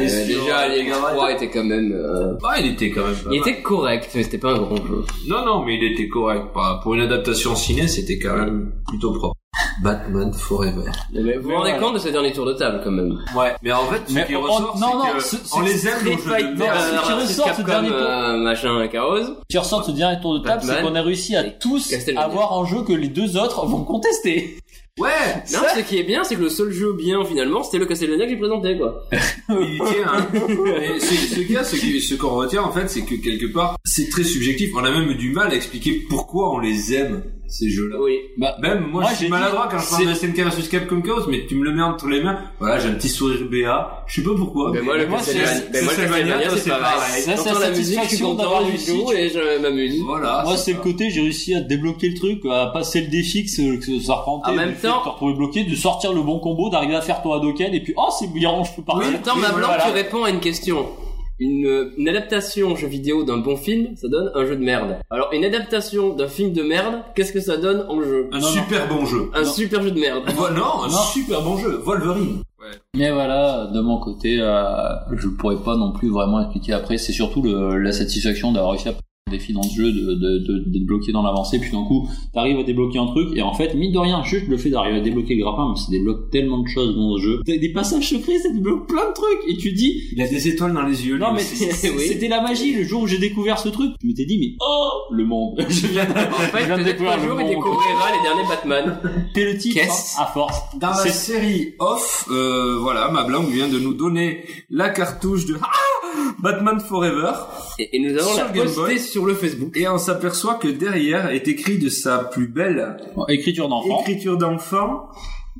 S2: Euh,
S3: sur
S2: déjà, Alien
S3: Mega Drive-
S2: 3 était quand même. euh,
S3: Ah, il était quand même. pas
S2: Il
S3: mal.
S2: était correct, mais c'était pas un grand jeu.
S3: Non, non, mais il était correct. Par- Pour une adaptation ciné, c'était quand même plutôt propre. *laughs* Batman Forever.
S2: vous vous
S4: Mais
S2: rendez
S4: voilà.
S2: compte de ce dernier tour de table quand même
S3: Ouais. Mais en fait, ce
S4: Mais
S3: qui
S4: on-
S3: ressort,
S4: non, non,
S3: c'est
S4: ce-
S3: que
S4: ce-
S3: on les aime
S2: Les
S3: nos jeux de
S2: Fighter,
S3: merde.
S4: c'est
S2: euh,
S4: ce qui ressort, ce
S2: Capcom,
S4: dernier tour.
S2: euh, machin, Chaos.
S4: Tu ressors ce dernier tour de table,
S2: Batman,
S4: c'est qu'on a réussi à
S2: et
S4: tous
S2: Castlevania.
S4: avoir un jeu que les deux autres vont contester. *laughs*
S3: Ouais.
S2: Non, ce qui est bien, c'est que le seul jeu bien finalement, c'était le Castlevania que j'ai présenté quoi.
S3: Il y tient. Hein. Mais ce, ce qu'il y a, ce que- ce qu'on retient en fait, c'est que quelque part, c'est très subjectif. On a même eu du mal à expliquer pourquoi on les aime ces jeux-là.
S2: Oui.
S3: Même moi,
S4: Moi,
S3: je suis
S4: j'ai dit,
S3: maladroit quand je parle
S4: c'est-
S3: de SNK vs Capcom Chaos, mais tu me le mets entre les mains. Voilà, j'ai un petit sourire BA. Je sais pas pourquoi.
S2: Mais moi, le
S4: moi,
S2: Castlevania,
S3: c'est-
S2: mais moi, le
S3: c'est
S2: Castlevania,
S3: Castlevania,
S2: c'est
S3: c'est
S2: pareil.
S3: pareil.
S4: Ça, c'est
S2: J'entends
S4: la
S2: la musique, je suis
S4: satisfaction
S2: content
S4: d'avoir
S2: du
S4: réussi,
S2: jeu
S4: tu-
S2: et je m'amuse.
S3: Voilà.
S4: Moi, c'est le côté, j'ai réussi à débloquer le truc, à passer le défi, que ce- que ça repentait,
S2: En
S4: de
S2: même
S4: fait,
S2: temps-
S4: de te retrouver bloqué, de sortir le bon combo, d'arriver à faire ton Hadoken, et puis, oh, c'est bouillant, je peux
S2: En
S4: partir.
S2: même temps,
S3: oui,
S2: ma blanc,
S4: voilà.
S2: tu réponds à une question. Une, une adaptation jeu vidéo d'un bon film, ça donne un jeu de merde. Alors, une adaptation d'un film de merde, qu'est-ce que ça donne en jeu
S3: Un
S4: Ah, Non, non.
S3: super bon jeu.
S2: Un
S4: Non.
S2: super jeu de merde.
S4: *laughs*
S3: Vo- non, un
S4: Non.
S3: super bon jeu. Wolverine.
S4: Mais voilà, de mon côté, euh, je pourrais pas non plus vraiment expliquer après. C'est surtout le, la satisfaction d'avoir réussi à passer un défi dans ce jeu, de, de, de- d'être bloqué dans l'avancée, puis d'un coup, t'arrives à débloquer un truc, et en fait, mine de rien, juste le fait d'arriver à débloquer le grappin, mais ça débloque tellement de choses dans ce jeu. T'as des passages secrets, ça débloque plein de trucs, et tu dis,
S3: *laughs* Il a des étoiles dans les yeux.
S4: non
S3: lui
S4: mais
S3: aussi.
S4: *laughs* c'est- c'est-
S2: Oui.
S4: c'était la magie, le jour où j'ai découvert ce truc, je m'étais dit, mais oh, le monde. *laughs* je viens de,
S2: En fait,
S4: je viens de
S2: peut-être
S4: découvrir
S2: qu'un
S4: le
S2: jour, il
S4: monde.
S2: découvrira les derniers Batman.
S4: T'es le titre,
S2: Qu'est-ce
S4: hein, à force.
S3: Dans la
S4: C'est-
S3: série off, euh, voilà, ma blague vient de nous donner la cartouche de Ah Batman Forever
S2: Et, et nous allons
S3: Sur
S2: la
S3: Game
S2: poster
S3: Boy.
S2: sur le Facebook.
S3: et on s'aperçoit que derrière est écrit de sa plus belle
S4: Écriture d'enfant,
S3: écriture d'enfant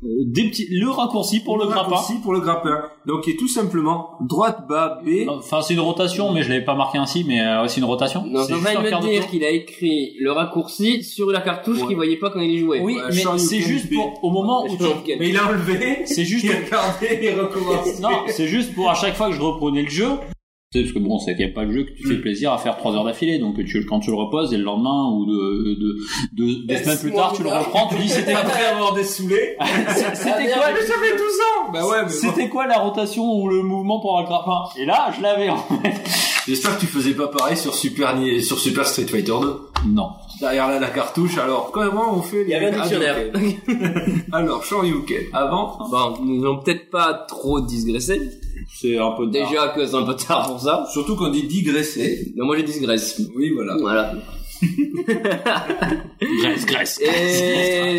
S4: euh, des petits, le raccourci pour le, grappin.
S3: raccourci pour le grappin. Donc qui est tout simplement droite bas B.
S4: Enfin, c'est une rotation, mais je l'avais pas marqué ainsi, mais euh, ouais, c'est une rotation.
S2: Non,
S4: C'est
S2: on va
S4: juste un quart
S2: me
S4: de
S2: dire
S4: tour.
S2: qu'il a écrit le raccourci sur la cartouche
S3: Ouais.
S2: qu'il voyait pas quand il y jouait.
S4: Oui,
S3: Ouais,
S4: mais
S3: Charlie
S4: c'est
S3: Hunnam
S4: juste
S3: B.
S4: pour au moment où tu...
S3: Mais il a enlevé.
S4: c'est juste
S3: Il a gardé et recommencé.
S4: non, c'est juste pour à chaque fois que je reprenais le jeu. Tu sais, parce que bon, c'est qu'il n'y a pas le jeu que tu fais plaisir à faire trois heures d'affilée. Donc tu, quand tu le reposes et le lendemain ou de, de, de- deux semaines plus tard, tu le reprends, tu dis c'était
S3: *laughs* Après avoir dessoulé.
S4: Ah, c'était quoi
S3: Mais j'avais 12 ans. Bah ouais, mais bon.
S4: c'était quoi la rotation ou le mouvement pour un grappin Et là, je l'avais. en-
S3: J'espère que tu faisais pas pareil sur Super Ni- sur Super Street Fighter 2.
S4: Non.
S3: Derrière là, la cartouche, alors comment on fait les
S2: Il y avait un
S3: Ah,
S2: dictionnaire.
S3: ok. Alors, Shoryuken. Avant,
S2: *laughs* Bon, nous allons peut-être pas trop digresser.
S4: C'est un peu tard.
S2: Déjà que c'est un peu tard pour ça.
S3: surtout qu'on dit digresser.
S2: Mais moi, je digresse.
S3: Oui, voilà.
S2: Voilà.
S4: Graisse, graisse,
S2: Et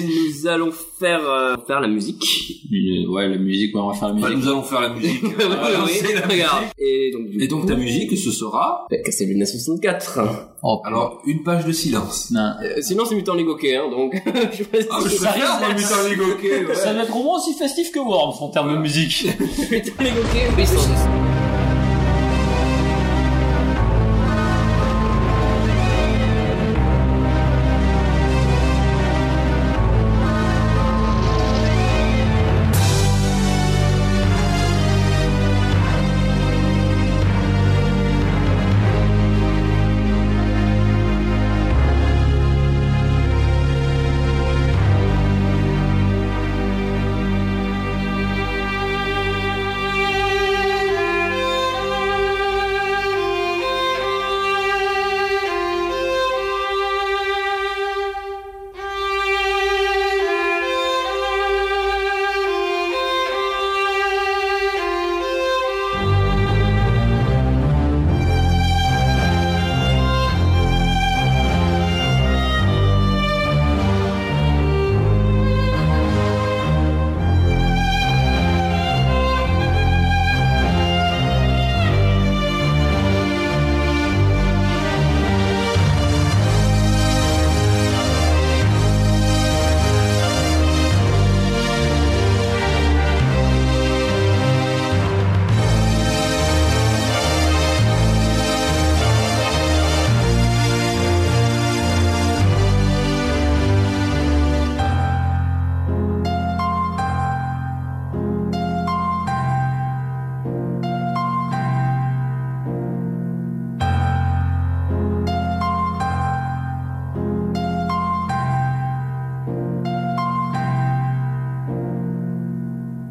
S4: graisse,
S2: nous allons faire, euh, faire la musique.
S4: graisse. Ouais, la musique, ouais, on va faire la musique.
S3: Enfin, nous allons faire la
S2: *laughs*
S3: musique.
S2: Oui,
S3: Alors,
S2: oui,
S3: c'est la
S2: regarde.
S3: musique.
S2: Et donc, du
S3: Et donc,
S2: coup,
S3: ta musique, ce sera,
S2: bah, Castlevania 64.
S4: Oh,
S3: alors, une page de silence.
S4: non.
S2: Euh, sinon, c'est Mutant League OK, hein, donc. *laughs* je sais pas
S3: Ah, mais je
S2: si
S4: Ça
S3: préfère,
S4: risque
S3: moi,
S4: d'être-
S3: Mutant League, ok, ouais.
S4: Ça doit être au moins aussi festif que Worms en termes de musique.
S2: c'est *laughs* Mutant League OK, mais c'est-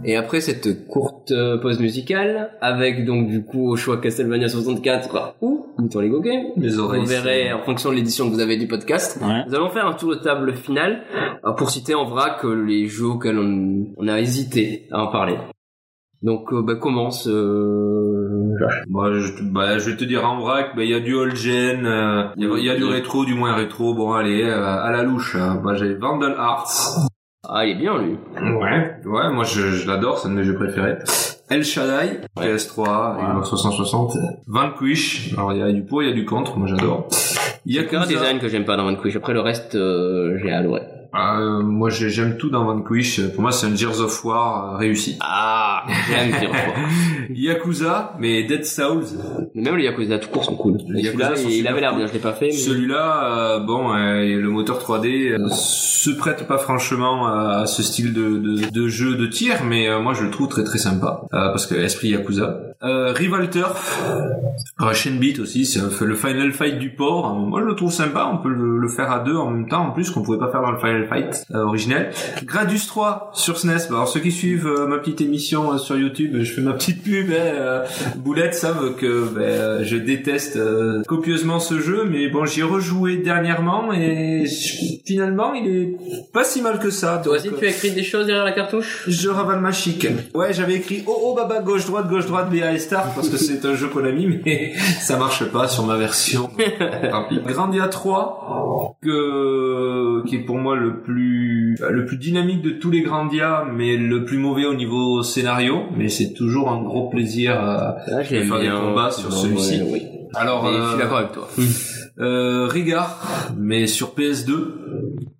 S2: Et après cette courte euh, pause musicale, avec donc du coup au choix Castlevania 64 quoi, ou Mutant Lego Game,
S3: Mes
S2: vous
S3: oreilles.
S2: verrez en fonction de l'édition que vous avez du podcast.
S4: Ouais.
S2: Nous allons faire un tour de table final euh, pour citer en vrac euh, les jeux auxquels on, on a hésité à en parler. Donc euh, bah, commence. euh, Josh.
S3: Bah, je, te- bah, je vais te dire en vrac, bah, il y a du old gen, euh, il y, a- il y a du
S2: Oui.
S3: rétro, du moins rétro, bon allez, euh, à la louche. hein. Bah, j'ai Vandal Hearts.
S2: Ah il est bien lui.
S3: Ouais. Ouais, moi je, je l'adore, c'est un de mes jeux préférés. El Shaddai, PS3,
S4: Ouais.
S3: Xbox 360. Vanquish, alors il y a du pour, il y a du contre, moi j'adore.
S2: Un
S3: Yakuza,
S2: design que j'aime pas dans Vanquish. Après le reste euh, j'ai adoré.
S3: euh, moi j'ai- j'aime tout dans Vanquish, pour moi c'est un Gears of War euh, réussi.
S2: Ah j'aime dire *laughs*
S3: Yakuza, mais Dead Souls,
S2: Même les Yakuza tout court sont cool.
S3: Les
S2: Et celui-là
S3: Yakuza sont
S2: il, il
S3: super
S2: avait l'air
S3: cool.
S2: bien, je l'ai pas fait. Mais...
S3: Celui-là, euh, bon, euh, et le moteur 3D euh, se prête pas franchement à, à ce style de, de, de jeu de tir, mais euh, moi je le trouve très très sympa euh, parce que esprit Yakuza. Euh, Rival Turf, Rush and Beat aussi, c'est un- le Final Fight du port. Euh, Moi je le trouve sympa, on peut le, le faire à deux en même temps en plus qu'on pouvait pas faire dans le Final Fight euh, original. Gradus 3 sur SNES. Bah, alors ceux qui suivent euh, ma petite émission euh, sur YouTube, je fais ma petite pub. hein, euh, Boulette savent que ben, euh, je déteste euh, copieusement ce jeu, mais bon, j'y ai rejoué dernièrement et je- finalement, il est pas si mal que ça.
S2: Toi
S3: Donc,
S2: aussi tu as écrit des choses derrière la cartouche
S3: je ravale ma chic. Ouais, j'avais écrit oh oh baba gauche droite gauche droite BA Star parce que c'est un jeu Konami mais *laughs* ça marche pas sur ma version.
S2: *laughs* Ah,
S3: Tant pis. Grandia 3 que qui est pour moi le plus le plus dynamique de tous les Grandia mais le plus mauvais au niveau scénario mais c'est toujours un gros plaisir. euh.
S2: Ah, je l'aime
S3: Faire des
S2: bien.
S3: combats sur
S2: Ouais,
S3: celui-ci.
S2: oui.
S3: Alors
S2: Mais
S3: euh,
S2: je suis d'accord avec toi.
S3: euh, Rigard, mais sur PS2,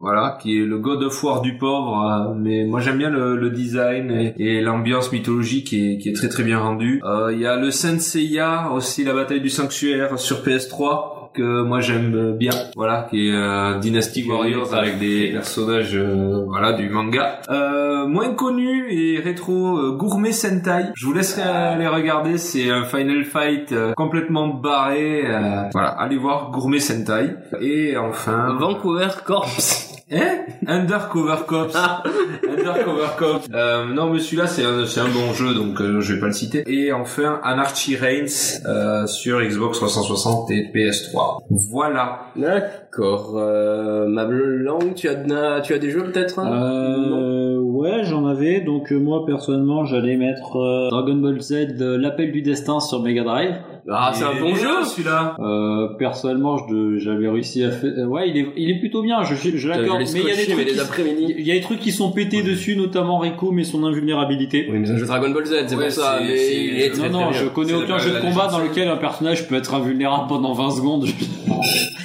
S3: voilà, qui est le God of War du pauvre. euh, mais moi j'aime bien le, le design et, et l'ambiance mythologique qui est, qui est très très bien rendue. Euh, Il y a le Senseiya aussi, la bataille du sanctuaire sur PS3 que moi j'aime bien voilà qui est euh, Dynasty Warriors avec des personnages euh, voilà du manga euh, moins connu et rétro euh, gourmet sentai je vous laisserai aller regarder c'est un Final Fight euh, complètement barré euh, voilà allez voir gourmet sentai et enfin
S2: Vancouver Corps. Eh?
S3: Hein Undercover *laughs* Cops. Undercover Cops. Euh, non, mais celui-là, c'est un, c'est un bon jeu, donc euh, je vais pas le citer. Et enfin, Anarchy Reigns euh, sur Xbox 360 et PS3. Voilà.
S2: D'accord. Euh, ma langue, tu as, tu as des jeux peut-être hein
S4: Euh, ouais, j'en avais. Donc euh, moi personnellement, j'allais mettre euh, Dragon Ball Z, euh, l'appel du destin sur Mega Drive.
S2: Ah, c'est
S3: Il
S2: un
S3: est
S2: bon
S3: bien,
S2: jeu.
S3: celui-là.
S4: Euh, personnellement, je de- j'avais réussi à faire. euh, Ouais, il est, il est plutôt bien. Je, je, je
S2: Putain, je
S4: l'accorde.
S2: l'ai
S4: Mais il y a
S2: scotché,
S4: des trucs,
S2: mais
S4: qui,
S2: les après-midi.
S4: il y a des trucs qui sont pétés dessus, notamment Rico, mais son invulnérabilité.
S2: Oui, mais c'est un jeu Dragon Ball Z, c'est
S3: Ouais,
S2: pour ça.
S3: c'est-
S2: mais
S3: c'est-
S2: il est très,
S3: Non,
S4: Non,
S2: très
S4: non,
S2: bien.
S4: je connais
S3: C'est
S4: aucun
S3: la-
S4: jeu
S3: la
S4: de combat
S3: légende.
S4: dans lequel un personnage peut être invulnérable pendant 20 secondes.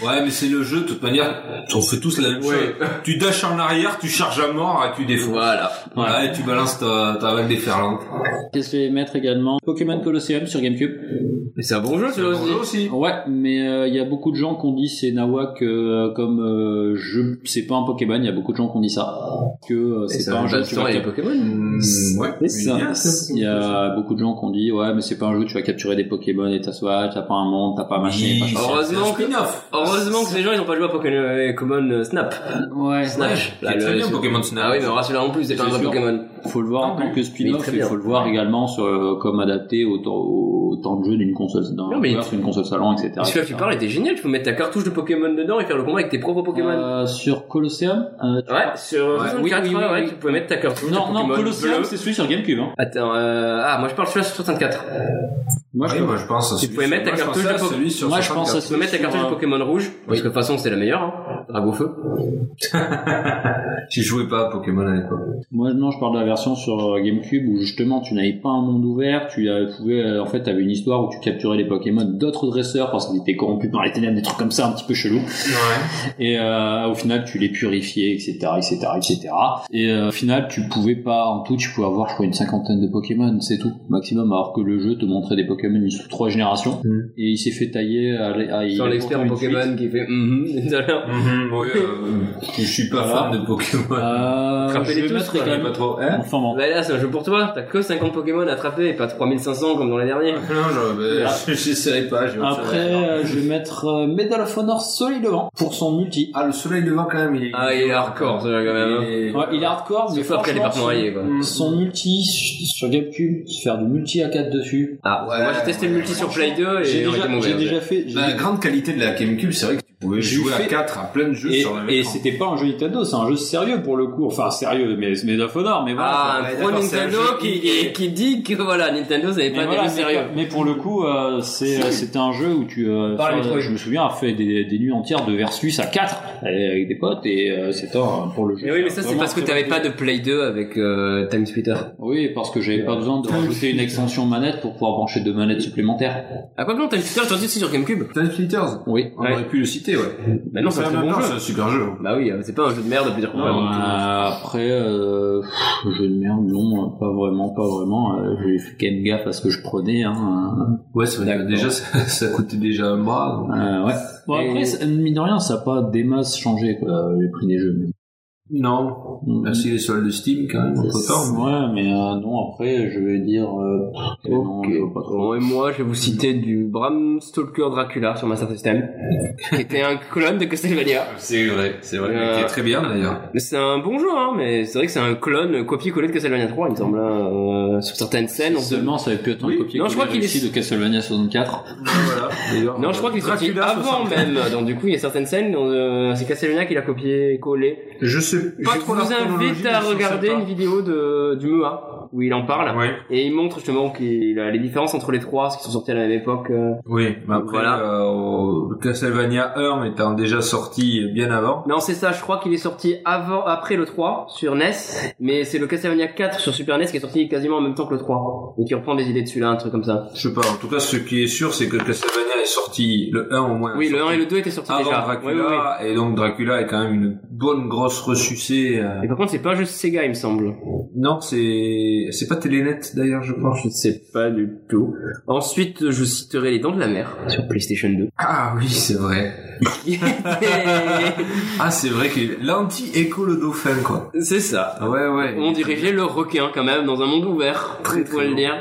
S3: Ouais, mais c'est le jeu, de toute manière, on fait tous la même
S2: Ouais.
S3: chose. Tu dashes en arrière, tu charges à mort et tu défends.
S2: Voilà.
S3: Voilà, et tu balances ta, ta vague déferlante.
S4: Qu'est-ce que je vais mettre également Pokémon Colosseum sur GameCube.
S2: Mais c'est un bon jeu,
S3: C'est
S2: celui-là
S3: un bon jeu
S2: aussi.
S3: aussi.
S4: Ouais, mais euh, il y a beaucoup de gens qui ont dit c'est Nawak euh, comme euh, jeu, c'est pas un Pokémon, il y a beaucoup de gens qui ont dit ça. Que euh,
S2: Et
S4: c'est pas un jeu que tu vas
S2: Story Mm, et
S4: capturer.
S2: Pokémon.
S3: Mmh, ouais,
S4: C'est ça.
S3: il est bien, ce
S4: Il y a beaucoup de gens qui ont dit ouais, mais c'est pas un jeu où tu vas capturer des Pokémon et t'as soit t'as pas un monde, t'as pas un machin.
S3: Oui,
S4: pas-
S3: c'est-
S2: Heureusement
S3: c'est un
S2: que-
S3: spin-off.
S2: Heureusement que ces gens, ils ont pas joué à Pokémon Common euh, Snap.
S4: Ouais,
S2: Snatch.
S3: c'est très bien, Pokémon Snap.
S2: Ah oui, mais on aura celui-là en plus, c'est pas un
S4: C'est
S2: vrai
S4: sûr.
S2: Pokémon.
S4: faut le voir en
S3: Ah ouais.
S4: tant
S2: Il
S4: que
S2: est
S4: spin-off
S2: très
S4: et
S2: bien.
S4: faut le voir également sur euh, comme adapté au temps, au temps de jeu d'une console d'un
S2: Non, mais
S4: joueur
S2: il-
S4: sur une console salon, etc.
S2: Celui-là que tu parles était génial, tu peux mettre ta cartouche de Pokémon dedans et faire le combat avec tes propres Pokémon.
S4: Euh, sur Colosseum. euh, tu
S2: Ouais, sur
S4: Ouais.
S2: 64,
S4: Oui, oui, oui,
S2: ouais,
S4: oui.
S2: tu peux mettre ta cartouche de
S4: Non,
S2: Pokémon
S4: non, Colosseum,
S2: bleu.
S4: c'est celui sur GameCube. Hein.
S2: Attends, euh... ah, moi je parle celui-là sur 64.
S4: Moi,
S2: Ah
S3: Oui,
S4: je
S3: moi je pense. à
S2: Tu
S3: celui-
S2: pouvais mettre ta
S3: moi, je
S2: cartouche
S3: pensais à
S2: de-
S3: celui sur
S4: moi, je pense à
S3: 64.
S2: Tu peux mettre ta
S4: Sur,
S2: cartouche
S4: euh,
S2: Pokémon rouge, parce
S3: oui.
S2: que de toute façon c'est la meilleure, hein. Dragon feu.
S3: J'y jouais pas à Pokémon à l'époque.
S4: Moi non, je parle de la version sur euh, GameCube où justement tu n'avais pas un monde ouvert, tu euh, pouvais euh, en fait t'avais une histoire où tu capturais les Pokémon d'autres dresseurs parce qu'ils étaient corrompus par les ténèbres, des trucs comme ça un petit peu chelou.
S3: Ouais.
S4: Et euh, au final tu les purifiais, etc., etc., etc. Et euh, au final tu pouvais pas en tout, tu pouvais avoir je crois une cinquantaine de Pokémon, c'est tout maximum, alors que le jeu te montrait des Pokémon sous trois générations
S3: Mhm.
S4: et il s'est fait tailler. À, l- à- il
S2: Hmm. Sur
S4: a
S2: l'expert en
S4: pourtant une
S2: Pokémon
S4: fuite.
S2: qui fait *laughs* mhm tout à l'heure.
S3: oui, euh,
S6: *laughs*
S3: je suis pas
S4: Voilà.
S3: fan de Pokémon.
S4: Euh, je
S2: Rappelez
S4: vais
S2: tous,
S4: mettre
S2: quoi,
S4: quand
S3: J'en ai
S4: même-
S3: pas trop. Hein
S4: Enfin bon.
S2: Bah là, c'est un jeu pour toi, t'as que 50 Pokémon à attraper et pas 3500 comme dans les derniers.
S3: non, je,
S6: euh, *laughs*
S3: je- j'essaierai pas. je-
S4: Après, euh, je vais mettre euh, Medal of Honor solidement pour son multi.
S6: Ah, le soleil devant quand même, il est.
S2: Ah, il est hardcore, celui-là, quand même. hein.
S6: Il est-
S4: Ouais, il est hardcore, mais
S2: Sauf après les parts
S4: franchement, Mm.
S2: noyées, quoi.
S4: son, son multi sur sur GameCube, faire du multi à 4 dessus.
S2: Ah,
S6: Ouais,
S2: moi j'ai testé le multi sur Play 2
S4: J'ai
S2: et on
S4: déjà,
S2: était mauvais.
S4: j'ai déjà fait.
S3: Bah,
S4: j'ai-
S6: La grande qualité de la GameCube, c'est vrai que tu pouvais
S4: J'ai
S6: jouer
S4: fait-
S6: à 4 à plein de jeux
S4: Et,
S6: sur le même
S4: et
S3: hein.
S6: écran.
S4: c'était pas un jeu Nintendo, c'est un jeu sérieux pour le coup. Enfin, sérieux, mais Medal of Honor, mais voilà.
S2: Ah,
S6: Ouais,
S2: un pro
S6: d'accord, c'est un
S2: Nintendo
S6: jeu
S2: qui,
S6: indie.
S2: qui dit que voilà, Nintendo ça n'avait
S4: Mais,
S2: pas
S4: voilà,
S2: été
S4: mais-
S2: sérieux.
S4: mais pour le coup, euh, c'est- euh, c'était un jeu où tu. euh,
S2: Par les
S4: sur-
S2: trois.
S4: je me souviens, a fait des, des nuits entières de versus à 4 avec des potes et euh, c'était un- pour le jeu.
S2: Mais oui, mais ça c'est
S4: vraiment
S2: parce que
S4: très
S2: t'avais
S4: bon.
S2: pas de Play 2 avec euh, Time Twitter.
S4: Oui, parce que j'avais pas besoin de rajouter une extension manette pour pouvoir brancher deux manettes supplémentaires.
S2: Ah, quoi que non, Time Twitter, tu aussi sur Gamecube.
S6: Time Splitters,
S4: Oui.
S6: on
S2: Ouais.
S6: aurait pu le citer, ouais.
S2: Bah non, c'est un très bon
S6: Splitters,
S2: jeu.
S6: un super jeu.
S2: Bah oui, euh, c'est pas un jeu de merde à plusieurs
S4: Euh,
S2: fois.
S4: après, euh, pff, jeu de merde, non, euh, pas vraiment, pas vraiment. euh, J'ai fait quand même gaffe à ce que je prenais. Hein.
S6: Ouais, c'est vrai que
S4: D'accord.
S6: déjà, ça, ça coûtait déjà un bras. donc.
S4: euh, ouais. Bon,
S2: Et-
S4: après, c'est- mine de rien, ça a pas des masses changé quoi, les prix des jeux. mais-
S6: Non.
S3: Ah,
S6: Merci les soldes de Steam, quand même, entre temps.
S4: Ouais, mais euh, non, après, je vais dire. euh, pff, non, je vois pas trop.
S2: Bon, et moi, je vais vous citer du Bram Stalker Dracula sur Master System, qui était un clone de Castlevania.
S3: C'est vrai, c'est vrai.
S2: Euh,
S3: Il était
S6: Très bien,
S2: *laughs*
S6: d'ailleurs.
S2: Mais C'est un bon jeu, hein, mais c'est vrai que c'est un clone copié-collé de Castlevania 3, il me semble. hein, euh, sur certaines scènes, on se
S4: Seulement, ça avait pu être un
S6: Oui.
S4: copier
S2: Non, je crois qu'il est-
S4: de Castlevania 64.
S6: voilà. D'ailleurs,
S2: Non, je crois qu'il est sorti
S6: Dracula,
S2: avant
S6: 60.
S2: même. euh, Donc du coup, il y a certaines scènes, dont, euh, c'est Castlevania qui l'a copié, collé.
S6: Je sais pas
S2: je
S6: trop
S2: vous
S6: la chronologie,
S2: invite
S6: mais
S2: à
S6: je sais
S2: regarder
S6: pas.
S2: une vidéo de du Mua où il en parle
S3: Ouais.
S2: et il montre justement qu'il a les différences entre les trois, ce qui sont sortis à la même époque. euh.
S3: Oui, mais après,
S2: Voilà.
S3: euh, au- Castlevania 1 étant déjà sorti bien avant.
S2: Non, c'est ça. Je crois qu'il est sorti avant, après le 3 sur NES, mais c'est le Castlevania 4 sur Super NES qui est sorti quasiment en même temps que le 3 et qui reprend des idées de celui-là, un truc comme ça.
S3: Je sais pas, en tout cas, ce qui est sûr, c'est que Castlevania est sorti, le 1 au moins.
S2: Oui,
S3: est
S2: le 1
S3: sorti
S2: et le 2 étaient sortis
S3: Avant
S2: déjà.
S3: Dracula,
S2: Oui, oui, oui.
S3: et donc Dracula est quand même une bonne grosse ressucée. euh.
S2: Et par contre, c'est pas juste Sega, il me semble.
S3: Non, c'est, c'est pas Télénet d'ailleurs, je pense.
S2: Je ne sais pas du tout. Ensuite, je citerai Les Dents de la Mer sur PlayStation 2.
S3: Ah oui, c'est vrai. Ah, c'est vrai qu'il est l'anti-écho le dauphin, quoi.
S2: *laughs* C'est ça.
S3: Ah Ouais, ouais.
S2: On dirigeait le requin quand même dans un monde ouvert,
S3: Très,
S2: on
S3: très
S2: pourrait le
S3: bon.
S2: dire.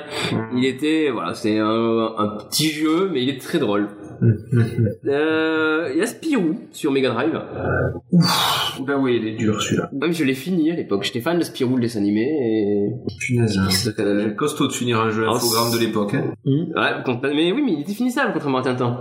S2: Il était, voilà, c'est un, un petit jeu, mais il est très *laughs* drôle. Euh, Il y a Spirou sur Mega Drive.
S3: Ben oui, il est dur celui-là.
S2: Même je l'ai fini à l'époque. J'étais fan de Spirou, le dessin animé. Et...
S3: Punaise. hein.
S2: Ah, C'est que-
S3: C'est costaud de finir un jeu
S2: Ah,
S3: infogramme de l'époque. hein.
S2: Ouais, contre- mais oui, mais il était finissable contrairement à Tintin.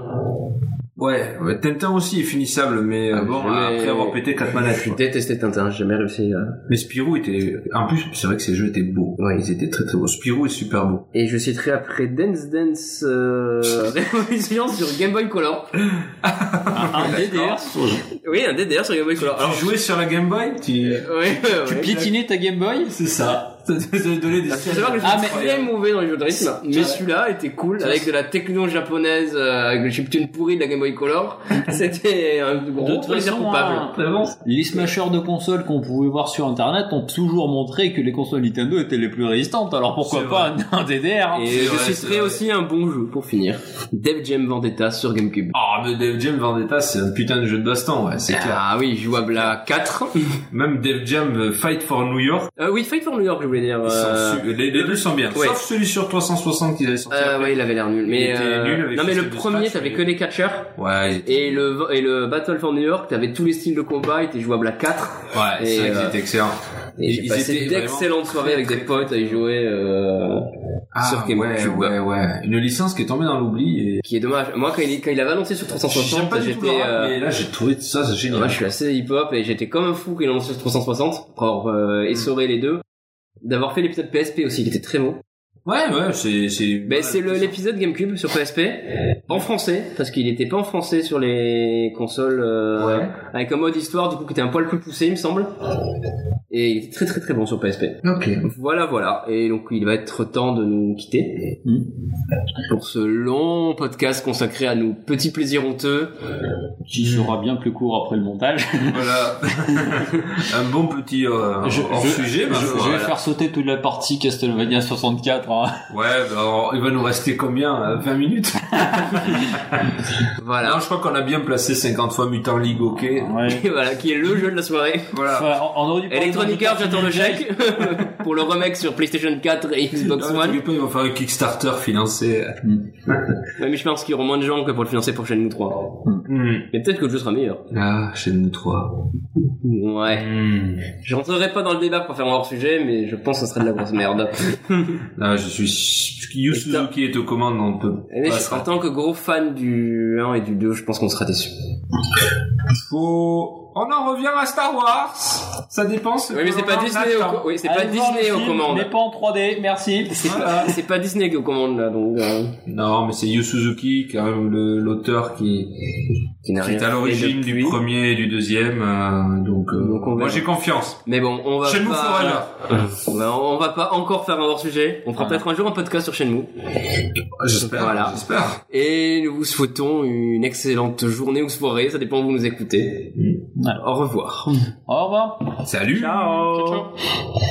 S3: Ouais, ouais, Tintin aussi est finissable, mais euh,
S2: Ah,
S3: bon,
S2: mais-
S3: après avoir pété 4 manettes.
S2: Je
S3: quoi.
S2: détestais Tintin, j'ai jamais réussi à...
S3: Mais Spirou était. En plus, c'est vrai que ces jeux étaient beaux. Ouais, ils étaient très très beaux. Spirou est super beau.
S2: Et je citerai après Dance Dance euh, *laughs* Révolution sur Game Boy Color.
S4: *laughs* Un DDR sur
S2: Oui, un DDR sur Game Boy Color. Alors, Euh,
S3: tu jouais sur la Game Boy *laughs* Tu.
S2: ouais, ouais,
S4: Tu
S2: ouais.
S4: piétinais ta Game Boy
S3: C'est ça. Ça te donnait des
S2: Ah, faut savoir que je
S4: Ah,
S2: suis
S4: mais-
S2: très mauvais dans les jeux de rythme, mais celui-là était cool, avec de la techno japonaise, euh, avec le chiptune pourri de la Game Boy *laughs* Color. C'était un
S4: De
S2: gros
S4: toute
S2: plaisir
S4: façon,
S2: coupable.
S4: hein, les smashers de consoles qu'on pouvait voir sur internet ont toujours montré que les consoles Nintendo étaient les plus résistantes, alors pourquoi
S3: C'est
S4: pas un, un DDR hein.
S2: Et
S3: vrai,
S2: je
S3: c'est
S2: citerai
S3: vrai.
S2: aussi un bon jeu, pour finir. Dev Jam Vendetta sur Gamecube.
S3: Ah, mais Def Jam Vendetta, c'est un putain de jeu de baston, ouais, c'est clair.
S2: Ah oui, jouable à 4.
S3: Même Def Jam euh, Fight for New York,
S2: *laughs* Euh, oui, Fight for New York, je voulais dire.
S3: ils sont
S2: euh,
S3: su- les, les deux sont bien.
S2: ouais.
S3: Sauf celui sur 360 qu'ils avaient sorti.
S2: Euh,
S3: après.
S2: ouais, il avait l'air nul.
S3: Il
S2: Mais
S3: était
S2: euh,
S3: nul avec
S2: non, mais
S3: son
S2: le
S3: style de
S2: premier,
S3: smash,
S2: t'avais
S3: mais-
S2: que des catcheurs.
S3: Ouais, ils-
S2: Et le, et le Battle for New York, t'avais tous les styles de combat, il était jouable à 4.
S3: ouais,
S2: et,
S3: c'est vrai
S2: euh,
S3: qu'ils étaient excellents.
S2: Et j'ai
S3: Ils
S2: passé
S3: étaient vraiment
S2: d'excellentes soirées avec des potes à y jouer, euh,
S3: Ah,
S2: sur
S3: ouais,
S2: GameCube.
S3: ouais, ouais. Une licence qui est tombée dans l'oubli et...
S2: qui est dommage. Moi, quand il, quand il avait annoncé sur
S3: J'aime
S2: 360,
S3: pas du tout hein. le
S2: j'étais,
S3: rap,
S2: euh,
S3: mais là j'ai trouvé ça, c'est génial.
S2: moi, je suis assez hip-hop et j'étais comme un fou quand il a annoncé sur 360 pour euh, essorer les deux. D'avoir fait l'épisode PSP aussi, qui était très bon.
S3: Ouais, ouais, c'est... c'est
S2: Ben, c'est le- l'épisode GameCube sur PSP, en français, parce qu'il était pas en français sur les consoles, euh,
S3: Ouais.
S2: avec un mode histoire, du coup, qui était un poil plus poussé, il me semble. Et il était très très très bon sur PSP.
S3: Ok.
S2: Voilà, voilà. Et donc, il va être temps de nous quitter
S4: Mhm.
S2: pour ce long podcast consacré à nos petits plaisirs honteux.
S4: qui sera bien plus court après
S2: *laughs*
S4: le montage.
S3: *laughs* Voilà. un bon petit euh,
S4: Je-
S3: hors-sujet.
S4: je, je vais faire sauter toute la partie Castlevania hein. 64 prend.
S3: Ouais, bah, on- il va nous rester combien euh, 20 *laughs* minutes
S2: Voilà.
S3: Non, je crois qu'on a bien placé 50 fois Mutant League Hockey.
S4: Ouais.
S2: *laughs* Et voilà, qui est le jeu de la soirée.
S3: Voilà.
S4: Enfin, on on aurait dû parler
S2: Electronic
S4: d'un-
S2: Arts, j'attends le chèque *laughs* pour le remake sur PlayStation 4 et Xbox
S3: Non,
S2: One.
S3: mais Ils vont faire un Kickstarter financé.
S2: Ouais, mais je pense qu'il y aura moins de gens que pour le financer pour Shenmue 3.
S3: Hmm.
S2: Mais peut-être que le jeu sera meilleur.
S3: Ah, chez nous trois.
S2: Ouais.
S3: Hmm.
S2: Je rentrerai pas dans le débat pour faire un hors sujet, mais je pense que ce serait de la grosse merde.
S3: Ah, je suis... Yu Suzuki est aux commandes, on peut
S2: Mais
S3: pas
S2: je-
S3: s'en
S2: en tant que gros fan du 1 et du 2, je pense qu'on sera déçus.
S3: Faut- On en revient à Star Wars. Ça dépense.
S2: Oui, mais c'est pas Disney aux, co- oui, c'est pas
S4: Allez voir le
S2: Disney aux
S4: film,
S2: commandes.
S4: Mais pas en 3D, merci.
S2: C'est
S4: *laughs*
S2: pas, c'est pas Disney qui est aux commandes là, donc euh,
S3: Non, mais c'est Yu Suzuki, quand même le- l'auteur qui,
S2: qui n'a
S3: qui
S2: rien
S3: est à
S2: fait
S3: l'origine du
S2: depuis.
S3: premier et du deuxième. euh, donc, euh,
S2: Donc on
S3: moi
S2: verra.
S3: j'ai confiance.
S2: Mais bon, on va
S3: Shenmue Forever.
S2: pas, on va, on va pas encore faire un hors sujet. On fera
S4: Ah.
S2: peut-être un jour un podcast sur Shenmue.
S3: J'espère.
S2: Voilà.
S3: J'espère.
S2: Et nous vous souhaitons une excellente journée ou soirée, ça dépend où vous nous écoutez.
S4: Voilà.
S2: Au revoir.
S4: Au revoir.
S3: Salut.
S4: Ciao, ciao.